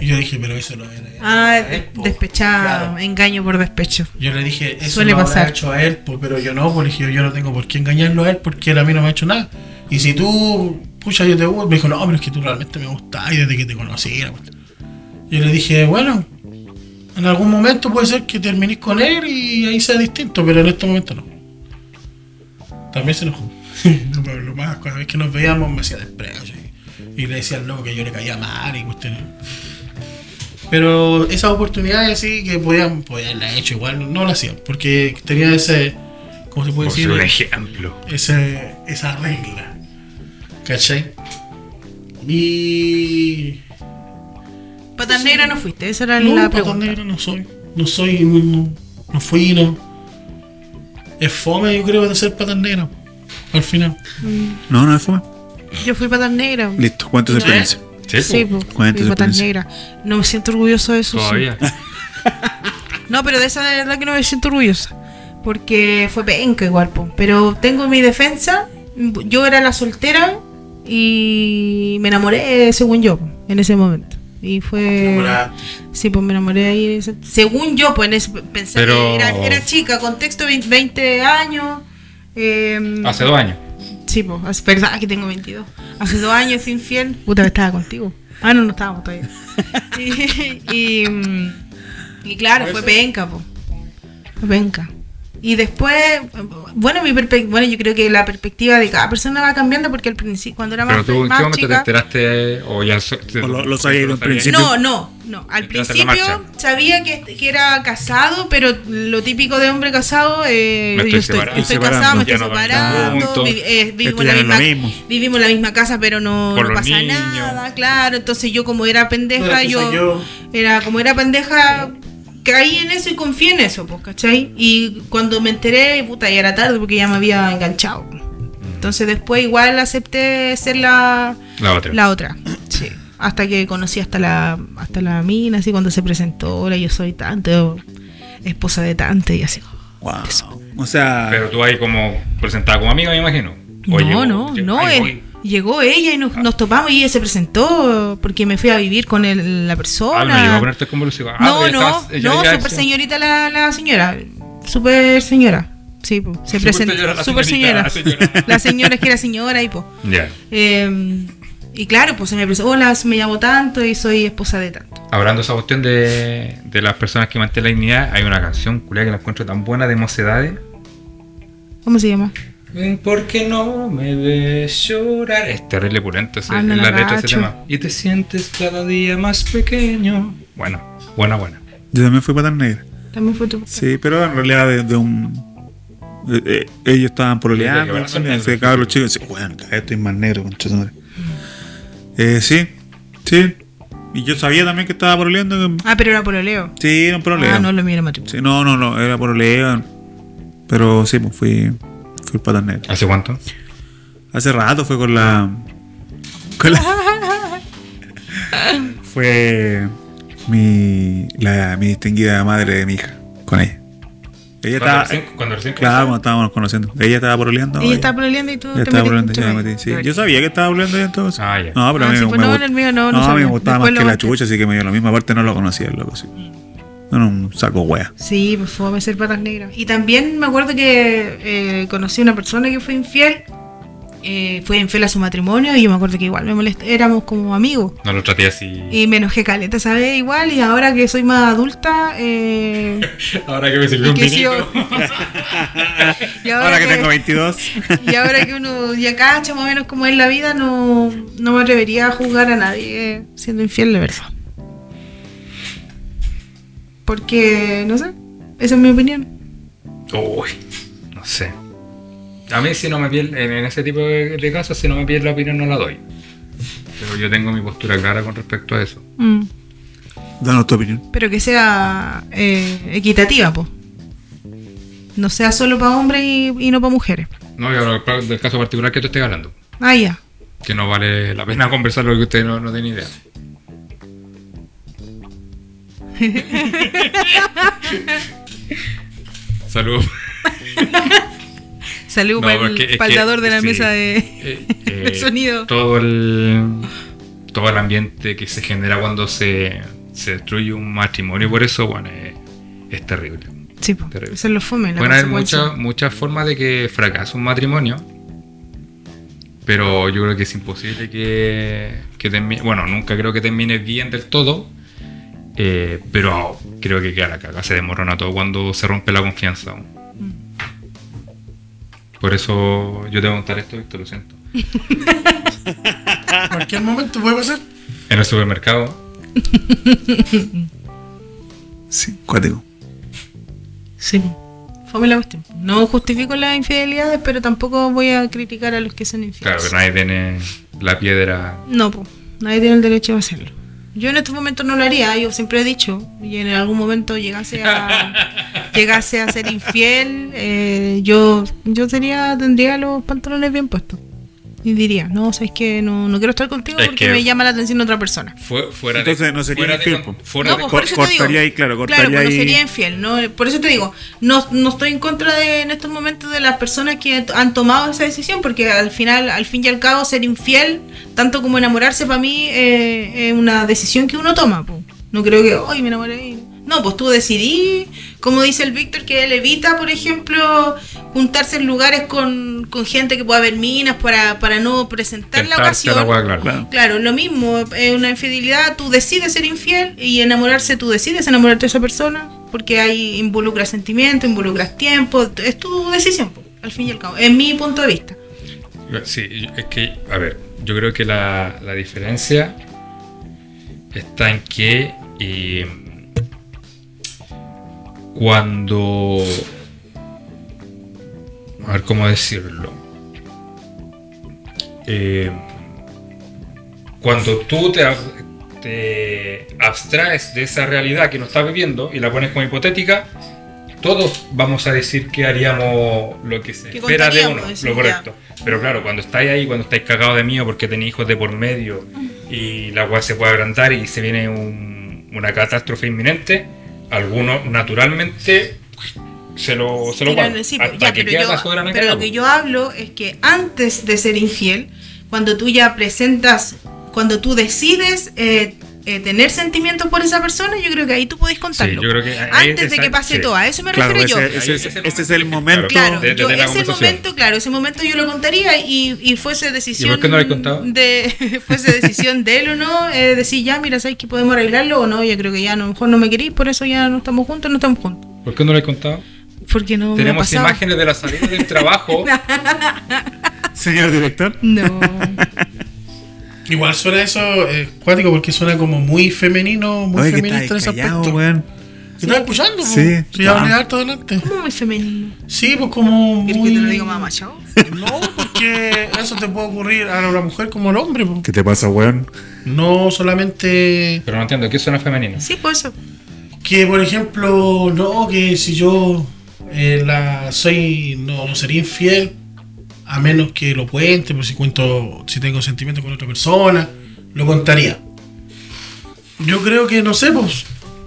Speaker 2: Y yo dije, pero eso lo era.
Speaker 4: Ah,
Speaker 2: él,
Speaker 4: de-
Speaker 2: po.
Speaker 4: despechado,
Speaker 2: pues, Claro.
Speaker 4: engaño por despecho.
Speaker 2: Yo le dije, eso
Speaker 4: Suele
Speaker 2: lo habrá
Speaker 4: pasar.
Speaker 2: hecho a él, pues, pero yo no, pues, le dije, yo no tengo por qué engañarlo a él porque él a mí no me ha hecho nada. Y si tú, pucha, yo te gusto, me dijo, no, pero es que tú realmente me gustas y desde que te conocí. la cuestión". Yo le dije, bueno, en algún momento puede ser que terminís con él y ahí sea distinto, pero en este momento no. También se enojó. no me habló más, cada vez que nos veíamos me hacía desprecio. Y, y le decía al loco que yo le caía mal y cuestiones. Pero esas oportunidades sí que podían, podían la hecho igual, no la hacían, porque tenía ese, ¿cómo se puede
Speaker 5: Por ser
Speaker 2: decir?
Speaker 5: un ejemplo.
Speaker 2: Ese, esa regla. ¿Cachai? Y
Speaker 4: Pata negra no fuiste, esa era
Speaker 2: no,
Speaker 4: la
Speaker 2: patón
Speaker 4: pregunta.
Speaker 2: negro no soy. No soy, no, no, no fui, no. Es fome, yo creo, de ser patán negro. Al final.
Speaker 3: No, no es fuma.
Speaker 4: Yo fui pata negra.
Speaker 3: Listo. ¿Cuánto es experiencia?
Speaker 5: Sí,
Speaker 4: Sí,
Speaker 5: po.
Speaker 4: po,
Speaker 3: Cuéntese,
Speaker 4: fui pata
Speaker 3: Prince.
Speaker 4: negra. No me siento orgulloso de eso. sí.
Speaker 5: Todavía.
Speaker 4: No, pero de esa de verdad que no me siento orgullosa. Porque fue penca igual, po. Pero tengo mi defensa. Yo era la soltera y me enamoré, según yo, po, en ese momento. Y fue.
Speaker 2: Enamorada.
Speaker 4: Sí, pues me enamoré ahí. ese- Según yo, pues en ese- pensé
Speaker 5: Pero-
Speaker 4: que era, era chica, contexto 20, 20 años. eh,
Speaker 5: Hace dos años.
Speaker 4: Sí, pues, es verdad que tengo 22. Hace dos años fui infiel. Puta, estaba contigo. Ah, no, no estábamos todavía. y, y, mm, y claro, fue penca, po. Fue penca. Y después, bueno, mi perpe- bueno, yo creo que la perspectiva de cada persona va cambiando porque al principio, cuando era
Speaker 5: Pero
Speaker 4: más,
Speaker 5: tú, ¿en
Speaker 4: más
Speaker 5: qué momento te
Speaker 4: chica,
Speaker 5: enteraste? O ya. so- te-
Speaker 3: O lo- lo sabías
Speaker 5: lo
Speaker 3: desde un principio.
Speaker 4: no, no, no. Al
Speaker 5: Entraste a
Speaker 4: principio
Speaker 5: la marcha.
Speaker 4: sabía que, que era casado, pero lo típico de hombre casado, eh,
Speaker 5: Me estoy
Speaker 4: yo estoy,
Speaker 5: separando.
Speaker 4: estoy
Speaker 3: Estoy
Speaker 4: casado, me
Speaker 5: separando.
Speaker 4: estoy
Speaker 5: Ya no dormimos
Speaker 4: separando,
Speaker 5: juntos.
Speaker 4: vi- eh, vivimos,
Speaker 3: Esto ya
Speaker 4: la
Speaker 3: no es lo
Speaker 4: misma,
Speaker 3: mismo.
Speaker 4: vivimos la misma casa, pero no,
Speaker 5: Por
Speaker 4: no
Speaker 5: los
Speaker 4: pasa
Speaker 5: niños.
Speaker 4: nada, claro. Entonces yo como era
Speaker 2: No,
Speaker 4: pendeja,
Speaker 2: entonces
Speaker 4: yo,
Speaker 2: yo-
Speaker 4: era como era pendeja, caí en eso y confié en eso, pues, ¿cachai? Y cuando me enteré, puta, ya era tarde porque ya me había enganchado.
Speaker 5: Mm.
Speaker 4: Entonces después igual acepté ser la...
Speaker 5: La otra.
Speaker 4: La otra, sí. Hasta que conocí hasta la, hasta la mina, así cuando se presentó, ahora yo soy tanto, esposa de tanto, y así.
Speaker 3: Wow. O sea,
Speaker 5: Pero tú ahí como presentada como amiga, me imagino. O llegó-
Speaker 4: no, no,
Speaker 5: llegó-
Speaker 4: no,
Speaker 5: ay,
Speaker 4: eh,
Speaker 5: voy. Ah.
Speaker 4: llegó ella y nos, nos topamos y ella se presentó porque me fui a vivir con el- la persona.
Speaker 5: Ah, no llegó a ponerte como Lucifer. Ah,
Speaker 4: no,
Speaker 5: pero ya
Speaker 4: no,
Speaker 5: estabas- ya-
Speaker 4: no,
Speaker 5: ya-
Speaker 4: super
Speaker 5: sí.
Speaker 4: señorita la, la señora, super señora. Sí, po, se
Speaker 5: Súper
Speaker 4: presentó,
Speaker 5: señora la
Speaker 4: super señora.
Speaker 5: señorita, la señora.
Speaker 4: La señora es que era señora y pues.
Speaker 5: Ya.
Speaker 4: Eh, y claro, pues se me presentó, hola, me llamo tanto y soy esposa de tanto.
Speaker 5: Hablando de esa cuestión de, de las personas que mantienen la dignidad, hay una canción culia que la encuentro tan buena de mocedades.
Speaker 4: ¿Cómo se llama?
Speaker 5: ¿Por qué no me ves llorar? Es terrible pulento ese,
Speaker 4: Ah,
Speaker 5: es
Speaker 4: no
Speaker 5: la
Speaker 4: la
Speaker 5: letra de ese
Speaker 4: cacho.
Speaker 5: tema. Y te sientes cada día más pequeño. Bueno, buena, buena.
Speaker 3: yo también fui patán negra.
Speaker 4: También fue tu.
Speaker 3: Sí, pero en realidad de, de un. eh, eh, ellos estaban
Speaker 5: Sí,
Speaker 3: pololeando.
Speaker 5: de que van a
Speaker 3: Ese
Speaker 5: soltar.
Speaker 3: cabro chico dice, bueno, cada vez estoy más negro, concha su madre. Eh, sí, sí. Y yo sabía también que estaba pololeando. que-
Speaker 4: Ah, pero era pololeo.
Speaker 3: Sí, era un pololeo.
Speaker 4: Ah, no lo mira matrimonio.
Speaker 3: Sí, no, no, no, era pololeo. Pero sí, pues fui, fui patán negro.
Speaker 5: ¿Hace cuánto?
Speaker 3: Hace rato fue con la. Con la. fue mi. La, mi distinguida madre de mi hija. Con ella. Ella
Speaker 5: Cuando
Speaker 3: estaba.
Speaker 5: recién- Cuando recién
Speaker 3: Claro, cuando estábamos conociendo. Ella estaba pololeando.
Speaker 4: Ella estaba pololeando y tú
Speaker 3: Ella estaba pololeando,
Speaker 4: tú
Speaker 3: yo me
Speaker 4: ahí.
Speaker 3: metí, sí. Yo sabía que estaba pololeando ella entonces.
Speaker 5: Ah, ya.
Speaker 3: No, pero
Speaker 4: Ah,
Speaker 3: a mí
Speaker 4: sí,
Speaker 3: me,
Speaker 4: pues
Speaker 3: me
Speaker 4: no,
Speaker 3: gust-
Speaker 4: en el mío no, no
Speaker 3: a mí
Speaker 4: sabía.
Speaker 3: me gustaba
Speaker 4: Después
Speaker 3: más
Speaker 4: lo
Speaker 3: que la
Speaker 4: conté.
Speaker 3: chucha, así que me dio lo mismo. Aparte, no lo conocía el loco, sí. No era un saco wea.
Speaker 4: Sí, pues fue a ser patas negras. Y también me acuerdo que eh, conocí una persona que fue infiel. eh, fue infiel a su matrimonio y yo me acuerdo que igual me molesté. Éramos como amigos.
Speaker 5: No lo traté así.
Speaker 4: Y me enojé caleta, ¿sabes? Igual. Y ahora que soy más adulta. eh,
Speaker 5: Ahora que me sirvió
Speaker 4: y
Speaker 5: un
Speaker 4: que
Speaker 5: vinito.
Speaker 4: sí, y
Speaker 3: Ahora que tengo 22.
Speaker 4: Y ahora que uno ya cacha más o menos cómo es la vida, no, no me atrevería a juzgar a nadie siendo infiel, de verdad. Porque, no sé, esa es mi opinión.
Speaker 5: Uy, no sé. A mí si no me pierde, en en ese tipo de, de casos, si no me pierde la opinión, no la doy. Pero yo tengo mi postura clara con respecto a eso.
Speaker 4: Mm.
Speaker 3: Danos tu opinión.
Speaker 4: Pero que sea eh, equitativa, po. no sea solo para hombres y, y no para mujeres.
Speaker 5: No, yo hablo del caso particular que tú estés hablando.
Speaker 4: Ah, ya.
Speaker 5: Que no vale la pena conversar lo que ustedes no, no tienen idea. Saludos.
Speaker 4: Salud
Speaker 5: No,
Speaker 4: para
Speaker 5: porque es
Speaker 4: el
Speaker 5: que-
Speaker 4: paldador de la
Speaker 5: sí.
Speaker 4: mesa de...
Speaker 5: Eh,
Speaker 4: El sonido.
Speaker 5: Todo el, todo el ambiente que se genera cuando se, se destruye un matrimonio, por eso, bueno, es, es terrible.
Speaker 4: Sí, po,
Speaker 5: Terrible.
Speaker 4: eso es lo fome. la
Speaker 5: Pueden haber
Speaker 4: consecuencia.
Speaker 5: muchas muchas formas de que fracase un matrimonio, pero yo creo que es imposible que, que termine, bueno, nunca creo que termine bien del todo, eh, pero creo que queda la caga, se demorona todo cuando se rompe la confianza. Por eso yo te voy a contar esto, Víctor, lo siento.
Speaker 2: En cualquier momento puede pasar.
Speaker 5: En el supermercado
Speaker 3: Sí, cuático.
Speaker 4: Sí. po. Fome la cuestión. No justifico las infidelidades, pero tampoco voy a criticar a los que son
Speaker 5: Claro,
Speaker 4: infieles.
Speaker 5: que nadie tiene la piedra.
Speaker 4: No, po. nadie tiene el derecho a hacerlo. Yo en estos momentos no lo haría, yo siempre he dicho, y en algún momento llegase a, llegase a ser infiel, eh, yo, yo sería, tendría los pantalones bien puestos. Y diría, no, o sea, es que no, no quiero estar contigo
Speaker 5: Es
Speaker 4: porque
Speaker 5: que-
Speaker 4: me llama la atención otra persona.
Speaker 5: Fue, fuera
Speaker 3: Entonces no sería
Speaker 5: fuera de
Speaker 3: infiel,
Speaker 5: con-
Speaker 3: po.
Speaker 5: fuera
Speaker 4: No,
Speaker 5: de
Speaker 4: pues,
Speaker 5: con-
Speaker 4: por eso te digo.
Speaker 3: cortaría ahí, claro, cortaría
Speaker 4: pero
Speaker 3: ahí-
Speaker 4: pues no sería infiel, ¿no? Por eso te digo, no, no estoy en contra de, en estos momentos de las personas que t- han tomado esa decisión, porque al final, al fin y al cabo, ser infiel, tanto como enamorarse, para mí eh, es una decisión que uno toma. po. No creo que, hoy me enamoré. y-". No, pues tú decidí, como dice el Víctor, que él evita, por ejemplo, juntarse en lugares con, con gente que pueda ver minas para, para no presentar la
Speaker 5: Tentarte a
Speaker 4: ocasión.
Speaker 5: la hueá, claro.
Speaker 3: Claro.
Speaker 4: Claro, lo mismo, es una infidelidad, tú decides ser infiel y enamorarse, tú decides enamorarte de esa persona, porque ahí involucras sentimiento, involucras tiempo, es tu decisión, po, al fin y al cabo, en mi punto de vista.
Speaker 5: Sí, es que, a ver, yo creo que la, la diferencia está en que eh, cuando. A ver cómo decirlo. Eh, cuando tú te, ab- te abstraes de esa realidad que no estás viviendo y la pones como hipotética, todos vamos a decir que haríamos lo que se
Speaker 4: Que
Speaker 5: espera de
Speaker 4: contaríamos,
Speaker 5: uno,
Speaker 4: decimos,
Speaker 5: lo correcto. Pero claro, cuando estáis ahí, cuando estáis cagados de miedo porque tenéis hijos de por medio y la weá se puede agrandar y se viene un- una catástrofe inminente, algunos naturalmente se lo, se lo
Speaker 4: Tiran
Speaker 5: guardan,
Speaker 4: el sí, po,
Speaker 5: hasta
Speaker 4: ya,
Speaker 5: que
Speaker 4: pero
Speaker 5: queda
Speaker 4: yo-
Speaker 5: la soberana
Speaker 4: pero lo
Speaker 5: cagada,
Speaker 4: que
Speaker 5: po.
Speaker 4: yo hablo es que antes de ser infiel, cuando tú ya presentas, cuando tú decides eh, eh, tener sentimientos por esa persona, yo creo que ahí tú podés
Speaker 5: Sí,
Speaker 4: contarlo.
Speaker 5: yo creo que ahí
Speaker 4: antes de
Speaker 5: esa-
Speaker 4: que pase
Speaker 5: sí.
Speaker 4: todo, ¿eh? a eso me
Speaker 3: Claro,
Speaker 4: refiero yo.
Speaker 3: ese, ese es,
Speaker 5: Ahí es el
Speaker 3: este es el
Speaker 5: momento.
Speaker 3: momento.
Speaker 4: Claro,
Speaker 5: de- de
Speaker 4: yo
Speaker 5: tener la
Speaker 4: ese
Speaker 5: conversación.
Speaker 4: momento, claro, ese momento yo lo contaría y, y fuese decisión
Speaker 5: ¿Y por qué no lo he contado?
Speaker 4: de fuese decisión de él o no, eh, decir ya, mira, sabes que podemos arreglarlo o no, yo creo que ya no, a lo mejor no me querís, por eso ya no estamos juntos, no estamos juntos.
Speaker 5: ¿Por qué no lo he contado?
Speaker 4: Porque no me ha
Speaker 5: Tenemos
Speaker 4: pasado.
Speaker 5: imágenes de la salida del trabajo.
Speaker 3: Señor director.
Speaker 4: No.
Speaker 2: Igual suena eso eh, cuático porque suena como muy femenino, muy
Speaker 3: Oye, que
Speaker 2: feminista en
Speaker 3: está
Speaker 2: ese
Speaker 3: callado,
Speaker 2: aspecto.
Speaker 3: weón.
Speaker 2: ¿Te estás escuchando?
Speaker 3: Sí.
Speaker 2: Sí. Sí,
Speaker 3: Ah.
Speaker 2: hablé harto adelante.
Speaker 4: ¿Cómo muy femenino?
Speaker 2: Sí, pues como
Speaker 4: ¿Quieres
Speaker 2: muy...
Speaker 4: que te lo diga mamá, chao?
Speaker 2: No, porque eso te puede ocurrir a una mujer como al hombre. po.
Speaker 3: ¿Qué te pasa, weón?
Speaker 2: No solamente
Speaker 5: Pero no entiendo, ¿qué suena femenino?
Speaker 4: Sí, por eso.
Speaker 2: que, por ejemplo, no, que si yo eh, la soy, no, no sería infiel, a menos que lo cuente, pues si cuento, si tengo sentimientos con otra persona, lo contaría. Yo creo que, no sé, pues,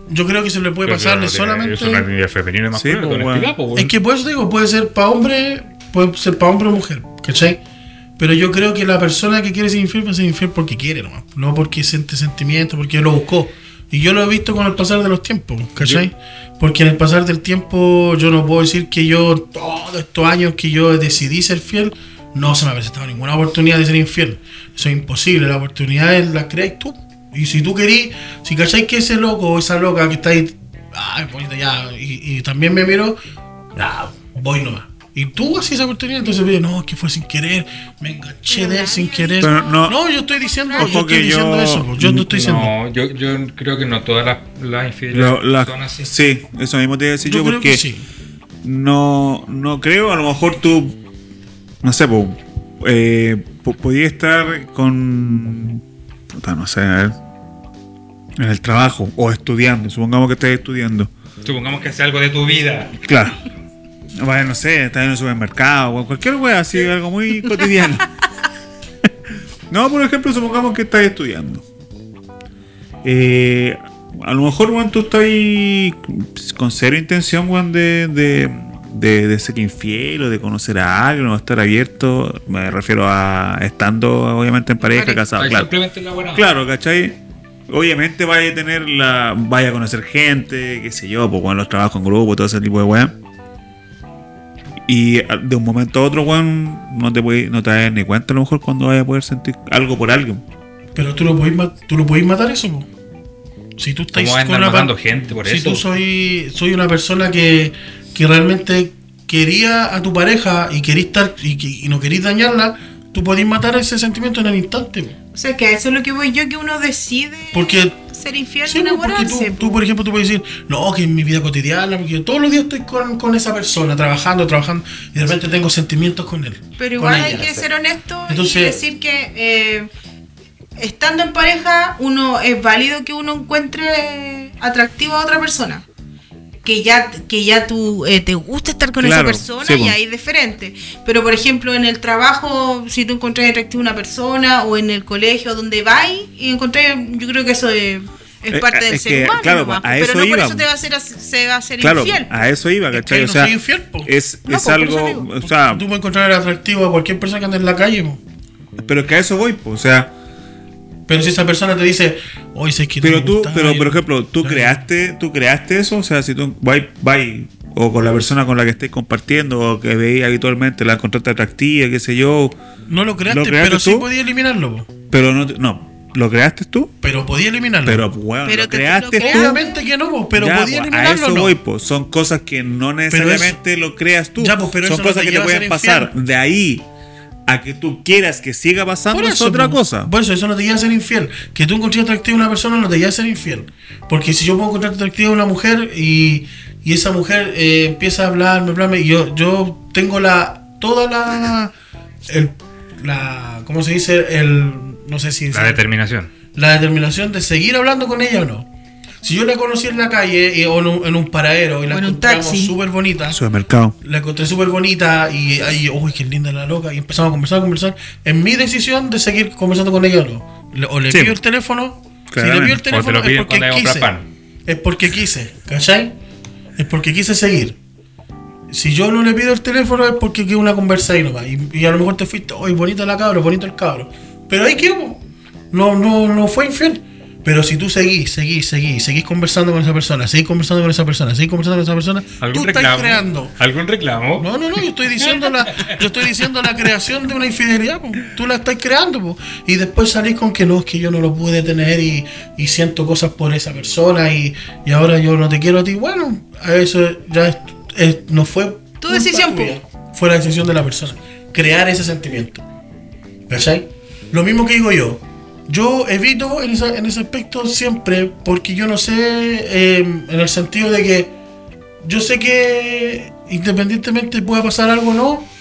Speaker 2: yo creo que se le puede pasar
Speaker 5: Pero eso no tiene-
Speaker 2: solamente...
Speaker 5: Eso no tiene idea femenina más
Speaker 3: Sí,
Speaker 5: clara,
Speaker 3: pues,
Speaker 5: tú no
Speaker 3: weón.
Speaker 5: explicas, pues, weón.
Speaker 2: Es que por eso te digo, puede ser para hombre, puede ser para hombre o mujer, ¿cachai? Pero yo creo que la persona que quiere ser infiel, pues ser infiel porque quiere nomás, no porque siente sentimiento, porque lo buscó. Y yo lo he visto con el pasar de los tiempos, ¿cachai? Porque en el pasar del tiempo yo no puedo decir que yo, todos estos años que yo decidí ser fiel, no se me ha presentado ninguna oportunidad de ser infiel. Eso es imposible, la oportunidad es- la creas tú. Y si tú querís, si cacháis que ese loco o esa loca que está ahí, ay, bonito, ya, y, y también me miro, nah, voy nomás. Y tú hacías esa oportunidad, entonces oye, no, es que fue sin querer, me enganché de él sin querer.
Speaker 3: Pero no-
Speaker 2: yo estoy diciendo,
Speaker 3: Ojo
Speaker 2: yo estoy
Speaker 3: que yo-
Speaker 2: diciendo eso, po, yo no estoy diciendo.
Speaker 5: No, yo, yo creo que no todas las, las
Speaker 3: Lo-
Speaker 5: infidelidades
Speaker 3: la-
Speaker 5: son así.
Speaker 3: sí, eso mismo te iba a decir
Speaker 2: yo
Speaker 3: yo,
Speaker 2: creo
Speaker 3: porque
Speaker 2: que sí.
Speaker 3: no, no creo, a lo mejor tú, no sé, po, eh, po- podía estar con, puta, no sé, a ver, en el trabajo o estudiando, supongamos que estés estudiando.
Speaker 5: Supongamos que hace algo de tu vida.
Speaker 3: Claro. Bueno, no sé, está en un supermercado, weón, cualquier wea, así, algo muy cotidiano. no, por ejemplo, supongamos que estás estudiando. Eh, a lo mejor, weón, tú estás con cero intención, weón, de, de, de- de ser infiel o de conocer a alguien o estar abierto. Me refiero a estando, obviamente, en pareja,
Speaker 4: Pareja.
Speaker 3: casado,
Speaker 5: Ay,
Speaker 3: claro.
Speaker 5: Simplemente la buena.
Speaker 3: Claro, ¿cachai? Obviamente vaya a tener la. vaya a conocer gente, qué sé yo, pues bueno, los trabajos en grupo, todo ese tipo de weá. Y a- de un momento a otro, weón, no te puedes, no te vas a dar ni cuenta a lo mejor cuando vaya a poder sentir algo por alguien.
Speaker 2: Pero tú lo podís, ma- tú lo podís matar eso, po. Si tú estás
Speaker 5: ¿Cómo andan
Speaker 2: una
Speaker 5: matando
Speaker 2: par-
Speaker 5: gente por
Speaker 2: si
Speaker 5: eso?
Speaker 2: tú soy, soy una persona que, que realmente quería a tu pareja y querís estar y, que- y no querís dañarla, tú podís matar ese sentimiento en el instante. po.
Speaker 4: O sea, que a eso es lo que voy yo, que uno decide
Speaker 2: Porque
Speaker 4: ser infiel
Speaker 2: Sí,
Speaker 4: y
Speaker 2: pues, porque tú,
Speaker 4: enamorarse.
Speaker 2: tú, por ejemplo, tú puedes decir, no, que en mi vida cotidiana, porque todos los días estoy con, con esa persona, trabajando, trabajando, y de repente tengo sentimientos con él.
Speaker 4: Pero
Speaker 2: con
Speaker 4: igual hay
Speaker 2: ella.
Speaker 4: que ser honesto y
Speaker 2: Entonces-
Speaker 4: decir que eh, estando en pareja, uno es válido que uno encuentre atractivo a otra persona. Que ya, que ya tú eh, te gusta estar con esa
Speaker 3: Claro,
Speaker 4: persona
Speaker 3: sí, po.
Speaker 4: y ahí es diferente. Pero por ejemplo, en el trabajo, si tú encontrás atractivo a una persona o en el colegio donde vas y encontrás, yo creo que eso es, es
Speaker 3: Eh,
Speaker 4: parte
Speaker 3: eh,
Speaker 4: del
Speaker 3: es
Speaker 4: ser
Speaker 3: que,
Speaker 4: humano.
Speaker 3: claro,
Speaker 4: nomás,
Speaker 3: a
Speaker 4: pero
Speaker 3: eso
Speaker 4: no por
Speaker 3: iba,
Speaker 4: eso
Speaker 3: po.
Speaker 4: te va a hacer, as- se va a hacer
Speaker 3: Claro,
Speaker 4: infiel.
Speaker 3: a eso iba,
Speaker 2: Es que
Speaker 3: ¿cachai?
Speaker 2: ahí
Speaker 3: o
Speaker 2: no
Speaker 3: sea,
Speaker 2: soy infiel, po.
Speaker 3: es,
Speaker 4: No,
Speaker 3: es
Speaker 4: po, por
Speaker 3: algo.
Speaker 4: eso digo.
Speaker 3: O sea,
Speaker 2: Tú puedes encontrar atractivo a cualquier persona que anda en la calle, po.
Speaker 3: pero que a eso voy, pues, o sea.
Speaker 2: pero si esa persona te dice, hoy sé que
Speaker 3: Pero
Speaker 2: me
Speaker 3: tú,
Speaker 2: gustaba,
Speaker 3: pero
Speaker 2: yo-
Speaker 3: por ejemplo, tú
Speaker 2: Claro.
Speaker 3: creaste, tú creaste eso, o sea, si tú vai, vai, o con la persona con la que estés compartiendo o que veis habitualmente la encontraste atractiva, qué sé yo,
Speaker 2: No lo creaste,
Speaker 3: ¿Lo creaste
Speaker 2: pero sí
Speaker 3: tú?
Speaker 2: podías eliminarlo, po.
Speaker 3: pero no, te- no, lo creaste tú,
Speaker 2: pero podías eliminarlo.
Speaker 3: pero bueno,
Speaker 4: Pero
Speaker 3: lo
Speaker 4: que tú
Speaker 3: creaste
Speaker 4: lo
Speaker 3: tú.
Speaker 4: creaste,
Speaker 2: Obviamente que no, po, pero
Speaker 3: Ya,
Speaker 2: podías
Speaker 3: pues,
Speaker 2: eliminarlo.
Speaker 3: a eso
Speaker 2: ¿no?
Speaker 3: voy, pues, son cosas que no necesariamente lo creas tú,
Speaker 2: Ya, pues, pero
Speaker 3: son
Speaker 2: eso no
Speaker 3: cosas
Speaker 2: te
Speaker 3: que te
Speaker 2: lleva a
Speaker 3: pueden
Speaker 2: ser
Speaker 3: pasar.
Speaker 2: infiel.
Speaker 3: De ahí a que tú quieras que siga pasando
Speaker 2: Por
Speaker 3: es
Speaker 2: eso, pues.
Speaker 3: otra
Speaker 2: po.
Speaker 3: cosa.
Speaker 2: Por eso, eso no te lleva a ser infiel. Que tú encontres atractivo a una persona no te lleva a ser infiel. Porque si yo puedo encontrar atractivo a una mujer y, y esa mujer eh, empieza a hablarme, hablarme, y yo, yo tengo la. toda la. el- la. ¿Cómo se dice? El. No sé si.
Speaker 5: La determinación.
Speaker 2: la determinación de seguir hablando con ella o no. Si yo la conocí en la calle eh, o en un, en un paradero y la
Speaker 4: O en un
Speaker 2: encontramos
Speaker 4: taxi.
Speaker 2: súper bonita
Speaker 3: Supermercado.
Speaker 2: la encontré súper bonita y ahí, uy, qué linda la loca. Y empezamos a conversar, a conversar. En mi decisión de seguir conversando con ella o no. Le- O le
Speaker 3: Sí.
Speaker 2: pido el teléfono. Si le
Speaker 3: Claramente.
Speaker 2: pido el
Speaker 5: O te lo
Speaker 2: teléfono es
Speaker 5: piden
Speaker 2: porque
Speaker 5: cuando hay que
Speaker 2: quise.
Speaker 5: comprar
Speaker 2: Es porque quise, ¿cachai? Es porque quise seguir. Si yo no le pido el teléfono es porque quiero una conversa ahí nomás. Y, y a lo mejor te fuiste, hoy bonita la cabra, bonito el cabro. Pero ahí quedó. No, no, no fue infiel. Pero si tú seguís, seguís, seguís, seguís conversando con esa persona, seguís conversando con esa persona, seguís conversando con esa persona, tú
Speaker 5: ¿Algún
Speaker 2: estás
Speaker 5: reclamo?
Speaker 2: creando.
Speaker 5: ¿Algún reclamo?
Speaker 2: No, no, no, yo estoy diciendo la, yo estoy diciendo la creación de una infidelidad, po. tú la estás creando, po. y después salís con que no, es que yo no lo pude tener y, y siento cosas por esa persona y, y ahora yo no te quiero a ti. Bueno, a eso ya es- es- no fue culpa
Speaker 4: decisión, po.
Speaker 2: tuya, fue la decisión de la persona, crear ese sentimiento. ¿Cachai? Lo mismo que digo yo. Yo evito en, esa- en ese aspecto siempre porque yo no sé, eh, en el sentido de que yo sé que independientemente pueda pasar algo o no,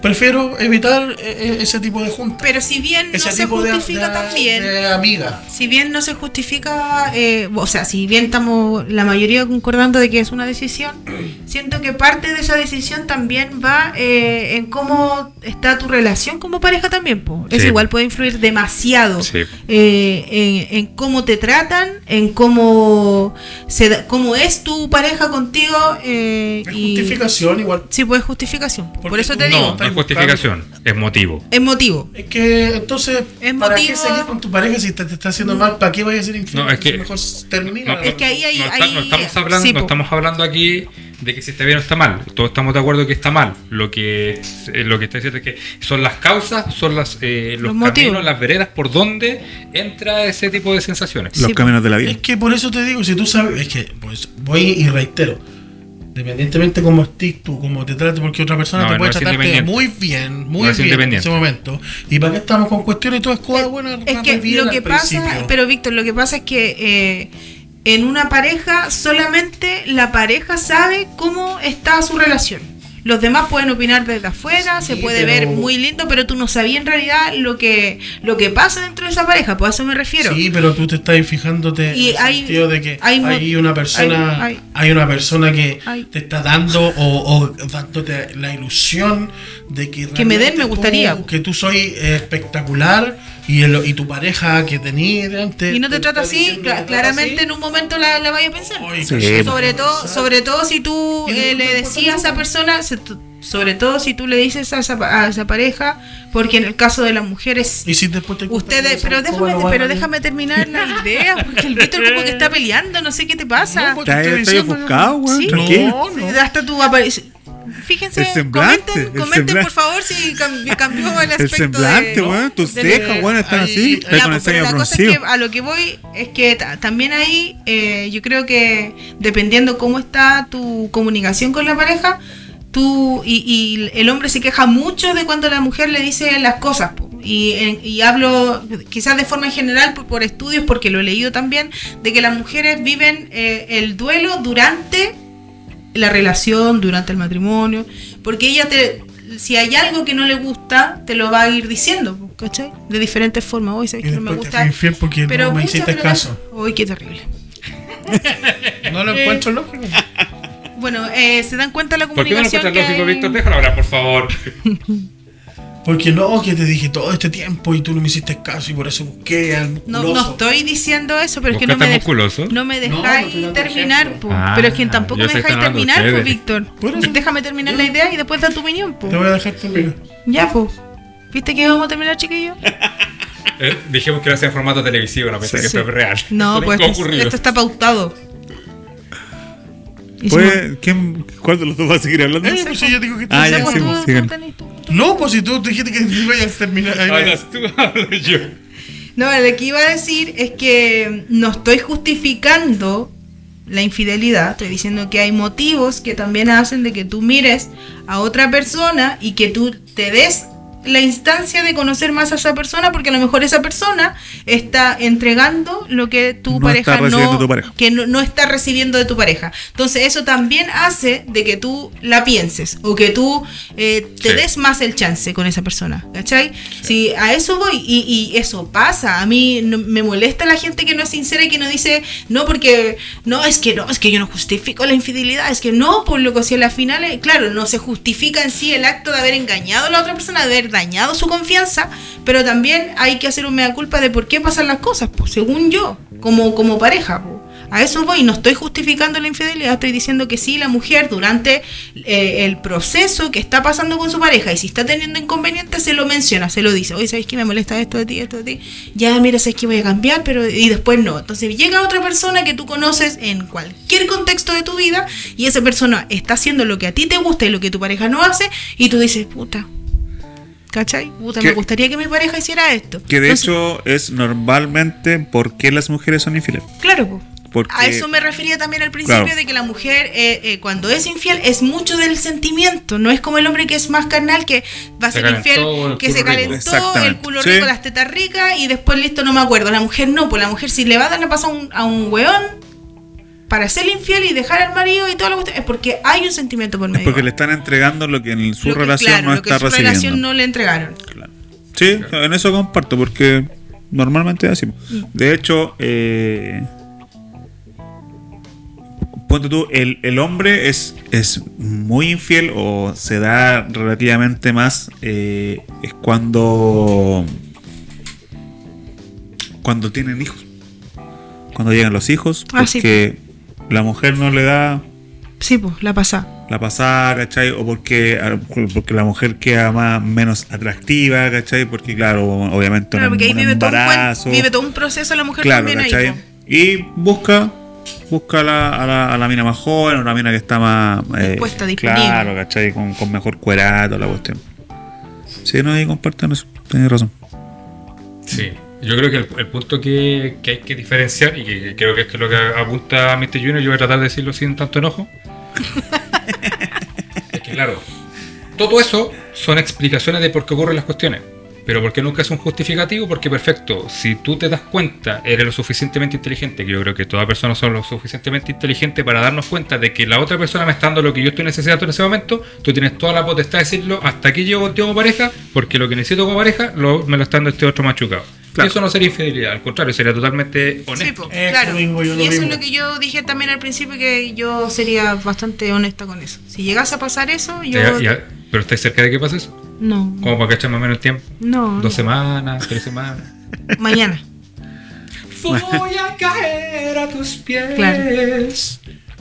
Speaker 2: prefiero evitar eh, eh, ese tipo de junta.
Speaker 4: Pero si bien
Speaker 2: Ese
Speaker 4: no se
Speaker 2: tipo de-
Speaker 4: justifica
Speaker 2: de-
Speaker 4: también.
Speaker 2: de amiga.
Speaker 4: Si bien no se justifica, eh, o sea, si bien estamos la mayoría concordando de que es una decisión, siento que parte de esa decisión también va eh, en cómo está tu relación como pareja también. po. Eso
Speaker 5: Sí.
Speaker 4: igual puede influir demasiado
Speaker 5: Sí.
Speaker 4: eh, en, en cómo te tratan, en cómo, se da- cómo es tu pareja contigo. eh,
Speaker 2: Es
Speaker 4: y,
Speaker 2: justificación igual.
Speaker 4: Sí, pues justificación.
Speaker 2: Porque
Speaker 4: Por eso
Speaker 2: tú
Speaker 4: te
Speaker 2: no.
Speaker 4: digo,
Speaker 5: no es justificación, es motivo.
Speaker 4: es motivo.
Speaker 2: Es que entonces,
Speaker 4: Es
Speaker 2: ¿para qué
Speaker 4: motivo- Mm.
Speaker 2: seguir con tu pareja si te, te está haciendo mal? ¿Para qué vayas a ser infiel?
Speaker 5: No, es que-
Speaker 2: Mejor termina.
Speaker 5: No,
Speaker 4: Es que ahí hay-
Speaker 5: no, está-
Speaker 4: ahí-
Speaker 5: no estamos hablando,
Speaker 4: sí,
Speaker 5: no
Speaker 4: po.
Speaker 5: estamos hablando aquí de que si está bien o está mal. Todos estamos de acuerdo que está mal. Lo que, eh, lo que está diciendo es que son las causas, son las, eh, los,
Speaker 4: Los
Speaker 5: caminos,
Speaker 4: motivos.
Speaker 5: las veredas por donde entra ese tipo de sensaciones.
Speaker 3: Los
Speaker 4: Sí,
Speaker 3: caminos de la vida.
Speaker 2: pues. Es que por eso te digo, si tú sabes, es que pues, voy y reitero, independientemente cómo estés tú, cómo te trates, porque otra persona
Speaker 5: No,
Speaker 2: te
Speaker 5: no
Speaker 2: puede
Speaker 5: es
Speaker 2: tratarte
Speaker 5: independiente.
Speaker 2: muy bien, muy
Speaker 5: No es
Speaker 2: bien en
Speaker 5: independiente.
Speaker 2: ese momento. ¿Y para qué estamos con cuestiones y todas cosas buenas?
Speaker 4: Es
Speaker 2: ratas
Speaker 4: que
Speaker 2: bien
Speaker 4: lo
Speaker 2: al
Speaker 4: que pasa,
Speaker 2: principio?
Speaker 4: pero Víctor, lo que pasa es que eh, en una pareja solamente la pareja sabe cómo está su relación. Los demás pueden opinar desde afuera, se puede
Speaker 2: pero-
Speaker 4: ver muy lindo, pero tú no sabías en realidad lo que, lo que pasa dentro de esa pareja, pues a eso me refiero.
Speaker 2: Sí, pero tú te estás fijándote
Speaker 4: Y
Speaker 2: en el
Speaker 4: hay-
Speaker 2: sentido de que hay,
Speaker 4: hay mo-
Speaker 2: una persona,
Speaker 4: hay-
Speaker 2: hay,
Speaker 4: hay-
Speaker 2: una persona que
Speaker 4: hay.
Speaker 2: te está dando o, o dándote la ilusión de que
Speaker 4: Que me den, me
Speaker 2: realmente
Speaker 4: gustaría.
Speaker 2: tú- que tú soy eh, espectacular y el- y tu pareja que tenías delante
Speaker 4: Y no te trata
Speaker 2: está
Speaker 4: así,
Speaker 2: diciendo,
Speaker 4: cla-
Speaker 2: "Me trata
Speaker 4: claramente
Speaker 2: así".
Speaker 4: en un momento la, la vayas a pensar.
Speaker 2: Oye,
Speaker 3: Sí,
Speaker 2: cachai,
Speaker 4: sobre
Speaker 2: no
Speaker 4: todo
Speaker 2: sabe.
Speaker 4: sobre todo si tú
Speaker 2: Y no
Speaker 4: eh,
Speaker 2: te
Speaker 4: le
Speaker 2: importa
Speaker 4: decías a esa
Speaker 2: nunca.
Speaker 4: persona se- tú- sobre todo si tú le dices a esa, pa- a esa pareja porque en el caso de las mujeres
Speaker 2: y si después te cuesta
Speaker 4: ustedes
Speaker 2: que
Speaker 4: pero
Speaker 2: son
Speaker 4: déjame
Speaker 2: como
Speaker 4: pero
Speaker 2: los
Speaker 4: déjame terminar la idea porque el Víctor como que está peleando no sé qué te pasa
Speaker 2: No, porque-
Speaker 3: Está
Speaker 2: estoy
Speaker 3: está
Speaker 2: diciendo,
Speaker 3: ofuscado, weón.
Speaker 4: Sí.
Speaker 3: Tranquilo.
Speaker 2: No, no.
Speaker 4: hasta tú apareces Fíjense,
Speaker 3: El semblante,
Speaker 4: comenten,
Speaker 3: el
Speaker 4: comenten
Speaker 3: semblante.
Speaker 4: por favor si cambi- cambió el aspecto
Speaker 3: El semblante,
Speaker 4: de-
Speaker 3: weón. Tus
Speaker 4: de-
Speaker 3: cejas, weón, están
Speaker 2: ahí-
Speaker 3: así.
Speaker 2: Ya,
Speaker 3: Están
Speaker 4: Ya,
Speaker 3: con el
Speaker 4: pues, pero
Speaker 3: ceño
Speaker 4: la cosa es
Speaker 3: fruncido.
Speaker 4: que a lo que voy es que ta- también ahí eh, yo creo que dependiendo cómo está tu comunicación con la pareja, tú y, y el hombre se queja mucho de cuando la mujer le dice las cosas. po. Y, en- y hablo quizás de forma general por, por estudios, porque lo he leído también, de que las mujeres viven eh, el duelo durante la relación, durante el matrimonio, porque ella te... Si hay algo que no le gusta, te lo va a ir diciendo, po, ¿cachai? De diferentes formas. Hoy sabes
Speaker 2: Y
Speaker 4: que no me
Speaker 2: después te
Speaker 4: gusta.
Speaker 2: fui infiel porque
Speaker 4: Pero
Speaker 2: no me
Speaker 4: muchas
Speaker 2: hiciste
Speaker 4: relaciones-
Speaker 2: caso.
Speaker 4: Uy, qué terrible.
Speaker 2: No lo encuentro lógico.
Speaker 4: Bueno, eh, se dan cuenta la
Speaker 5: ¿Por qué no lo
Speaker 4: comunicación.
Speaker 5: escuchas
Speaker 4: que
Speaker 5: lógico,
Speaker 4: hay-
Speaker 5: Víctor? Déjalo hablar, por favor.
Speaker 2: Porque no, que te dije todo este tiempo y tú no me hiciste caso y por eso busqué al
Speaker 4: No, no
Speaker 2: musculoso.
Speaker 4: estoy diciendo eso, pero es que no me,
Speaker 5: ¿Buscaste
Speaker 4: dej-
Speaker 5: musculoso?
Speaker 4: no me
Speaker 2: No, no
Speaker 4: dejáis
Speaker 2: estoy dando
Speaker 4: terminar,
Speaker 2: ejemplo.
Speaker 4: po.
Speaker 5: Ah,
Speaker 4: pero es que tampoco
Speaker 5: yo
Speaker 4: me
Speaker 5: sé que
Speaker 4: dejáis
Speaker 5: están hablando
Speaker 4: terminar, po,
Speaker 5: ustedes.
Speaker 4: Víctor.
Speaker 2: Por eso.
Speaker 4: Déjame terminar la idea y después da tu opinión, po.
Speaker 2: Te voy a dejar terminar.
Speaker 4: Ya, po. ¿Viste que vamos a terminar, chiquillo?
Speaker 5: Eh, dijimos que lo hacía en formato televisivo, no pensé que
Speaker 4: Sí.
Speaker 5: esto es real.
Speaker 4: No,
Speaker 5: Esto
Speaker 4: pues
Speaker 5: nunca ha
Speaker 4: esto,
Speaker 5: ocurrido.
Speaker 4: esto está pautado. Y si no-
Speaker 3: Pues, ¿quién, ¿Cuál de los dos va a seguir hablando?
Speaker 2: Eh, pues sí, yo digo que
Speaker 3: Ah, ya,
Speaker 4: no sé,
Speaker 3: sí,
Speaker 4: po, tú-
Speaker 3: sí,
Speaker 4: tú
Speaker 3: sigan.
Speaker 4: tenés tu-
Speaker 2: No, pues si tú dijiste que te ibas a terminar. ahí va.
Speaker 5: Hablas tú, hablo yo.
Speaker 4: No, lo que iba a decir es que no estoy justificando la infidelidad, estoy diciendo que hay motivos que también hacen de que tú mires a otra persona y que tú te des la instancia de conocer más a esa persona porque a lo mejor esa persona está entregando lo que tu
Speaker 3: No
Speaker 4: pareja
Speaker 3: está recibiendo
Speaker 4: no
Speaker 3: tu pareja.
Speaker 4: que no, no está recibiendo de tu pareja. Entonces eso también hace de que tú la pienses o que tú eh, te
Speaker 5: Sí.
Speaker 4: des más el chance con esa persona, ¿cachai? Si a eso voy y, y eso pasa, a mí no- me molesta la gente que no es sincera y que no dice, no, porque no, es que no, es que yo no justifico la infidelidad, es que no, por lo que si a la final, eh, claro, no se justifica en sí el acto de haber engañado a la otra persona, de haber dañado su confianza, pero también hay que hacer un mea culpa de por qué pasan las cosas, pues, según yo, como, como pareja, pues. po. A eso voy, no estoy justificando la infidelidad, estoy diciendo que sí, la mujer durante eh, el proceso que está pasando con su pareja y si está teniendo inconvenientes, se lo menciona, se lo dice, oye, ¿sabes qué me molesta esto de ti, esto de ti? Ya, mira, ¿sabes qué voy a cambiar? pero Y después no. Entonces llega otra persona que tú conoces en cualquier contexto de tu vida y esa persona está haciendo lo que a ti te gusta y lo que tu pareja no hace y tú dices, puta. ¿Cachai? Puta, me
Speaker 3: Que-
Speaker 4: gustaría que mi pareja hiciera esto.
Speaker 3: Que de
Speaker 4: Entonces,
Speaker 3: hecho es normalmente por qué las mujeres son infieles.
Speaker 4: Claro, po.
Speaker 3: Porque-
Speaker 4: a eso me refería también al principio
Speaker 3: Claro.
Speaker 4: de que la mujer eh, eh, cuando es infiel es mucho del sentimiento, no es como el hombre que es más carnal que va a
Speaker 5: Se
Speaker 4: ser
Speaker 5: calentó
Speaker 4: infiel,
Speaker 5: el
Speaker 4: que se
Speaker 5: culo rico.
Speaker 4: calentó, el
Speaker 3: Exactamente.
Speaker 4: culo
Speaker 3: Sí.
Speaker 4: rico, las tetas ricas y después listo, no me acuerdo. La mujer no, pues la mujer si le va a dar la paz a un, a un weón para ser infiel y dejar al marido y todo lo que es porque hay un sentimiento por
Speaker 3: Es
Speaker 4: medio.
Speaker 3: porque le están entregando lo que en su
Speaker 4: Lo que-
Speaker 3: relación
Speaker 4: claro,
Speaker 3: no
Speaker 4: lo que
Speaker 3: está
Speaker 4: su
Speaker 3: recibiendo.
Speaker 4: relación no le entregaron.
Speaker 3: Claro. Sí, en eso comparto, porque normalmente
Speaker 4: Mm.
Speaker 3: decimos. De hecho, eh, ponte tú, el, el hombre es, es muy infiel o se da relativamente más. eh, es cuando. Cuando tienen hijos. Cuando llegan los hijos.
Speaker 4: Ah, sí.
Speaker 3: Porque la mujer no le da
Speaker 4: Sí, pues, la pasada.
Speaker 3: la pasada, ¿cachai? O porque, porque la mujer queda más, menos atractiva, ¿cachai? Porque, claro, obviamente
Speaker 4: Claro,
Speaker 3: un,
Speaker 4: porque ahí
Speaker 3: un
Speaker 4: vive todo, un cuen-
Speaker 3: embarazo.
Speaker 4: vive todo un proceso la mujer
Speaker 3: claro,
Speaker 4: también ahí. pues.
Speaker 3: ¿cachai?
Speaker 4: po.
Speaker 3: Y busca, busca a la, a, la, a la mina más joven, o la mina que está más. eh,
Speaker 4: Dispuesta, disponible.
Speaker 3: Claro, ¿cachai? Con, con mejor cuerato, la cuestión. Sí, no, ahí comparten eso, tenés razón.
Speaker 5: Sí, yo creo que el, el punto que, que hay que diferenciar, y que, que creo que esto es lo que apunta Mr. Junior, yo voy a tratar de decirlo sin tanto enojo, es que claro, todo eso son explicaciones de por qué ocurren las cuestiones. Pero ¿por qué nunca es un justificativo? Porque perfecto, si tú te das cuenta, eres lo suficientemente inteligente, que yo creo que todas personas son lo suficientemente inteligentes para darnos cuenta de que la otra persona me está dando lo que yo estoy necesitando en ese momento, tú tienes toda la potestad de decirlo, hasta aquí llego contigo como pareja, porque lo que necesito como pareja lo- me lo está dando este otro machucado.
Speaker 3: Claro.
Speaker 5: Y eso no sería infidelidad, al contrario, sería totalmente honesto.
Speaker 4: Sí, po,
Speaker 2: Eso
Speaker 4: claro.
Speaker 2: mismo, yo lo
Speaker 4: y eso es
Speaker 2: mismo.
Speaker 4: lo que yo dije también al principio, que yo sería bastante honesta con eso. Si llegase a pasar eso, yo...
Speaker 5: Ya- ya- pero estáis cerca de que pase eso.
Speaker 4: No,
Speaker 5: Como para cachar más o menos el tiempo.
Speaker 4: no.
Speaker 5: Dos semanas, tres semanas.
Speaker 4: Mañana.
Speaker 5: Voy a caer a tus pies.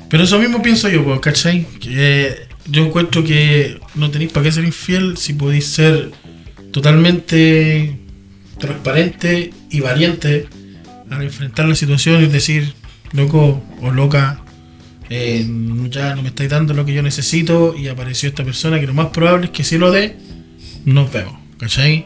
Speaker 2: Pero eso mismo pienso yo, po, ¿cachai? Que yo encuentro que no tenéis para qué ser infiel si podéis ser totalmente transparente y valiente al enfrentar la situación y decir, loco o loca, eh, ya no me estáis dando lo que yo necesito y apareció esta persona que lo más probable es que si lo dé, nos vemos, ¿cachai?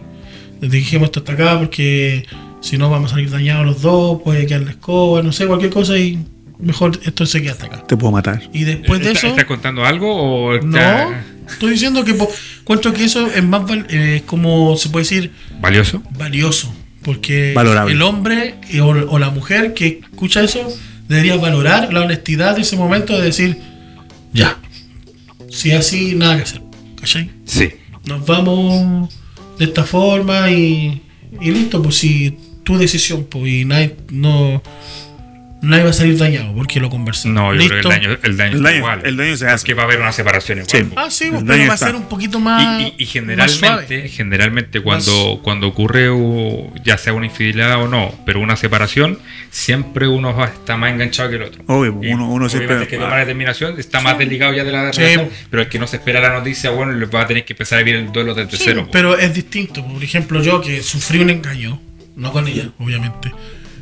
Speaker 2: Les dijimos esto hasta acá porque si no vamos a salir dañados los dos, puede quedar la escoba, no sé, cualquier cosa y mejor esto se queda hasta acá.
Speaker 3: Te puedo matar.
Speaker 2: Y después de
Speaker 5: ¿Está-
Speaker 2: eso,
Speaker 5: ¿Estás contando algo o
Speaker 2: no,
Speaker 5: está
Speaker 2: estoy diciendo que po- encuentro que eso es más, val- eh, como se puede decir,
Speaker 5: valioso?
Speaker 2: valioso. Porque
Speaker 3: Valorable.
Speaker 2: el hombre eh, o, o la mujer que escucha eso debería valorar la honestidad de ese momento de decir, ya, si es así, nada que hacer. ¿Cachai?
Speaker 5: Sí.
Speaker 2: Nos vamos de esta forma y, y listo, pues si tu decisión, pues y nadie, no, nadie va a salir dañado porque lo conversamos.
Speaker 5: No, yo
Speaker 2: Listo.
Speaker 5: creo que el daño, el daño
Speaker 3: El
Speaker 5: es
Speaker 3: daño,
Speaker 5: igual.
Speaker 3: el daño se
Speaker 5: Que
Speaker 3: hace.
Speaker 5: va a haber una separación igual.
Speaker 3: Sí.
Speaker 5: po.
Speaker 2: Ah, sí,
Speaker 3: El
Speaker 2: pues,
Speaker 3: daño
Speaker 2: pero va a
Speaker 3: está.
Speaker 2: ser un poquito Ah,
Speaker 5: Y-
Speaker 2: más.
Speaker 5: Y, y
Speaker 2: más
Speaker 5: generalmente,
Speaker 2: suave.
Speaker 5: generalmente cuando, cuando ocurre o- ya sea una infidelidad o no, pero una separación, siempre uno va- está más enganchado que el otro.
Speaker 3: Obvio, pues,
Speaker 5: Y
Speaker 3: uno- uno
Speaker 5: obviamente
Speaker 3: siempre-
Speaker 5: el que toma la determinación está más delicado ya de la
Speaker 2: Sí.
Speaker 5: relación, pero el que no se espera la noticia, bueno, le va a tener que empezar a vivir el duelo desde
Speaker 2: Sí,
Speaker 5: cero. po.
Speaker 2: pero es distinto. pues, Por ejemplo, yo que sufrí un engaño, no con ella, obviamente.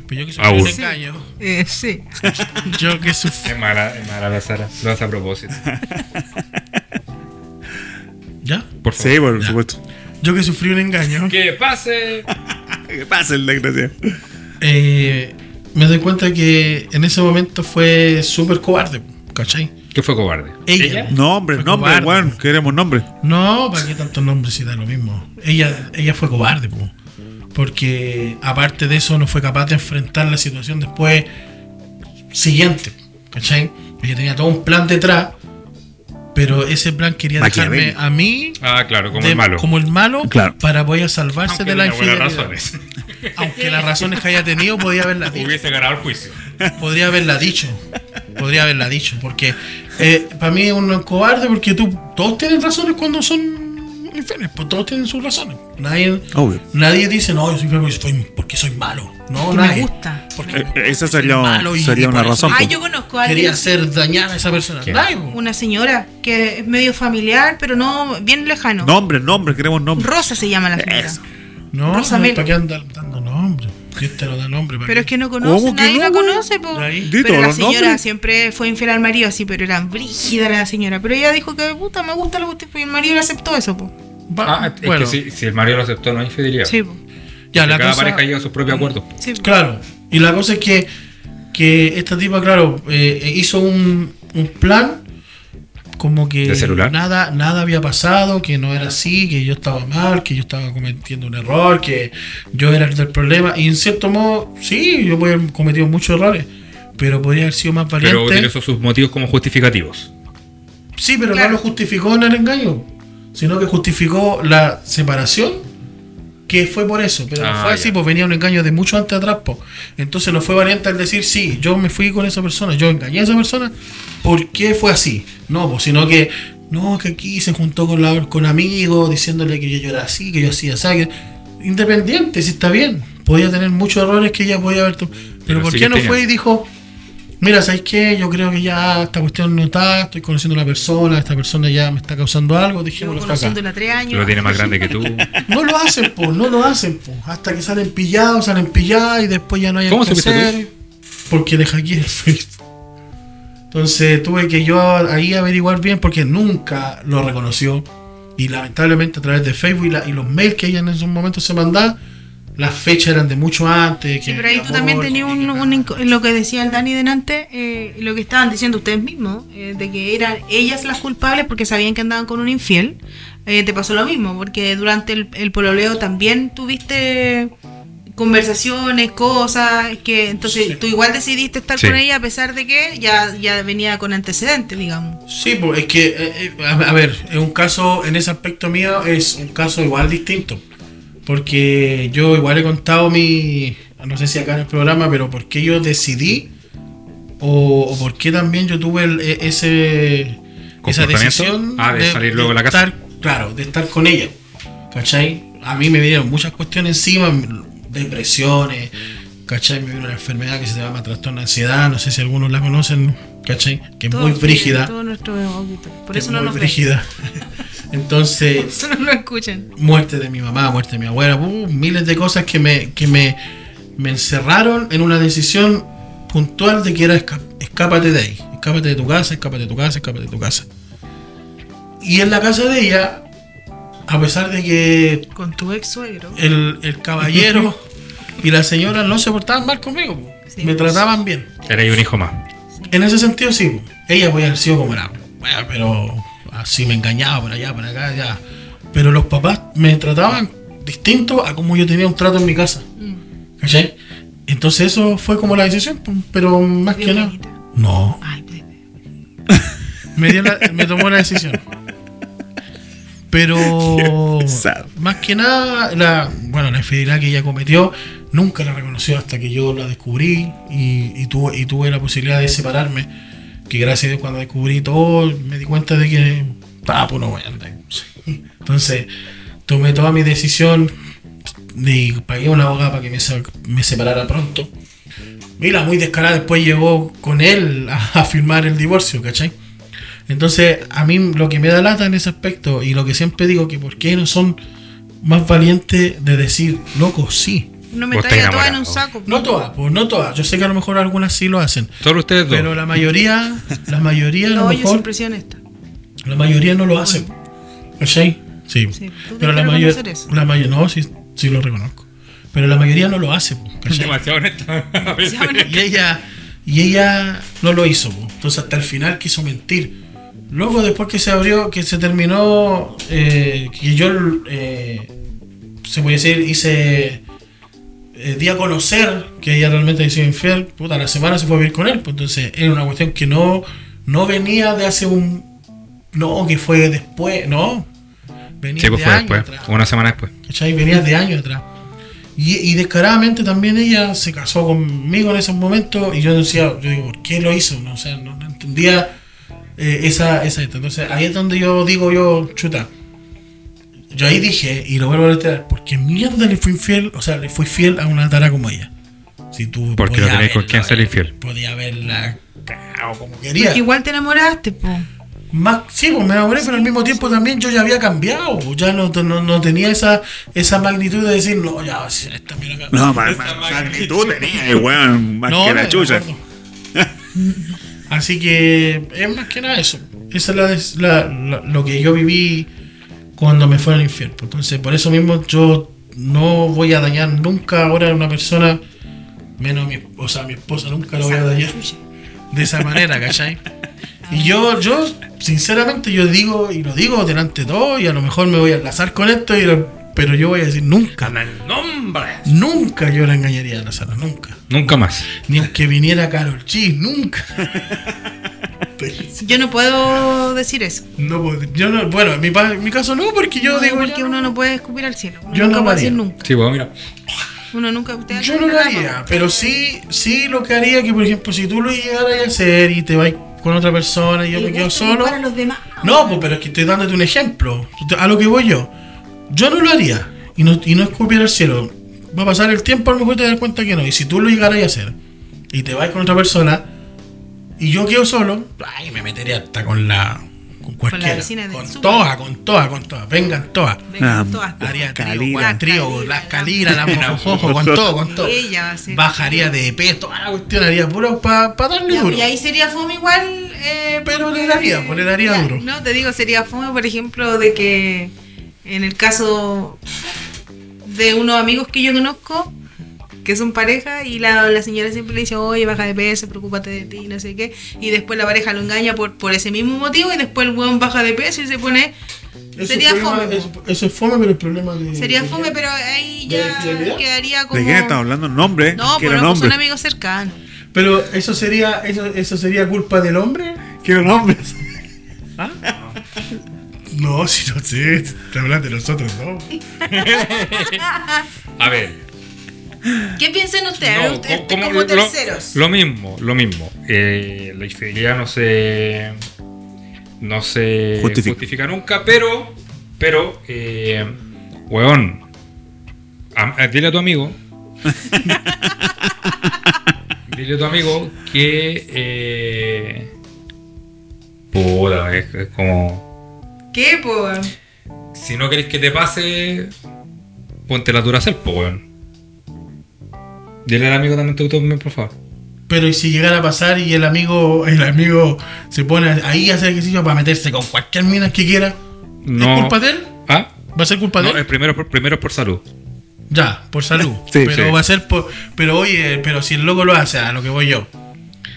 Speaker 2: Pero yo que sufrí
Speaker 5: Aún.
Speaker 2: un
Speaker 5: Sí.
Speaker 2: engaño,
Speaker 4: Eh, sí.
Speaker 2: yo que sufrí.
Speaker 5: Es mala, es mala la Sara. Lo hace a propósito.
Speaker 2: ¿Ya?
Speaker 5: Por favor.
Speaker 3: Sí, por supuesto.
Speaker 2: Yo que sufrí un engaño,
Speaker 5: Que pase.
Speaker 3: ¿Qué pasa el desgraciado?
Speaker 2: eh, me doy cuenta que en ese momento fue súper cobarde, ¿cachai?
Speaker 5: Que fue cobarde.
Speaker 2: Ella.
Speaker 3: Nombre,
Speaker 2: Fue
Speaker 3: nombre,
Speaker 2: cobarde.
Speaker 3: pues, weón. Queremos nombre.
Speaker 2: No, ¿para qué tantos nombres si da lo mismo? Ella, ella fue cobarde, po. porque aparte de eso no fue capaz de enfrentar la situación después siguiente, ¿cachai? Ella tenía todo un plan detrás, pero ese plan quería dejarme
Speaker 3: Maquiavélico.
Speaker 2: a mí
Speaker 5: Ah, claro, como
Speaker 2: de-
Speaker 5: el malo.
Speaker 2: como el malo,
Speaker 3: Claro.
Speaker 2: para poder salvarse
Speaker 5: Aunque
Speaker 2: de la
Speaker 5: tenía buenas
Speaker 2: infidelidad.
Speaker 5: razones.
Speaker 2: Aunque las razones que haya tenido podía haberlas dicho
Speaker 5: Hubiese ganado el juicio.
Speaker 2: podría haberla dicho. Podría haberla dicho. Porque para mí uno es cobarde porque tú, todos tienen razones cuando son infieles. Pues todos tienen sus razones. Nadie,
Speaker 3: Obvio.
Speaker 2: nadie dice, no, yo soy infiel porque soy, porque soy malo. No,
Speaker 4: Porque me
Speaker 2: nadie.
Speaker 4: gusta.
Speaker 2: Porque
Speaker 3: Eh, eh, esa
Speaker 2: soy
Speaker 3: sería,
Speaker 2: malo y-
Speaker 3: sería
Speaker 2: y
Speaker 3: una
Speaker 2: por eso
Speaker 3: razón.
Speaker 4: Ah,
Speaker 3: po.
Speaker 4: yo conozco a alguien
Speaker 2: Quería hacer dañar a esa persona.
Speaker 5: ¿Quién?
Speaker 2: Nadie, pues. po.
Speaker 4: una señora que es medio familiar, pero no bien lejano.
Speaker 3: Nombre, nombre, queremos nombre.
Speaker 4: Rosa se llama la señora.
Speaker 2: No, no
Speaker 4: Rosamel.
Speaker 2: ¿para qué andar dando nombre? Dios te lo da nombre. ¿para
Speaker 4: Pero es
Speaker 2: qué?
Speaker 4: que no conoce,
Speaker 3: ¿Cómo que
Speaker 4: nadie
Speaker 3: no,
Speaker 4: la
Speaker 3: güey?
Speaker 4: conoce, po.
Speaker 2: Ahí.
Speaker 3: Di
Speaker 4: Pero
Speaker 3: todos
Speaker 4: la
Speaker 3: los
Speaker 4: señora
Speaker 3: nombres.
Speaker 4: siempre fue infiel al marido, sí, pero era brígida la señora. Pero ella dijo que puta, me gusta lo que y el marido le aceptó eso, po.
Speaker 2: Va-
Speaker 5: Ah, es
Speaker 2: bueno,
Speaker 5: que si, si el marido lo aceptó, no hay infidelidad.
Speaker 4: Sí, po.
Speaker 2: ya la
Speaker 5: Cada
Speaker 2: cosa-
Speaker 5: pareja llega a sus propios acuerdos.
Speaker 4: Sí, po.
Speaker 2: Claro. Y la cosa es que, que esta tipa, claro, eh, hizo un, un plan como que
Speaker 5: ¿De celular?
Speaker 2: nada nada había pasado, que no era así, que yo estaba mal, que yo estaba cometiendo un error, que yo era el del problema. Y en cierto modo, sí, yo he cometido muchos errores, pero podría haber sido más valiente.
Speaker 5: Pero utilizó sus motivos como justificativos.
Speaker 2: Sí, pero
Speaker 4: Claro.
Speaker 2: no lo justificó en el engaño, sino que justificó la separación, que fue por eso. Pero no
Speaker 5: Ah,
Speaker 2: fue
Speaker 5: ya.
Speaker 2: así, pues venía un engaño de mucho antes atrás, po. Entonces no fue valiente al decir, sí, yo me fui con esa persona, yo engañé a esa persona, ¿por qué fue así? No, pues sino que, no, que aquí se juntó con, la, con amigos, diciéndole que yo era así, que yo hacía así. que- Independiente, si está bien. Podía tener muchos errores que ella podía haber... to- Pero
Speaker 5: Pero
Speaker 2: ¿por
Speaker 5: sigue
Speaker 2: qué no
Speaker 5: teniendo.
Speaker 2: fue y dijo, Mira, ¿sabéis qué? Yo creo que ya esta cuestión no está, estoy conociendo a una persona, esta persona ya me está causando algo,
Speaker 4: Llevo
Speaker 2: dejémoslo hasta acá.
Speaker 4: conociéndola tres años.
Speaker 5: Lo tiene más grande que tú.
Speaker 2: No lo hacen, po, no lo hacen, po. Hasta que salen pillados, salen pillados y después ya no hay
Speaker 5: ¿Cómo
Speaker 2: que
Speaker 5: supiste
Speaker 2: hacer. Porque le hackeé el Facebook. Entonces tuve que yo ahí averiguar bien porque nunca lo reconoció. Y lamentablemente a través de Facebook y, la- y los mails que ella en esos momentos se mandaba, las fechas eran de mucho antes.
Speaker 4: Sí,
Speaker 2: que
Speaker 4: pero ahí tú
Speaker 2: amor,
Speaker 4: también
Speaker 2: que
Speaker 4: tenías
Speaker 2: ni
Speaker 4: un,
Speaker 2: que
Speaker 4: un
Speaker 2: nada.
Speaker 4: inco- lo que decía el Dani delante, eh, lo que estaban diciendo ustedes mismos, eh, de que eran ellas las culpables porque sabían que andaban con un infiel, eh, te pasó lo mismo, porque durante el, el pololeo también tuviste conversaciones, cosas, que entonces tú igual decidiste estar
Speaker 5: Sí.
Speaker 4: con ella a pesar de que ya, ya venía con antecedentes, digamos.
Speaker 2: Sí, pues es que, eh, eh, a, a ver, es un caso, en ese aspecto mío, es un caso igual distinto. Porque yo igual he contado mi, no sé si acá en el programa, pero por qué yo decidí o, o por qué también yo tuve el- e- ese, esa
Speaker 5: ¿Comportamiento?
Speaker 2: decisión
Speaker 5: Ah, de salir luego de la casa.
Speaker 2: estar- claro, de estar con ella. ¿Cachai? A mí me vinieron muchas cuestiones encima, depresiones, ¿cachai? Me vino una enfermedad que se llama trastorno de ansiedad, no sé si algunos la conocen, ¿cachai? Que es muy
Speaker 4: Todos
Speaker 2: brígida.
Speaker 4: tienen todo nuestro ojo, Por
Speaker 2: Que
Speaker 4: eso no
Speaker 2: muy
Speaker 4: nos ven.
Speaker 2: brígida.
Speaker 4: Por
Speaker 2: Entonces,
Speaker 4: eso no nos escuchan.
Speaker 2: muerte de mi mamá, muerte de mi abuela, uh, miles de cosas que me, que me, me encerraron en una decisión puntual de que era esca- escápate de ahí, escápate de tu casa, escápate de tu casa, escápate de tu casa. Y en la casa de ella, a pesar de que
Speaker 4: Con tu ex suegro.
Speaker 2: el, el caballero y la señora no se portaban mal conmigo, po,
Speaker 4: Sí. pues.
Speaker 2: me trataban bien.
Speaker 5: Era un hijo más.
Speaker 2: En ese sentido, sí. po. Ella podía haber sido como era. Bueno, pero así me engañaba por allá, por acá, ya. Pero los papás me trataban distinto a como yo tenía un trato en mi casa.
Speaker 4: Mm.
Speaker 2: ¿Cachai? Entonces eso fue como la decisión, pum, pero más
Speaker 4: Bien
Speaker 2: que nada.
Speaker 4: bonita.
Speaker 2: No.
Speaker 4: Ay, pues, bebé.
Speaker 2: Me, dio la- me tomó la decisión. Pero
Speaker 3: Qué pesado.
Speaker 2: más que nada, la, bueno, la infidelidad que ella cometió nunca la reconoció hasta que yo la descubrí y, y tuve, y tuve la posibilidad de separarme. Que gracias a Dios cuando descubrí todo, me di cuenta de que estaba no voy a andar. Entonces, tomé toda mi decisión y pagué una abogada para que me, sa- me separara pronto. Mira, muy descarada, después llegó con él a, a firmar el divorcio, ¿cachai? Entonces, a mí lo que me da lata en ese aspecto y lo que siempre digo que por qué no son más valientes de decir, loco, sí.
Speaker 4: No me
Speaker 5: Vos
Speaker 4: traiga
Speaker 5: estás
Speaker 4: toda en
Speaker 5: enamorado.
Speaker 4: un saco.
Speaker 2: No todas, pues no todas. Yo sé que a lo mejor algunas sí lo hacen,
Speaker 5: Solo ustedes dos.
Speaker 2: pero la mayoría, la mayoría a lo
Speaker 4: No, yo
Speaker 2: mejor,
Speaker 4: siempre soy honesta.
Speaker 2: la mayoría no lo hacen. ¿Cachai? Sí.
Speaker 4: Sí, tú
Speaker 2: pero
Speaker 4: tenés
Speaker 2: la
Speaker 4: que
Speaker 2: mayoría,
Speaker 4: reconocer eso.
Speaker 2: la mayoría, no, sí, sí lo reconozco. Pero la mayoría no lo hace, po, ¿cachai?
Speaker 5: Demasiado honesto.
Speaker 4: Demasiado honesto.
Speaker 2: Y ella, y ella no lo hizo. po. Entonces hasta el final quiso mentir. Luego después que se abrió, que se terminó, eh, que yo, eh, se puede decir, hice, eh, di a conocer que ella realmente había sido infiel, puta, la semana se fue a vivir con él. pues, entonces era una cuestión que no, no venía de hace un... No, que fue después, no. Venía
Speaker 5: Sí, pues
Speaker 2: de
Speaker 5: fue
Speaker 2: años
Speaker 5: después.
Speaker 2: atrás.
Speaker 5: Una semana después.
Speaker 2: ¿Cachai? Venía de años atrás. Y, y descaradamente también ella se casó conmigo en esos momentos y yo decía, yo digo, ¿por qué lo hizo? No, o sea, no, no entendía eh, esa, esa esta. Entonces ahí es donde yo digo yo, chuta. Yo ahí dije, y lo vuelvo a reiterar, porque mierda le fui infiel, o sea, le fui fiel a una tara como ella. Si tú
Speaker 5: Porque no
Speaker 2: podías
Speaker 5: tenés con
Speaker 2: haberla-
Speaker 5: quién ser infiel.
Speaker 2: Podía haberla cagado como quería.
Speaker 4: Porque igual te enamoraste, po.
Speaker 2: Más, sí, pues me enamoré, pero al mismo tiempo también yo ya había cambiado. pues, Ya no, no, no tenía esa, esa magnitud de decir, no, ya, sí, esta mierda.
Speaker 3: No, más magnitud tenía, eh, weón, más que la
Speaker 2: me
Speaker 3: chucha.
Speaker 2: acuerdo. Así que es más que nada eso. Esa es la des- la- la- lo que yo viví cuando me fue al infierno. Entonces, por eso mismo yo no voy a dañar nunca ahora a una persona, menos mi, o sea, mi esposa nunca lo voy a dañar de esa manera, ¿cachai? Y yo, yo, sinceramente, yo digo, y lo digo delante de todo, y a lo mejor me voy a enlazar con esto, y lo- pero yo voy a decir nunca,
Speaker 5: ¡Nombre!
Speaker 2: nunca yo la engañaría a la Sara, nunca.
Speaker 5: Nunca más.
Speaker 2: Ni aunque viniera Carol G, nunca. Pues,
Speaker 4: Yo no puedo decir eso.
Speaker 2: no, pod- yo no- bueno, en mi, pa- en mi caso no, porque yo
Speaker 4: No,
Speaker 2: digo.
Speaker 4: porque
Speaker 2: yo,
Speaker 4: uno no puede escupir al cielo. Uno
Speaker 2: Yo
Speaker 4: nunca
Speaker 2: no lo
Speaker 4: puede decir
Speaker 2: haría.
Speaker 4: nunca.
Speaker 5: Sí, pues mira.
Speaker 4: Uno nunca. ustedes
Speaker 2: yo
Speaker 4: hacen
Speaker 2: no lo
Speaker 4: nada,
Speaker 2: haría,
Speaker 4: po.
Speaker 2: pero sí, sí lo que haría que, por ejemplo, si tú lo llegaras a hacer y te vas con otra persona y yo
Speaker 4: El
Speaker 2: me quedo
Speaker 4: gusto
Speaker 2: solo.
Speaker 4: para los demás.
Speaker 2: No, pues, pero es que estoy dándote un ejemplo. A lo que voy yo. Yo no lo haría. Y no, y no escupir al cielo. Va a pasar el tiempo, a lo mejor te das cuenta que no. Y si tú lo llegaras a hacer y te vas con otra persona y yo quedo solo, ay, me metería hasta con la. con cualquiera.
Speaker 4: vecina del
Speaker 2: Con,
Speaker 4: súper.
Speaker 2: todas, con todas, con todas. Vengan todas.
Speaker 4: Venga,
Speaker 3: Ah,
Speaker 4: todas, po.
Speaker 2: Haría trío,
Speaker 3: Calina.
Speaker 2: guan- trío,
Speaker 4: Calina.
Speaker 2: las calinas, las mojojojo, con todo, con todo.
Speaker 4: Ella va a ser-
Speaker 2: Bajaría de peso, toda la cuestión haría puro para darle duro.
Speaker 4: Y ahí sería fome igual. eh,
Speaker 2: Pero le
Speaker 4: porque-
Speaker 2: daría, pues, le daría
Speaker 4: Ya,
Speaker 2: duro.
Speaker 4: No, te digo, sería fome, por ejemplo, de que en el caso de unos amigos que yo conozco, que son pareja, y la, la señora siempre le dice, oye, baja de peso, preocúpate de ti, no sé qué. Y después la pareja lo engaña por, por ese mismo motivo, y después el weón baja de peso y se pone
Speaker 2: Eso
Speaker 4: Sería
Speaker 2: es problema-
Speaker 4: fome,
Speaker 2: es- eso es fome, pero el problema de.
Speaker 4: Sería
Speaker 2: de-
Speaker 4: fome, pero ahí
Speaker 2: ¿De
Speaker 4: ya
Speaker 2: fidelidad?
Speaker 4: quedaría como.
Speaker 3: ¿De quién estamos hablando? Nombre.
Speaker 4: No,
Speaker 3: Quiero
Speaker 4: pero no, pues
Speaker 3: nombres.
Speaker 4: un amigo cercano.
Speaker 2: Pero eso sería, eso, eso sería culpa del hombre.
Speaker 3: Quiero nombres.
Speaker 2: No, si no sé, te hablas de nosotros, ¿no?
Speaker 5: A ver,
Speaker 4: ¿Qué piensan ustedes?
Speaker 5: No,
Speaker 4: Ustedes
Speaker 5: co-
Speaker 4: ¿eh? Este, como,
Speaker 5: lo-
Speaker 4: terceros.
Speaker 5: Lo, mismo, lo mismo. Eh, la infidelidad no se. No se
Speaker 3: Justifica.
Speaker 5: justifica nunca, pero. Pero. eh, weón. a- a- dile a tu amigo. dile a tu amigo que. Eh, puta, es, es como.
Speaker 4: ¿Qué, por?
Speaker 5: Si no querés que te pase. Ponte la duracel, po, weón. Dile al amigo también te gustó, por favor.
Speaker 2: Pero ¿y si llegara a pasar y el amigo, el amigo se pone ahí a hacer ejercicio para meterse con cualquier mina que quiera,
Speaker 5: No.
Speaker 2: ¿es culpa de él?
Speaker 5: ¿Ah?
Speaker 2: ¿Va a ser culpa de
Speaker 5: No,
Speaker 2: él?
Speaker 5: es primero por, primero por salud.
Speaker 2: Ya, por salud.
Speaker 3: Sí,
Speaker 2: pero
Speaker 5: sí.
Speaker 2: va a ser por. Pero oye, pero si el loco lo hace, a lo que voy yo.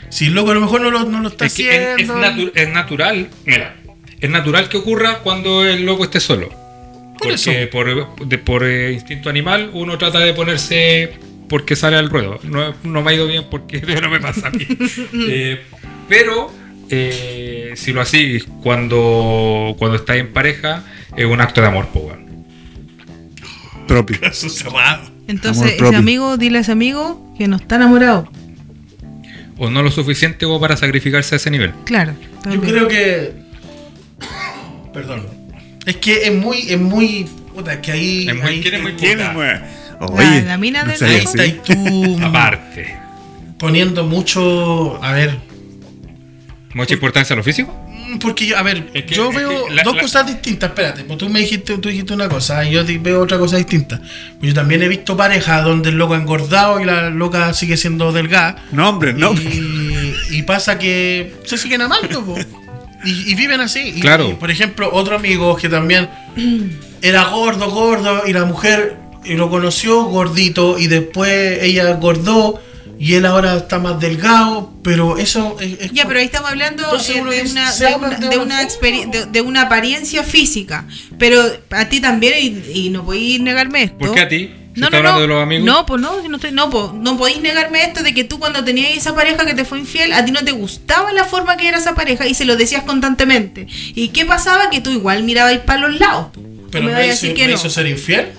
Speaker 2: Si el loco a lo mejor no lo, no lo está
Speaker 5: Es, que es- es
Speaker 2: haciendo.
Speaker 5: natu- es natural, mira, es natural que ocurra cuando el loco esté solo.
Speaker 2: Por
Speaker 5: Porque
Speaker 2: eso.
Speaker 5: por, de- por, eh, instinto animal uno trata de ponerse porque sale al ruedo. No, no me ha ido bien porque no me pasa a mí. Eh, pero eh, si lo haces cuando, cuando estás en pareja, es un acto de amor, po, weón.
Speaker 3: Propio.
Speaker 2: Eso cerrado.
Speaker 4: Entonces,
Speaker 3: Amor
Speaker 4: ese
Speaker 3: propio.
Speaker 4: amigo, dile a ese amigo que no está enamorado.
Speaker 5: O no lo suficiente como para sacrificarse a ese nivel.
Speaker 4: Claro.
Speaker 2: Yo creo que. Perdón. Es que es muy, es muy. Puta, es que ahí.
Speaker 5: Es muy-
Speaker 2: ahí
Speaker 5: tiene muy
Speaker 2: te-
Speaker 3: ¿Quién
Speaker 5: puta.
Speaker 3: mueve? Oye,
Speaker 4: la mina
Speaker 3: no
Speaker 4: del-
Speaker 3: seas
Speaker 2: Ahí
Speaker 4: Sí.
Speaker 2: está
Speaker 3: así.
Speaker 2: y tú
Speaker 5: Aparte.
Speaker 2: poniendo mucho. A ver.
Speaker 5: Mucha importancia al oficio.
Speaker 2: mm, Porque yo, a ver,
Speaker 5: Es que-
Speaker 2: yo
Speaker 5: es
Speaker 2: veo
Speaker 5: que la-
Speaker 2: dos
Speaker 5: la-
Speaker 2: cosas distintas. Espérate, pues tú me dijiste, tú dijiste una cosa y yo te- veo otra cosa distinta. Pues yo también he visto parejas donde el loco ha engordado y la loca sigue siendo delgada.
Speaker 3: Nombre, nombre.
Speaker 2: Y, y pasa que se siguen amando, po. Y, y viven así. Y-
Speaker 5: Claro.
Speaker 2: y, por ejemplo, otro amigo que también era gordo, gordo, y la mujer eh, lo conoció gordito, y después ella engordó, y él ahora está más delgado, pero eso es. es
Speaker 4: Ya, pero ahí estamos hablando
Speaker 2: Entonces
Speaker 4: eh,
Speaker 2: uno
Speaker 4: de,
Speaker 2: dice,
Speaker 4: una,
Speaker 2: se
Speaker 4: de,
Speaker 2: habla
Speaker 4: una,
Speaker 2: de
Speaker 4: de
Speaker 2: una
Speaker 4: una
Speaker 2: forma.
Speaker 4: experi- de- de una apariencia física. Pero a ti también, y, y no podéis negarme esto.
Speaker 5: ¿Por qué a ti? Si
Speaker 4: No,
Speaker 5: está
Speaker 4: no, no.
Speaker 5: hablando de los amigos.
Speaker 4: No, pues no, si no, estoy- no, pues, no podéis negarme esto de que tú cuando tenías esa pareja que te fue infiel, a ti no te gustaba la forma que era esa pareja y se lo decías constantemente. ¿Y qué pasaba? Que tú igual mirabais para los lados.
Speaker 2: pero
Speaker 4: me
Speaker 2: me,
Speaker 4: vayas a
Speaker 2: hizo,
Speaker 4: decir que
Speaker 2: me
Speaker 4: no.
Speaker 2: hizo ser infiel.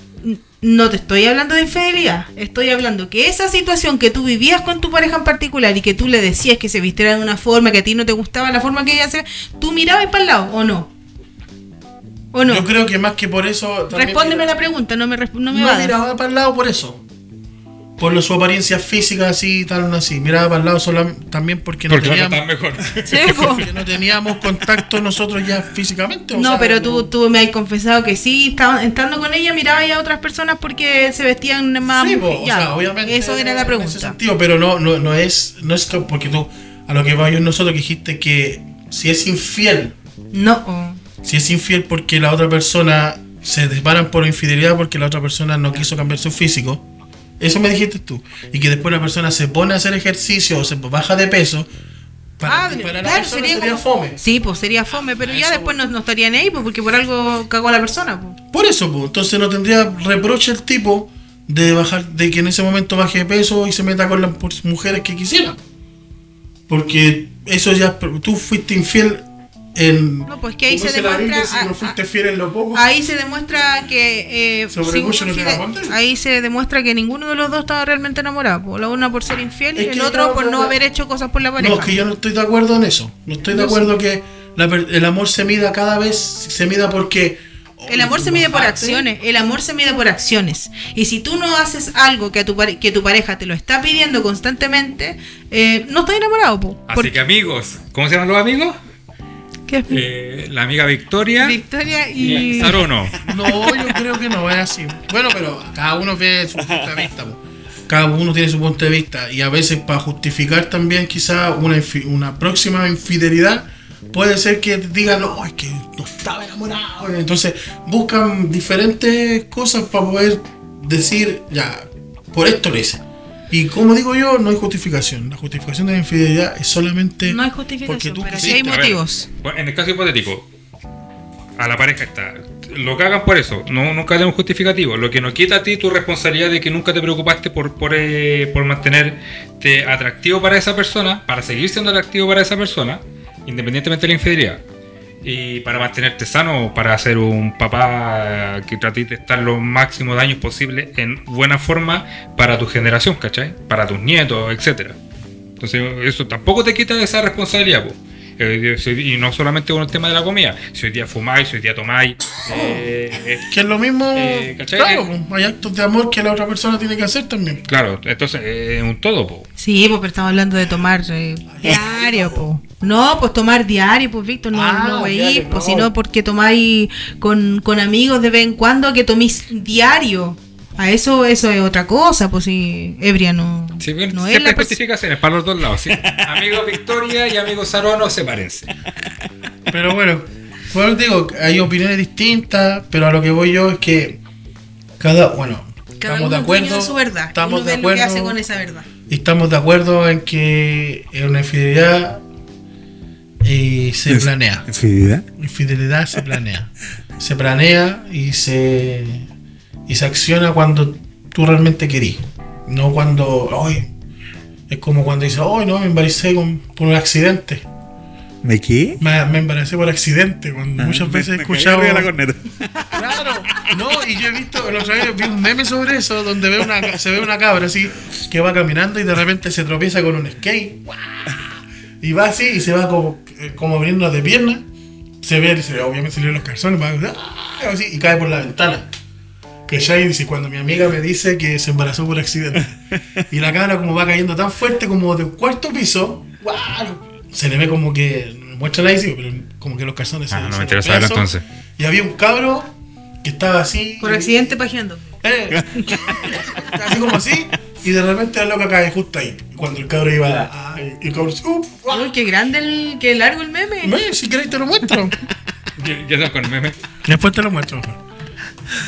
Speaker 4: No te estoy hablando de infidelidad, estoy hablando que esa situación que tú vivías con tu pareja en particular y que tú le decías que se vistiera de una forma que a ti no te gustaba la forma que ella hacía, tú mirabas para el lado o no? ¿O no?
Speaker 2: Yo creo que más que por eso. también
Speaker 4: Respóndeme
Speaker 2: mira-
Speaker 4: la pregunta, no me resp- no me
Speaker 2: No
Speaker 4: vayas.
Speaker 2: miraba para el lado por eso. Por lo- su apariencia física así, tal, así. Miraba para el lado solam- también porque no
Speaker 5: Porque ahora
Speaker 2: teníamos-
Speaker 5: estás mejor.
Speaker 4: Sí, po.
Speaker 2: Porque no teníamos contacto nosotros ya físicamente. o
Speaker 4: No,
Speaker 2: sea,
Speaker 4: pero tú, tú me has confesado que sí, estaba, estando con ella miraba ya a otras personas porque se vestían más...
Speaker 2: Sí, po, o
Speaker 4: ya,
Speaker 2: sea, obviamente.
Speaker 4: Eso era la
Speaker 2: En ese
Speaker 4: pregunta.
Speaker 2: sentido, pero no, no, no es, no es que- porque tú, a lo que vayamos nosotros que dijiste que si es infiel,
Speaker 4: No. oh.
Speaker 2: si es infiel porque la otra persona se disparan por infidelidad porque la otra persona no quiso cambiar su físico. Eso me dijiste tú. Y que después la persona se pone a hacer ejercicio o se baja de peso. Para,
Speaker 4: Ah,
Speaker 2: para la
Speaker 4: claro,
Speaker 2: persona
Speaker 4: sería
Speaker 2: sería,
Speaker 4: como-
Speaker 2: fome.
Speaker 4: Sí, pues sería fome, pero ya después no, no estarían ahí pues, porque por algo cagó a la persona. pues.
Speaker 2: Por eso, pues, entonces no tendría reproche el tipo de bajar, de que en ese momento baje de peso y se meta con las pu- mujeres que quisiera. Porque eso ya, es pro- tú fuiste infiel en...
Speaker 4: No, pues que ahí
Speaker 2: como
Speaker 4: se
Speaker 2: dice la
Speaker 4: demuestra-
Speaker 2: Biblia, si
Speaker 4: ah,
Speaker 2: no fuiste fiel en lo poco.
Speaker 4: Ahí se demuestra que. eh,
Speaker 2: Sobre
Speaker 4: si
Speaker 2: mucho
Speaker 4: uno
Speaker 2: no te
Speaker 4: sigue-
Speaker 2: da condena.
Speaker 4: ahí se demuestra que ninguno de los dos estaba realmente enamorado. po. La una por ser infiel
Speaker 2: Es
Speaker 4: y el
Speaker 2: que
Speaker 4: otro
Speaker 2: no,
Speaker 4: por
Speaker 2: no,
Speaker 4: no
Speaker 2: no.
Speaker 4: haber hecho cosas por la pareja.
Speaker 2: No, es que yo no estoy de acuerdo en eso. No estoy de
Speaker 4: No sé.
Speaker 2: acuerdo que la per- el amor se mida cada vez, se mida porque...
Speaker 4: El amor se mide por acciones. El amor se mide por acciones. Y si tú no haces algo que, a tu, pare- que tu pareja te lo está pidiendo constantemente, eh, no estás enamorado. po.
Speaker 5: Así
Speaker 4: Porque-
Speaker 5: que amigos, ¿cómo se llaman los amigos?
Speaker 4: ¿Qué?
Speaker 5: Eh, la amiga Victoria
Speaker 4: Victoria
Speaker 5: y
Speaker 4: y.
Speaker 5: Sarono.
Speaker 2: No, yo creo que no es así. Bueno, pero cada uno ve su punto de vista. po. Cada uno tiene su punto de vista. Y a veces para justificar también quizá una, infi- una próxima infidelidad, puede ser que digan, no, es que no estaba enamorado. Entonces buscan diferentes cosas para poder decir, ya, por esto lo hice. Y como digo yo, no hay justificación. La justificación de la infidelidad es solamente...
Speaker 4: No hay justificación,
Speaker 2: porque tú
Speaker 4: pero sí
Speaker 2: quisiste.
Speaker 4: hay
Speaker 5: A ver,
Speaker 4: motivos.
Speaker 5: bueno, en el caso hipotético, a la pareja está. Lo cagan por eso. No, nunca tenemos justificativo. Lo que nos quita a ti tu responsabilidad de que nunca te preocupaste por, por, eh, por mantenerte atractivo para esa persona, para seguir siendo atractivo para esa persona, independientemente de la infidelidad. Y para mantenerte sano, para ser un papá eh, que trate de estar los máximos de años posible en buena forma para tu generación, ¿cachai? Para tus nietos, etcétera. Entonces, eso tampoco te quita esa responsabilidad, po. Eh, eh, si- Y no solamente con el tema de la comida. Si hoy día fumáis, si hoy día tomáis. eh, eh,
Speaker 2: Que es lo mismo.
Speaker 5: Eh, ¿cachai?
Speaker 2: claro, hay actos de amor que la otra persona tiene que hacer también.
Speaker 5: claro, entonces eh, es un todo, po.
Speaker 4: Sí, pues, pero estamos hablando de tomar eh, diario, po. No, pues tomar diario, pues, Víctor, no,
Speaker 2: Ah,
Speaker 4: no
Speaker 2: diario,
Speaker 4: veís,
Speaker 2: no.
Speaker 4: pues, sino porque tomáis con, con amigos de vez en cuando que toméis diario. A eso, eso es otra cosa, pues, si ebria no,
Speaker 5: Sí, bien,
Speaker 4: no es la
Speaker 5: siempre hay
Speaker 4: persona.
Speaker 5: justificaciones para los dos lados. ¿sí? Amigos Victoria y amigos Sarono, sepárense.
Speaker 2: Pero bueno, bueno, digo, hay opiniones distintas, pero a lo que voy yo es que cada, bueno,
Speaker 4: Cada
Speaker 2: estamos
Speaker 4: uno
Speaker 2: de
Speaker 4: es dueño
Speaker 2: acuerdo,
Speaker 4: de su verdad.
Speaker 2: estamos
Speaker 4: Uno
Speaker 2: de
Speaker 4: ve lo que
Speaker 2: acuerdo,
Speaker 4: hace con esa verdad.
Speaker 2: y estamos de acuerdo en que es una infidelidad y se
Speaker 3: Es-
Speaker 2: planea.
Speaker 4: ¿eh?
Speaker 3: Infidelidad.
Speaker 2: Infidelidad se planea. Se planea y se y se acciona cuando tú realmente querís. No cuando, hoy es como cuando dices, hoy no, me embaracé con- por un accidente.
Speaker 3: ¿Me qué?
Speaker 2: Me, me embaracé por accidente. Cuando muchas veces he
Speaker 3: Ah, Me- me
Speaker 2: escuchado.
Speaker 3: caí arriba de la corneta.
Speaker 2: Claro, no, y yo he visto, el otro día vi un meme sobre eso, donde ve una, se ve una cabra así, que va caminando y de repente se tropieza con un skate. ¡guau! Y va así y se va como, eh, como abriendo de pierna. Se ve, se, obviamente se le ven los calzones, va ¡ah! así, y cae por la ventana. Que ya dice, cuando mi amiga me dice que se embarazó por accidente. Y la cabra como va cayendo tan fuerte como de un cuarto piso, ¡guau! se le ve como que, no me muestra la ICI, pero como que los calzones
Speaker 5: Ah,
Speaker 2: se
Speaker 5: no me
Speaker 2: se
Speaker 5: interesa verlo
Speaker 2: desplazan.
Speaker 5: entonces.
Speaker 2: Y había un cabro que estaba así.
Speaker 4: Por accidente pajeando.
Speaker 2: Eh, estaba así como así. Y de repente la loca cae justo ahí. Y Cuando el cabro iba. ah, y el cabro dice, ¡Uf! ah,
Speaker 4: Uy, qué grande el, qué largo el meme.
Speaker 2: me, si queréis te lo muestro.
Speaker 5: Yo, yo no con meme.
Speaker 2: Después te lo muestro mejor.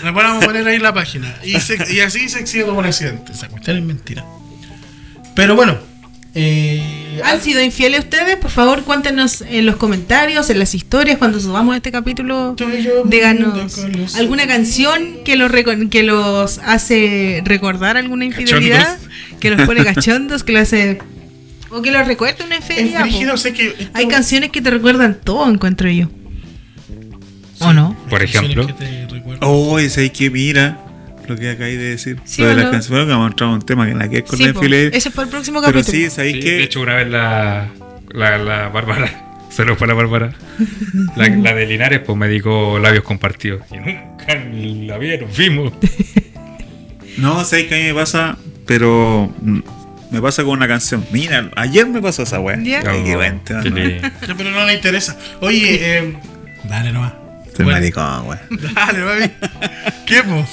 Speaker 2: Después vamos a poner ahí la página. Y, se- y así se exhibe como un accidente. Esa cuestión es mentira. Pero bueno. eh,
Speaker 4: ¿Han sido infieles ustedes? Por favor, cuéntenos en los comentarios, en las historias, cuando subamos este capítulo.
Speaker 2: Tú y yo,
Speaker 4: Díganos
Speaker 2: mundo con los-
Speaker 4: alguna canción que los, reco- que los hace recordar alguna infidelidad, que los pone cachondos, que los hace. o que los recuerda una
Speaker 2: Es
Speaker 4: infidelidad.
Speaker 2: frígido,
Speaker 4: po.
Speaker 2: sé que. esto-
Speaker 4: Hay canciones que te recuerdan todo, encuentro yo. ¿O no?
Speaker 2: hay
Speaker 5: Por
Speaker 2: canciones
Speaker 5: ejemplo.
Speaker 2: que te recuerdan.
Speaker 3: Oye, ¿sabes qué? Mira lo que acabáis de decir.
Speaker 4: Sí,
Speaker 3: lo de
Speaker 4: ¿o
Speaker 3: las
Speaker 4: no?
Speaker 3: canciones, que hemos mostrado un tema que en la que es con
Speaker 4: Sí,
Speaker 3: la
Speaker 4: po.
Speaker 3: infidelidad.
Speaker 4: Ese es para el próximo
Speaker 3: Pero
Speaker 4: capítulo.
Speaker 3: sí, ¿sabéis
Speaker 5: Sí,
Speaker 3: qué?
Speaker 5: De hecho, una vez la, la, la Bárbara, saludos para la Bárbara, la, la de Linares, pues me dijo labios compartidos. Y nunca la vieron, vimos.
Speaker 3: No, ¿sabes qué? A mí me pasa, pero mm, me pasa con una canción. Mira, ayer me pasó esa weá.
Speaker 4: Ya.
Speaker 3: Ay, qué buen tema,
Speaker 5: Oh, Qué
Speaker 3: ¿no?
Speaker 5: lindo.
Speaker 2: Ya, Pero no le interesa. Oye, eh, dale nomás.
Speaker 3: Estoy
Speaker 2: Bueno.
Speaker 3: maricón, weá.
Speaker 2: Dale, mami. ¿Qué, po?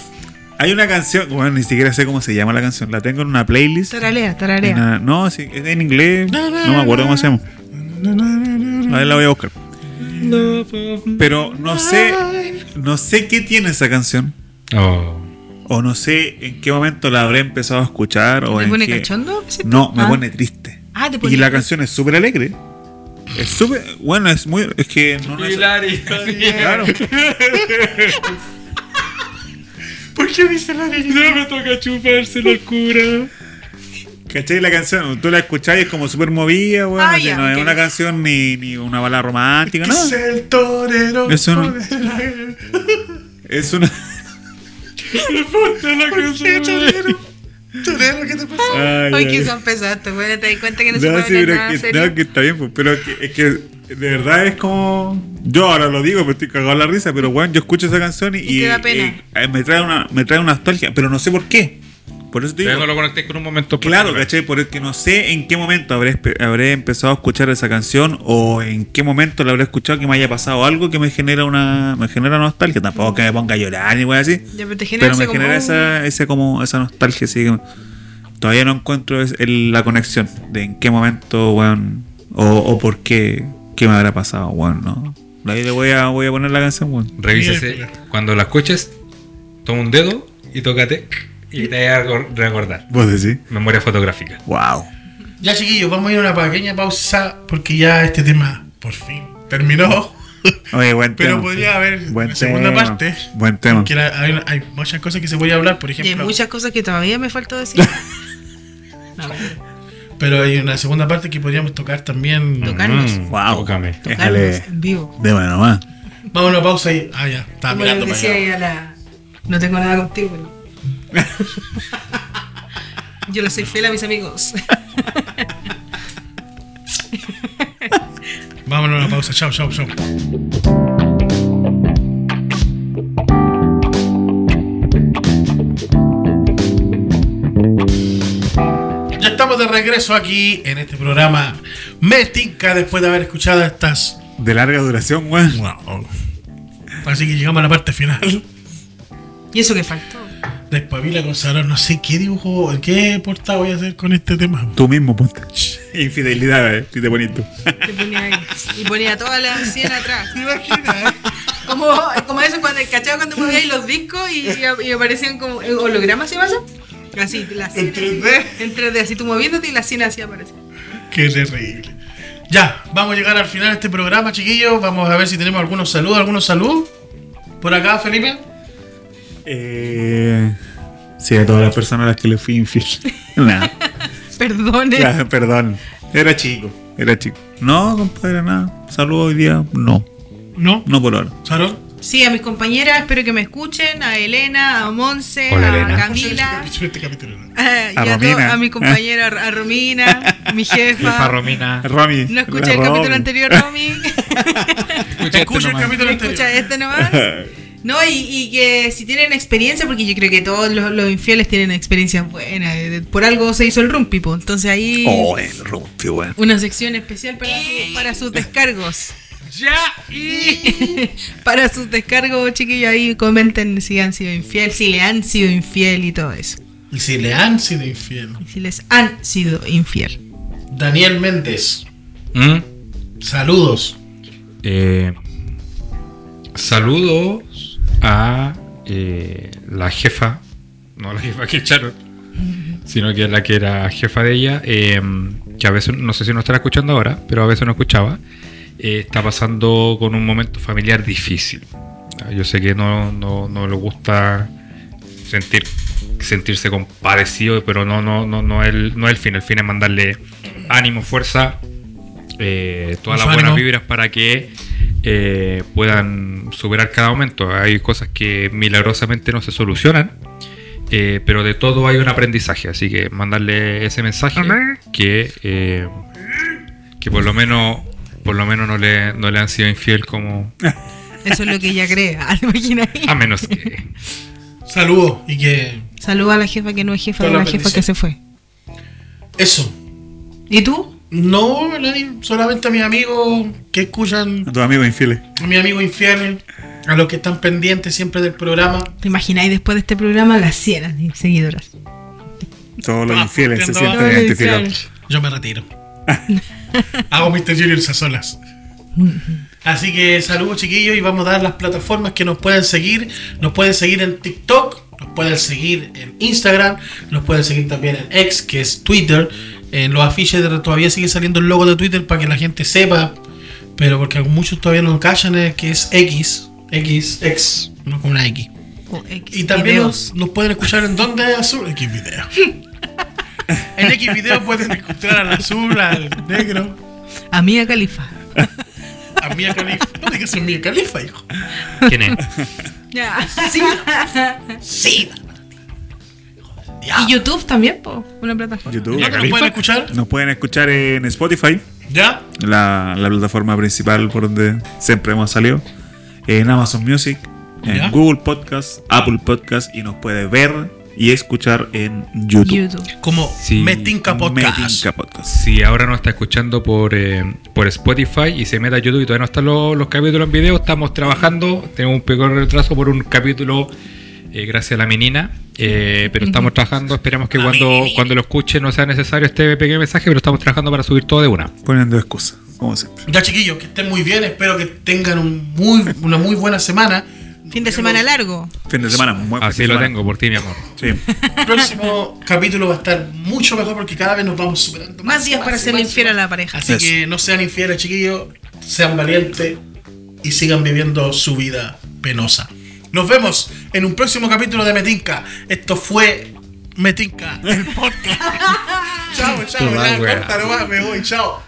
Speaker 3: Hay una canción, bueno, ni siquiera sé cómo se llama la canción. La tengo en una playlist.
Speaker 4: Taralea,
Speaker 3: En
Speaker 4: taralea.
Speaker 3: una- no, sí, es en inglés. No me acuerdo cómo se llama. A ver, la voy a buscar. Pero no sé, no sé qué tiene esa canción.
Speaker 5: Oh.
Speaker 3: O no sé en qué momento la habré empezado a escuchar. O
Speaker 4: ¿Te
Speaker 3: en
Speaker 4: pone
Speaker 3: qué-
Speaker 4: cachondo?
Speaker 3: No, me
Speaker 4: Ah.
Speaker 3: pone triste.
Speaker 4: Ah, te pone
Speaker 3: Y la
Speaker 4: triste.
Speaker 3: canción es súper alegre. Es súper. Bueno, es muy. Es que no es. Claro.
Speaker 2: ¿Por qué dice la niña?
Speaker 5: me toca chuparse la cura.
Speaker 3: ¿Cachai? La canción, tú la escuchás y es como súper movida, weón.
Speaker 4: Ah,
Speaker 3: así,
Speaker 4: ya,
Speaker 3: no es
Speaker 4: ok.
Speaker 3: una canción ni, ni una balada romántica,
Speaker 2: Que
Speaker 3: no.
Speaker 2: es el torero.
Speaker 3: Eso no.
Speaker 2: por el-
Speaker 3: Es una.
Speaker 2: ¿Qué torero? eh. ¿Torero qué te pasa?
Speaker 3: Ay,
Speaker 4: Ay,
Speaker 3: ay.
Speaker 4: que son pesados, güey. Te di cuenta que no, se
Speaker 3: No,
Speaker 4: puede
Speaker 3: sí,
Speaker 4: hablar
Speaker 3: pero
Speaker 4: nada
Speaker 3: que,
Speaker 4: serio.
Speaker 3: no, que está bien, pues, pero que- es que de verdad es como. Yo ahora lo digo, pero estoy cagado en la risa, pero bueno, yo escucho esa canción y,
Speaker 4: Y te da pena.
Speaker 3: y, eh, me, trae una, me trae una nostalgia, pero no sé por qué. Por eso te digo.
Speaker 5: no lo conecté con un momento.
Speaker 3: Claro,
Speaker 5: particular.
Speaker 3: ¿cachai? Porque no sé en qué momento habré, espe- habré empezado a escuchar esa canción o en qué momento la habré escuchado que me haya pasado algo que me genera una me genera nostalgia. Tampoco que me ponga a llorar ni weas así.
Speaker 4: Ya, pero te genera
Speaker 3: Pero me
Speaker 4: ese como
Speaker 3: genera
Speaker 4: un-
Speaker 3: esa, ese como, esa nostalgia, así que todavía no encuentro es- el- la conexión de en qué momento, weón, o, o por qué, qué me habrá pasado, weón, ¿no? Ahí le voy a, voy a poner la canción, weón.
Speaker 5: Revísese. Cuando la escuches, toma un dedo y tócate. Y te vas a recor- recordar.
Speaker 3: Vos decís.
Speaker 5: Memoria fotográfica.
Speaker 3: Wow.
Speaker 2: Ya, chiquillos, vamos a ir a una pequeña pausa porque ya este tema por fin terminó.
Speaker 3: Oye, buen
Speaker 2: Pero
Speaker 3: tema.
Speaker 2: podría haber
Speaker 3: Buen
Speaker 2: segunda
Speaker 3: tema.
Speaker 2: parte.
Speaker 3: Buen tema.
Speaker 2: Que la- hay, hay muchas cosas que se puede hablar, por
Speaker 4: Y hay
Speaker 2: ejemplo.
Speaker 4: muchas cosas que todavía me faltó decir. No, mentira.
Speaker 2: Pero hay una segunda parte que podríamos tocar también.
Speaker 4: Tocarnos.
Speaker 3: Wow.
Speaker 5: Mm, Tócame.
Speaker 3: Mm, Déjale.
Speaker 4: Tocarnos en vivo.
Speaker 3: De bueno, más.
Speaker 2: Vamos a una pausa y. Ah, ya. Estaba
Speaker 4: Como
Speaker 2: mirando
Speaker 4: les
Speaker 2: para
Speaker 4: decía
Speaker 2: allá.
Speaker 4: ahí a la... No tengo nada contigo. ¿no? Yo le soy fiel a mis amigos.
Speaker 2: Vámonos a una pausa. Chao, chao, chao. Ya estamos de regreso aquí en este programa Me tinca después de haber escuchado estas.
Speaker 3: De larga duración, weón.
Speaker 2: Así que llegamos a la parte final.
Speaker 4: Y eso que faltó.
Speaker 2: Despabila con Sarón, no sé qué dibujo, qué portada voy a hacer con este tema.
Speaker 3: Tú mismo ponte. Infidelidad, eh. Si te bonito.
Speaker 4: Te ponía ahí. Y ponía toda la sien atrás.
Speaker 2: ¿Te imaginas?
Speaker 4: Como, como eso cuando cachaba cuando movías los discos y, y aparecían como hologramas, ¿se llama eso? Así, la sien.
Speaker 2: En 3D.
Speaker 4: En 3D, así tú moviéndote y la sien así aparece.
Speaker 2: Qué terrible. Ya, vamos a llegar al final de este programa, chiquillos. Vamos a ver si tenemos algunos saludos, algunos saludos. Por acá, Felipe.
Speaker 3: Eh, sí, a todas las personas a las que le fui infiel. Nah.
Speaker 4: Perdone.
Speaker 3: Ya, perdón. Era chico. Era chico. No, compadre, nada. Saludos hoy día. No.
Speaker 2: No.
Speaker 3: No por ahora.
Speaker 2: Sarón.
Speaker 4: Sí, a mis compañeras, espero que me escuchen, a Elena, a Monse,
Speaker 5: Hola,
Speaker 4: a
Speaker 5: Elena.
Speaker 4: Camila,
Speaker 2: Este capítulo, ¿no?
Speaker 4: eh, y
Speaker 3: A
Speaker 4: a, to-
Speaker 3: Romina.
Speaker 4: a mi compañera, a Romina, mi
Speaker 5: Jefa
Speaker 4: jefa.
Speaker 5: Romina.
Speaker 3: Romy.
Speaker 4: No
Speaker 3: la
Speaker 4: escuché el capítulo
Speaker 3: Romy.
Speaker 4: anterior, Romy.
Speaker 5: Escucha
Speaker 2: Escucha el este capítulo
Speaker 4: Escucha
Speaker 2: anterior.
Speaker 4: este nomás. No, y, y que si tienen experiencia, porque yo creo que todos los, los infieles tienen experiencias buenas. eh, Por algo se hizo el rumpipo. Entonces ahí
Speaker 3: Oh, el rompe, weón.
Speaker 4: una sección especial para, su- para sus descargos.
Speaker 5: Ya y.
Speaker 4: para sus descargos, chiquillos, ahí comenten si han sido infiel, si le han sido infiel y todo eso.
Speaker 2: Y si le han sido infiel.
Speaker 4: Y si les han sido infiel.
Speaker 2: Daniel Méndez.
Speaker 3: Mm.
Speaker 5: Mm.
Speaker 2: Saludos.
Speaker 5: Eh, saludos a eh, la jefa, no la jefa que echaron, sino que la que era jefa de ella, eh, que a veces, no sé si nos estará escuchando ahora, pero a veces no escuchaba, eh, está pasando con un momento familiar difícil. Ah, Yo sé que no, no, no le gusta sentir, sentirse compadecido, pero no, no, no, no, es el, no es el fin, el fin es mandarle ánimo, fuerza, eh, todas las
Speaker 2: Mucho
Speaker 5: buenas
Speaker 2: ánimo.
Speaker 5: vibras para que eh, puedan superar cada momento. Hay cosas que milagrosamente no se solucionan, eh, pero de todo hay un aprendizaje, así que mandarle ese mensaje que, eh, que por lo menos, por lo menos no, le, no le han sido infiel como...
Speaker 4: Eso es lo que ella crea. ¿te imaginas?
Speaker 5: A menos que...
Speaker 2: Saludos. Y que.
Speaker 4: Saluda a la jefa que no es jefa,
Speaker 2: Todas
Speaker 4: a la
Speaker 2: las
Speaker 4: jefa que
Speaker 2: bendiciones.
Speaker 4: se fue.
Speaker 2: Eso.
Speaker 4: ¿Y tú?
Speaker 2: No, nadie, solamente a mis amigos que escuchan,
Speaker 3: A tus amigos infieles.
Speaker 2: a mis amigos infieles, a los que están pendientes siempre del programa.
Speaker 4: ¿Te imagináis después de este programa las cienas de seguidoras?
Speaker 3: Todos los
Speaker 2: Ah,
Speaker 3: infieles se
Speaker 2: entiendo,
Speaker 3: sienten
Speaker 4: vale.
Speaker 3: identificados.
Speaker 2: Yo me retiro. Hago Mr. Juniors a solas. Así que saludos chiquillos y vamos a dar las plataformas que nos pueden seguir. Nos pueden seguir en TikTok, nos pueden seguir en Instagram, nos pueden seguir también en X, que es Twitter. En los afiches de- todavía sigue saliendo el logo de Twitter para que la gente sepa, pero porque muchos todavía no callan eh, que es X, X, X, no con una X.
Speaker 4: O X
Speaker 2: Y también
Speaker 4: videos.
Speaker 2: nos, nos pueden escuchar en donde azul. X video. En X video pueden escuchar al azul, al negro,
Speaker 4: Amiga Califa.
Speaker 2: a Mia Califa. No digas a Mia Califa, hijo.
Speaker 5: ¿Quién es?
Speaker 4: Sí.
Speaker 2: Sí.
Speaker 4: Y YouTube también, po, una plataforma.
Speaker 3: YouTube.
Speaker 2: ¿Ya que nos pueden escuchar?
Speaker 3: Nos pueden escuchar en Spotify,
Speaker 2: ¿Ya?
Speaker 3: la, la plataforma principal por donde siempre hemos salido. En Amazon Music, en
Speaker 2: Ya.
Speaker 3: Google Podcast, Apple Podcast y nos puede ver y escuchar en YouTube.
Speaker 4: YouTube.
Speaker 2: Como
Speaker 5: Sí,
Speaker 2: Metinca Podcast.
Speaker 3: Metinca Podcast.
Speaker 5: Si ahora nos está escuchando por, eh, por Spotify y se mete a YouTube y todavía no están los, los capítulos en video, estamos trabajando, tenemos un pequeño retraso por un capítulo eh, gracias a la menina, eh, pero estamos trabajando, esperamos que cuando, cuando lo escuchen no sea necesario este pequeño mensaje, pero estamos trabajando para subir todo de una.
Speaker 3: Poniendo excusas, como siempre.
Speaker 2: Ya, chiquillos, que estén muy bien. Espero que tengan un muy, una muy buena semana.
Speaker 4: Fin de semana largo.
Speaker 3: Fin de semana, muy buen fin
Speaker 5: Así
Speaker 3: de
Speaker 5: lo
Speaker 3: semana.
Speaker 5: tengo por ti, mi amor.
Speaker 3: Sí.
Speaker 2: El próximo capítulo va a estar mucho mejor porque cada vez nos vamos superando.
Speaker 4: Más días para
Speaker 2: ser
Speaker 4: hacerle infiel a la pareja.
Speaker 2: Así
Speaker 3: Eso.
Speaker 2: que no sean infieles, chiquillos. Sean valientes. y sigan viviendo su vida penosa. Nos vemos en un próximo capítulo de Metinca. Esto fue Metinca, el podcast. chao, chao,
Speaker 5: Toda
Speaker 2: ya,
Speaker 5: wea.
Speaker 2: corta nomás, me voy, chao.